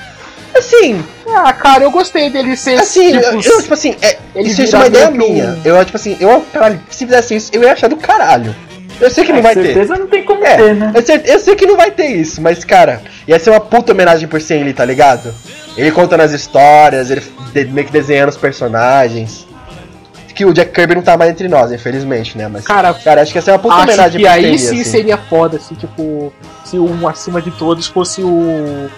C: Assim,
E: Ah, cara, eu gostei dele ser
C: assim,
E: tipo,
C: eu, eu, tipo assim, é,
E: ele
C: isso, isso é
E: virar
C: uma ideia
E: meio que
C: minha.
E: um-
C: Eu, tipo assim, eu, caralho, se fizessem isso, eu ia achar do caralho. Eu sei que não
D: É,
C: vai ter.
D: certeza não tem como
C: É,
D: ter, né?
C: Eu sei, eu sei que não vai ter isso, mas, cara, ia ser uma puta homenagem por Stan Lee, tá ligado? Ele contando as histórias, ele de- meio que desenhando os personagens. Que o Jack Kirby não tá mais entre nós, infelizmente, né? Mas,
E: um, Cara,
C: cara acho que ia ser uma puta
E: Acho
C: homenagem
E: que
C: Stan
E: aí
C: Lee,
E: sim
C: assim.
E: seria foda, se tipo, se um acima de todos fosse o.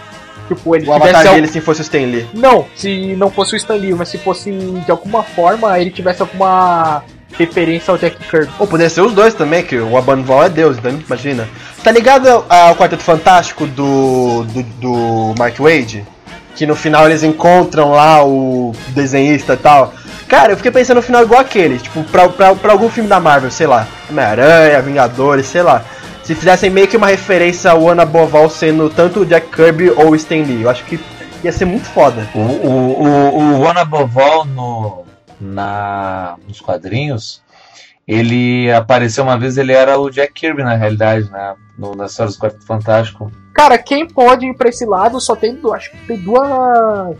E: Tipo, ele
C: O
E: tivesse.
C: avatar
E: al-
C: dele, se fosse o Stan Lee.
E: Não, se não fosse o Stan Lee, mas se fosse de alguma forma ele tivesse alguma referência ao Jack Kirby.
C: Ou poderia ser os dois também, que o Abanval é Deus, então imagina. Tá ligado ao Quarteto Fantástico do, do, do Mark Wade? Que no final eles encontram lá o desenhista e tal. Cara, eu fiquei pensando no final igual aquele, tipo, pra, pra, pra algum filme da Marvel, sei lá. Homem-Aranha, Vingadores, sei lá. Se fizessem meio que uma referência ao Ana Boval sendo tanto o Jack Kirby ou o Stan Lee, eu acho que Ia ser muito foda.
B: O, o, o, o One Above All no, na, nos quadrinhos, ele apareceu uma vez, ele era o Jack Kirby na realidade, né? No, na história do Quarto Fantástico.
E: Cara, quem pode ir pra esse lado só tem, du- acho que tem duas,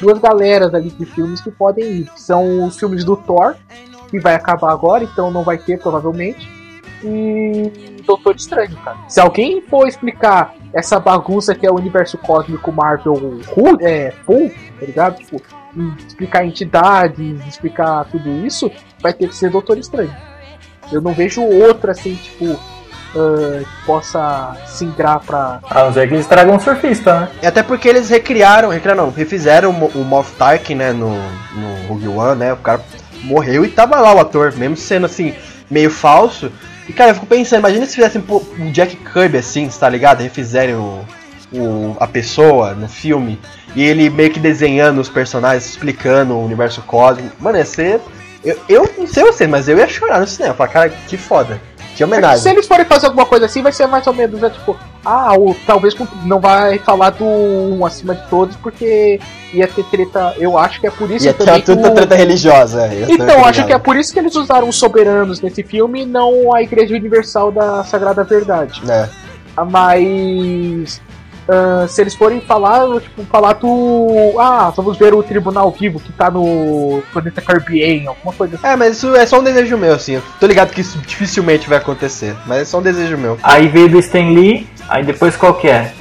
E: duas galeras ali de filmes que podem ir. que São os filmes do Thor, que vai acabar agora, então não vai ter provavelmente. E Doutor Estranho, cara. Se alguém for explicar essa bagunça que é o universo cósmico Marvel Hu- é, full, tá ligado? Tipo, hum, explicar entidades, explicar tudo isso, vai ter que ser Doutor Estranho. Eu não vejo outra assim, tipo, ah, que possa singrar pra,
D: A não ser que eles tragam um surfista, né?
C: E até porque eles recriaram, recriaram não, refizeram o, Mo- o Moff Tarkin, né, no, no Rogue One, né, o cara morreu e tava lá o ator, mesmo sendo, assim, meio falso. E, cara, eu fico pensando, imagina se fizessem pô, um Jack Kirby, assim, tá ligado? Refizerem o, o- a pessoa no filme, e ele meio que desenhando os personagens, explicando o universo cósmico. Mano, ia ser... Eu, eu não sei você, mas eu ia chorar no cinema, falar, cara, que foda, que
E: É que Se
C: homenagem.
E: eles forem fazer alguma coisa assim, vai ser mais ou menos, né, tipo, ah, ou talvez com- não vai falar do um acima de todos, porque ia ter treta. Eu acho que é por isso
C: E
E: também
C: aquela
E: que
C: tanta
E: o-
C: treta né, religiosa. ia ser
E: Então, acho
C: obrigado.
E: que é por isso que eles usaram os soberanos nesse filme e não a Igreja Universal da Sagrada Verdade.
C: É.
E: Ah, Mas. ah, se eles forem falar, tipo, falar do. Ah, vamos ver o tribunal vivo que tá no planeta Carbian, alguma coisa assim.
C: É, mas isso é só um desejo meu, assim. Eu Tô ligado que isso dificilmente vai acontecer, mas é só um desejo meu.
D: Aí veio do Stan Lee, aí depois qual que é?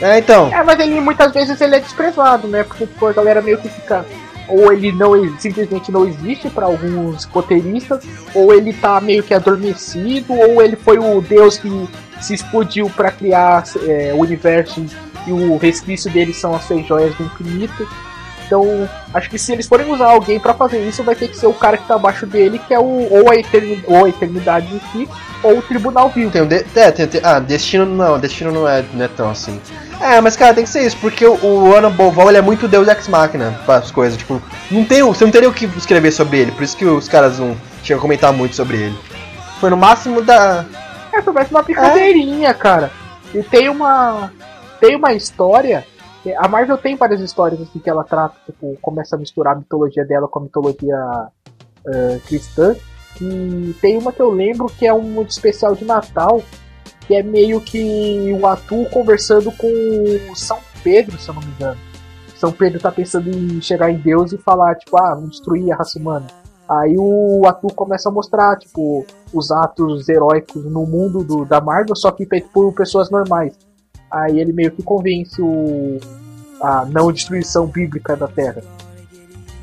C: É, então.
E: É, mas ele muitas vezes ele é desprezado, né? Porque tipo, a galera meio que fica. Ou ele não e- simplesmente não existe pra alguns roteiristas, ou ele tá meio que adormecido, ou ele foi o deus que se explodiu pra criar é, o universo e o resquício dele são as seis joias do infinito. Então, acho que se eles forem usar alguém pra fazer isso, vai ter que ser o cara que tá abaixo dele, que é o ou a, eterni- ou a eternidade em si, ou o tribunal vivo.
C: Tem um de- é, tem- tem- ah, destino não, destino não é, não é tão assim. É, mas cara, tem que ser isso, porque o, o Ana Bovol ele é muito Deus Ex Machina para as coisas, tipo, não tem, o- você não teria o que escrever sobre ele, por isso que os caras não chegam a comentar muito sobre ele. Foi no máximo da.
E: É, só parece uma brincadeirinha, cara. E tem uma. Tem uma história. A Marvel tem várias histórias assim que ela trata, tipo, começa a misturar a mitologia dela com a mitologia eh, cristã. E tem uma que eu lembro que é um especial de Natal, que é meio que o Atu conversando com o São Pedro, se eu não me engano. São Pedro tá pensando em chegar em Deus e falar, tipo, ah, vamos destruir a raça humana. Aí o Atu começa a mostrar, tipo, os atos heróicos no mundo do- da Marvel, só que feito por pessoas normais. Aí ele meio que convence o, a não destruição bíblica da Terra.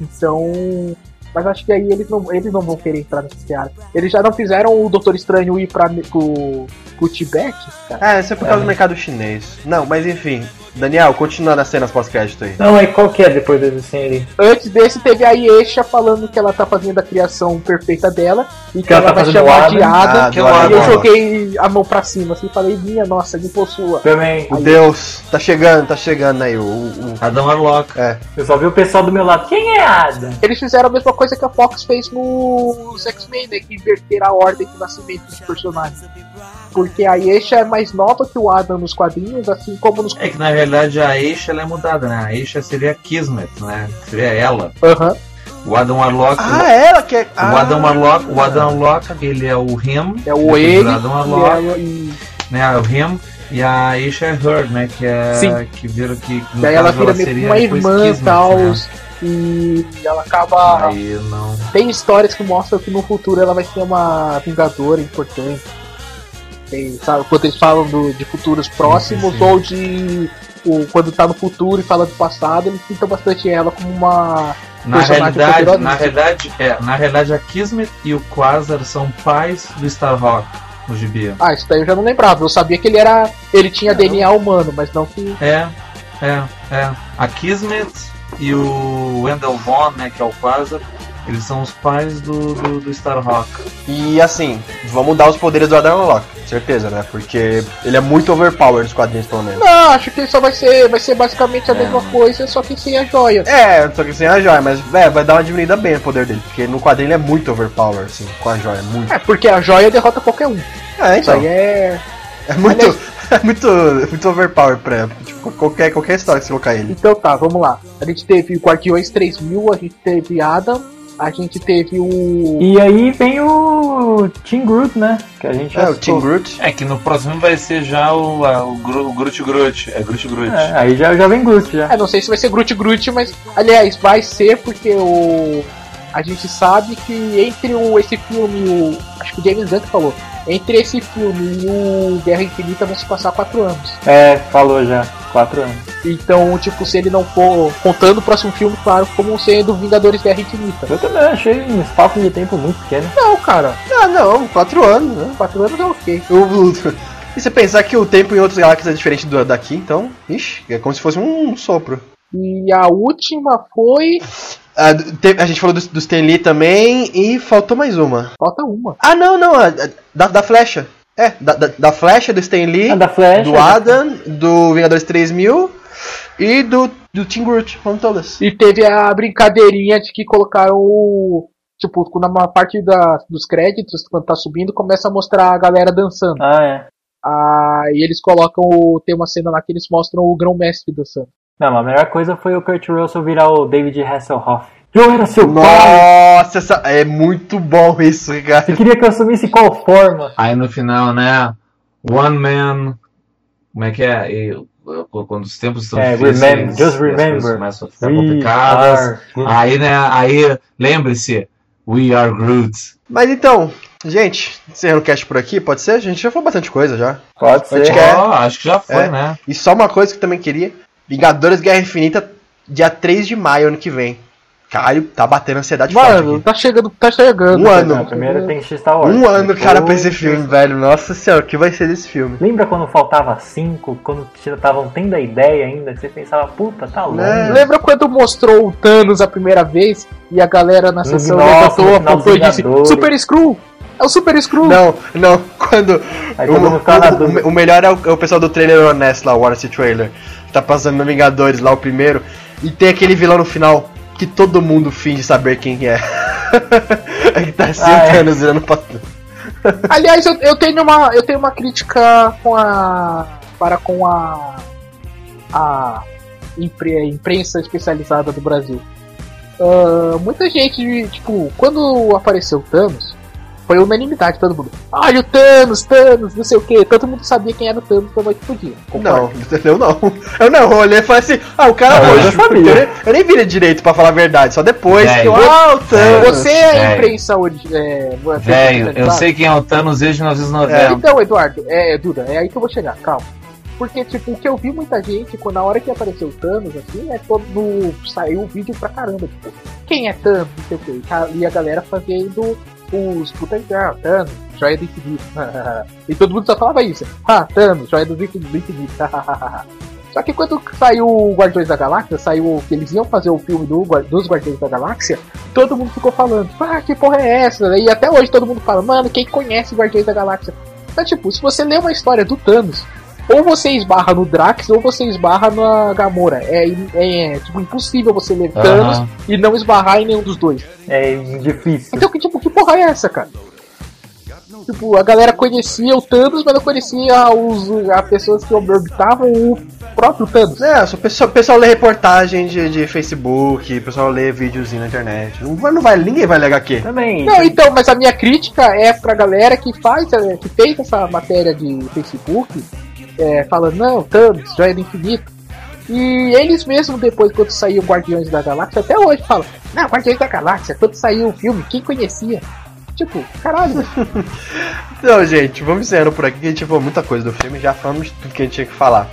E: Então. Mas acho que aí eles não, eles não vão querer entrar nesse cenário. Eles já não fizeram o Doutor Estranho ir pra, pro, pro Tibete, cara.
C: Ah, isso é por causa do mercado chinês. Não, mas enfim. Daniel, continua nas cenas pós-crédito aí.
D: Não, aí qual que é depois do Stan Lee?
E: Antes desse, teve a Yesha falando que ela tá fazendo a criação perfeita dela e que
D: ela
E: ela,
D: tá
E: vai
D: fazendo
E: chamar
D: Adam.
E: de Adam.
C: Ah,
B: que
C: do Adam
E: e eu
C: Bovol.
E: joguei a mão pra cima assim e falei, minha nossa, me possua.
D: Também,
C: O Deus, tá chegando, tá chegando aí, o- o- é. o
B: Adam Warlock.
D: eu só vi o pessoal do meu lado. Quem é Adam?
E: Eles fizeram a mesma coisa que a Fox fez nos X-Men, né? Que inverteram a ordem de nascimento dos personagens. Porque a Yesha é mais nova que o Adam nos quadrinhos, assim como nos.
B: É que na realidade a Aisha ela é mudada, né? A Aisha seria a Kismet, né? Seria ela.
E: Aham.
B: O Adam Warlock.
C: Ah, ela que é.
B: o, o Adam Warlock, o Adam Warlock, ele é o Him,
E: ah. É o
B: Depois do
E: ele.
B: Adam
E: e
B: Warlock,
E: ela- e-
B: né? O Him e a Aisha é Her, né? Que é
E: Sim.
B: que viram que no
E: Daí ela
B: caso,
E: vira meio que
B: seria tipo
E: uma
B: depois
E: irmã e
B: Kismet,
E: tal. Ah.
B: né?
E: E ela acaba.
B: Aí não.
E: Tem histórias que mostram que no futuro ela vai ser uma vingadora importante. Tem, sabe, quando eles falam do- de futuros próximos
B: sim.
E: ou de. o- quando tá no futuro e fala do passado, eles pintam bastante ela como uma.
B: Na
E: Personagem
B: realidade,
E: poderoso.
B: na realidade, é, na realidade a Kismet e o Quasar são pais do Starhawk, o Gibi.
E: Ah, isso daí eu já não lembrava. Eu sabia que ele era. Ele tinha DNA humano, mas não que.
B: É, é, é. A Kismet e o Wendell Vaughn, né, que é o Quasar, eles são os pais do, do, do Starhawk.
C: E assim, vamos dar os poderes do Adam Warlock, certeza, né? Porque ele é muito overpowered nos quadrinhos, pelo menos.
E: Não, acho que só vai ser. Vai ser basicamente a
B: É.
E: mesma coisa, só que sem a joia.
C: É, só que sem a joia, mas é, vai dar uma diminuída bem no poder dele, porque no quadrinho ele é muito overpowered, assim, com a joia, muito.
E: É, porque a joia derrota qualquer um.
C: É,
E: Isso aí é.
C: É muito. muito, muito overpower pra época. Tipo, qualquer, qualquer história que você colocar ele.
E: Então tá, vamos lá. A gente teve o Guardiões 3000, a gente teve Adam, a gente teve o.
D: E aí vem o Team Groot, né? Que a gente
C: É,
D: já
C: o Team
D: citou.
C: Groot.
B: É que no próximo vai ser já o, a, o, Gru, o Groot Groot. É Groot Groot.
D: É, aí já, já vem Groot já.
E: É, não sei se vai ser Groot Groot, mas. Aliás, vai ser porque o. A gente sabe que entre o, esse filme e o. Acho que o James Gunn que falou. Entre esse filme e o Guerra Infinita vão se passar quatro anos.
D: É, falou já. Quatro anos.
E: Então, tipo, se ele não for contando o próximo filme, claro, como sendo Vingadores Guerra Infinita.
D: Eu também achei um espaço de tempo muito pequeno.
E: Não, cara,
C: Ah, não, quatro anos, né?
E: quatro anos é ok.
C: O- E você pensar que o tempo em outras galáxias é diferente do daqui, então. Ixi, é como se fosse um sopro.
E: E a última foi.
C: Ah, do- te- a gente falou do, do Stan Lee também e faltou mais uma.
E: Falta uma.
C: Ah, não, não, a- a- da, da flecha. É, da, da, da flecha do Stan Lee,
D: A Ah, da Flash. né?
C: do Adam, do Vingadores 3000 e do, do Team Groot. Foram todas.
E: E teve a brincadeirinha de que colocaram o. Tipo, quando uma parte da, dos créditos, quando tá subindo, começa a mostrar a galera dançando.
D: Ah, é.
E: Ah, e eles colocam o. Tem uma cena lá que eles mostram o grão-mestre dançando.
D: Não, mas a melhor coisa foi o Kurt Russell virar o David Hasselhoff. Eu era seu pai!
C: Nossa, essa, é muito bom isso, cara.
D: Você queria que eu assumisse qual forma?
B: Aí no final, né? One man. Como é que é? E, uh, quando os tempos estão
D: É,
B: difíceis,
D: remember, just
B: as coisas
D: remember.
B: começam
C: É
B: a ficar
D: We
B: complicadas.
D: are Groot.
B: Aí, né? Aí, lembre-se, we are Groot.
C: Mas então, gente, encerrando o cast por aqui, pode ser? A gente já falou bastante coisa já.
D: Pode ser.
C: Acho que é.
B: Ó, acho que já foi,
C: É.
B: né?
C: E só uma coisa que eu também queria: Vingadores Guerra Infinita, dia 3 de maio, ano que vem. Caralho, tá batendo ansiedade
E: Mano,
C: forte
E: tá chegando, tá chegando.
C: Um
E: cara.
C: ano.
D: Não, primeiro tem que assistir Star Wars.
C: aqui. Um ano, cara, pra
D: Depois-
C: esse filme, velho. Nossa senhora, o que vai ser desse filme?
D: Lembra quando faltava cinco? Quando estavam tendo a ideia ainda? Que você pensava, puta, tá longe.
C: Né?
E: Lembra quando mostrou o Thanos a primeira vez e a galera na
D: No-
E: sessão
D: nossa, no
E: levantou a
D: final
E: foto e
D: dos
E: disse:
D: Vingadores.
E: Super Screw! É o Super Screw!
C: Não, não, quando.
D: Aí
C: o,
D: todo mundo ficava na
C: o-
D: dúvida.
C: o melhor é o, é o pessoal do trailer honesto lá, o Warner Trailer. que Tá passando no Vingadores lá, o primeiro. E tem aquele vilão no final que todo mundo finge saber quem é. é que tá
D: Ah, é.
C: sentando, virando pra.
E: Aliás, eu, eu tenho uma eu tenho uma crítica com a para com a a impre- imprensa especializada do Brasil. Ah, muita gente, tipo, quando apareceu o Thanos, foi unanimidade todo mundo. Olha o Thanos, Thanos, não sei o que. Todo mundo sabia quem era o Thanos da noite pro dia.
C: Não, eu não. Eu não, eu olhei e falei assim, ah, o cara
D: Ah, eu já
C: hoje. Eu,
D: sabia.
C: nem- eu nem virei direito pra falar a verdade, só depois que eu.
B: Velho.
C: Ah, o Thanos.
E: Você é a
B: Velho.
E: imprensa origi- é, a
B: Velho, eu
E: especializada.
B: sei quem é o Thanos desde
E: É,
B: 1990.
E: Então, Eduardo, é, Duda, é aí que eu vou chegar, calma. Porque, tipo, o que eu vi muita gente, quando na hora que apareceu o Thanos, assim, é todo. Saiu o vídeo pra caramba, tipo, quem é Thanos, não sei o quê. E a galera fazendo os puta ah, Thanos, joia do infinito. e todo mundo só falava isso. Ah, Thanos, joia do infinito. do infinito. Só que quando saiu o Guardiões da Galáxia, saiu que eles iam fazer o filme do Guar- dos Guardiões da Galáxia, todo mundo ficou falando, ah, que porra é essa? E até hoje todo mundo fala, mano, quem conhece Guardiões da Galáxia? Então, tipo, se você lê uma história do Thanos, ou você esbarra no Drax, ou você esbarra na Gamora. É, é, é, tipo, impossível você ler Thanos
B: Aham.
E: e não esbarrar em nenhum dos dois.
D: É difícil.
E: Então, que, tipo, que porra é essa, cara? Tipo, a galera conhecia o Thanos, mas não conhecia os, as pessoas que orbitavam o próprio Thanos.
C: É, só o pessoal, o pessoal lê reportagem de, de Facebook, o pessoal lê videozinho na internet. Não vai, não vai, ninguém vai ler HQ.
D: Também.
E: Não, então, mas a minha crítica é pra galera que faz, é, que fez essa matéria de Facebook, é, falando, não, Thanos, Joia do Infinito. E eles mesmo depois, quando saiu Guardiões da Galáxia, até hoje falam, não, Guardiões da Galáxia, quando saiu o filme, quem conhecia? Tipo, caralho,
C: Então, gente, vamos encerrando por aqui, que a gente falou muita coisa do filme, já falamos de tudo que a gente tinha que falar.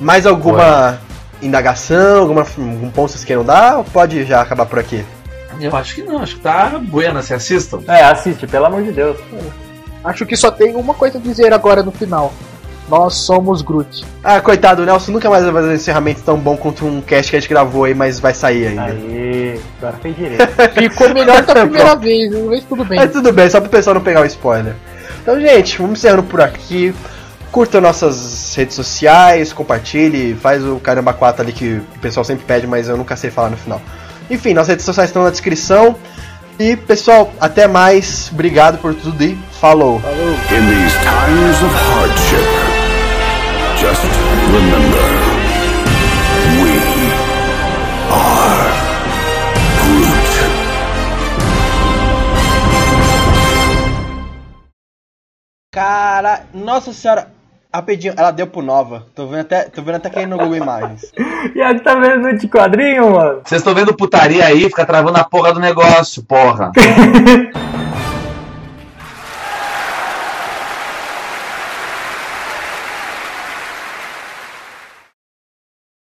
C: Mais alguma indagação, alguma, algum ponto que vocês queiram dar? Ou pode já acabar por aqui?
B: Eu acho que não, acho que tá buena, se assistam.
D: É, assiste, pelo amor de Deus.
E: acho que só tem uma coisa a dizer agora no final. Nós somos Groot.
C: Ah, coitado, o Nelson nunca mais vai fazer um encerramento tão bom quanto um cast que a gente gravou aí, mas vai sair ainda.
D: Aí, agora fez direito.
E: Ficou melhor que a primeira vez, uma vez tudo bem.
C: Mas tudo bem, só pro pessoal não pegar o spoiler. Então, gente, vamos encerrando por aqui. Curta nossas redes sociais, compartilhe, faz o caramba 4 ali que o pessoal sempre pede, mas eu nunca sei falar no final. Enfim, nossas redes sociais estão na descrição. E, pessoal, até mais. Obrigado por tudo e falou.
A: In these times of hardship, Just remember, we are Groot.
C: Cara, nossa senhora. Rapidinho, ela deu pro Nova. Tô vendo até, tô vendo até quem no Google Imagens.
D: Iago tá vendo de quadrinho, mano?
B: Vocês estão vendo putaria aí, fica travando a porra do negócio, porra.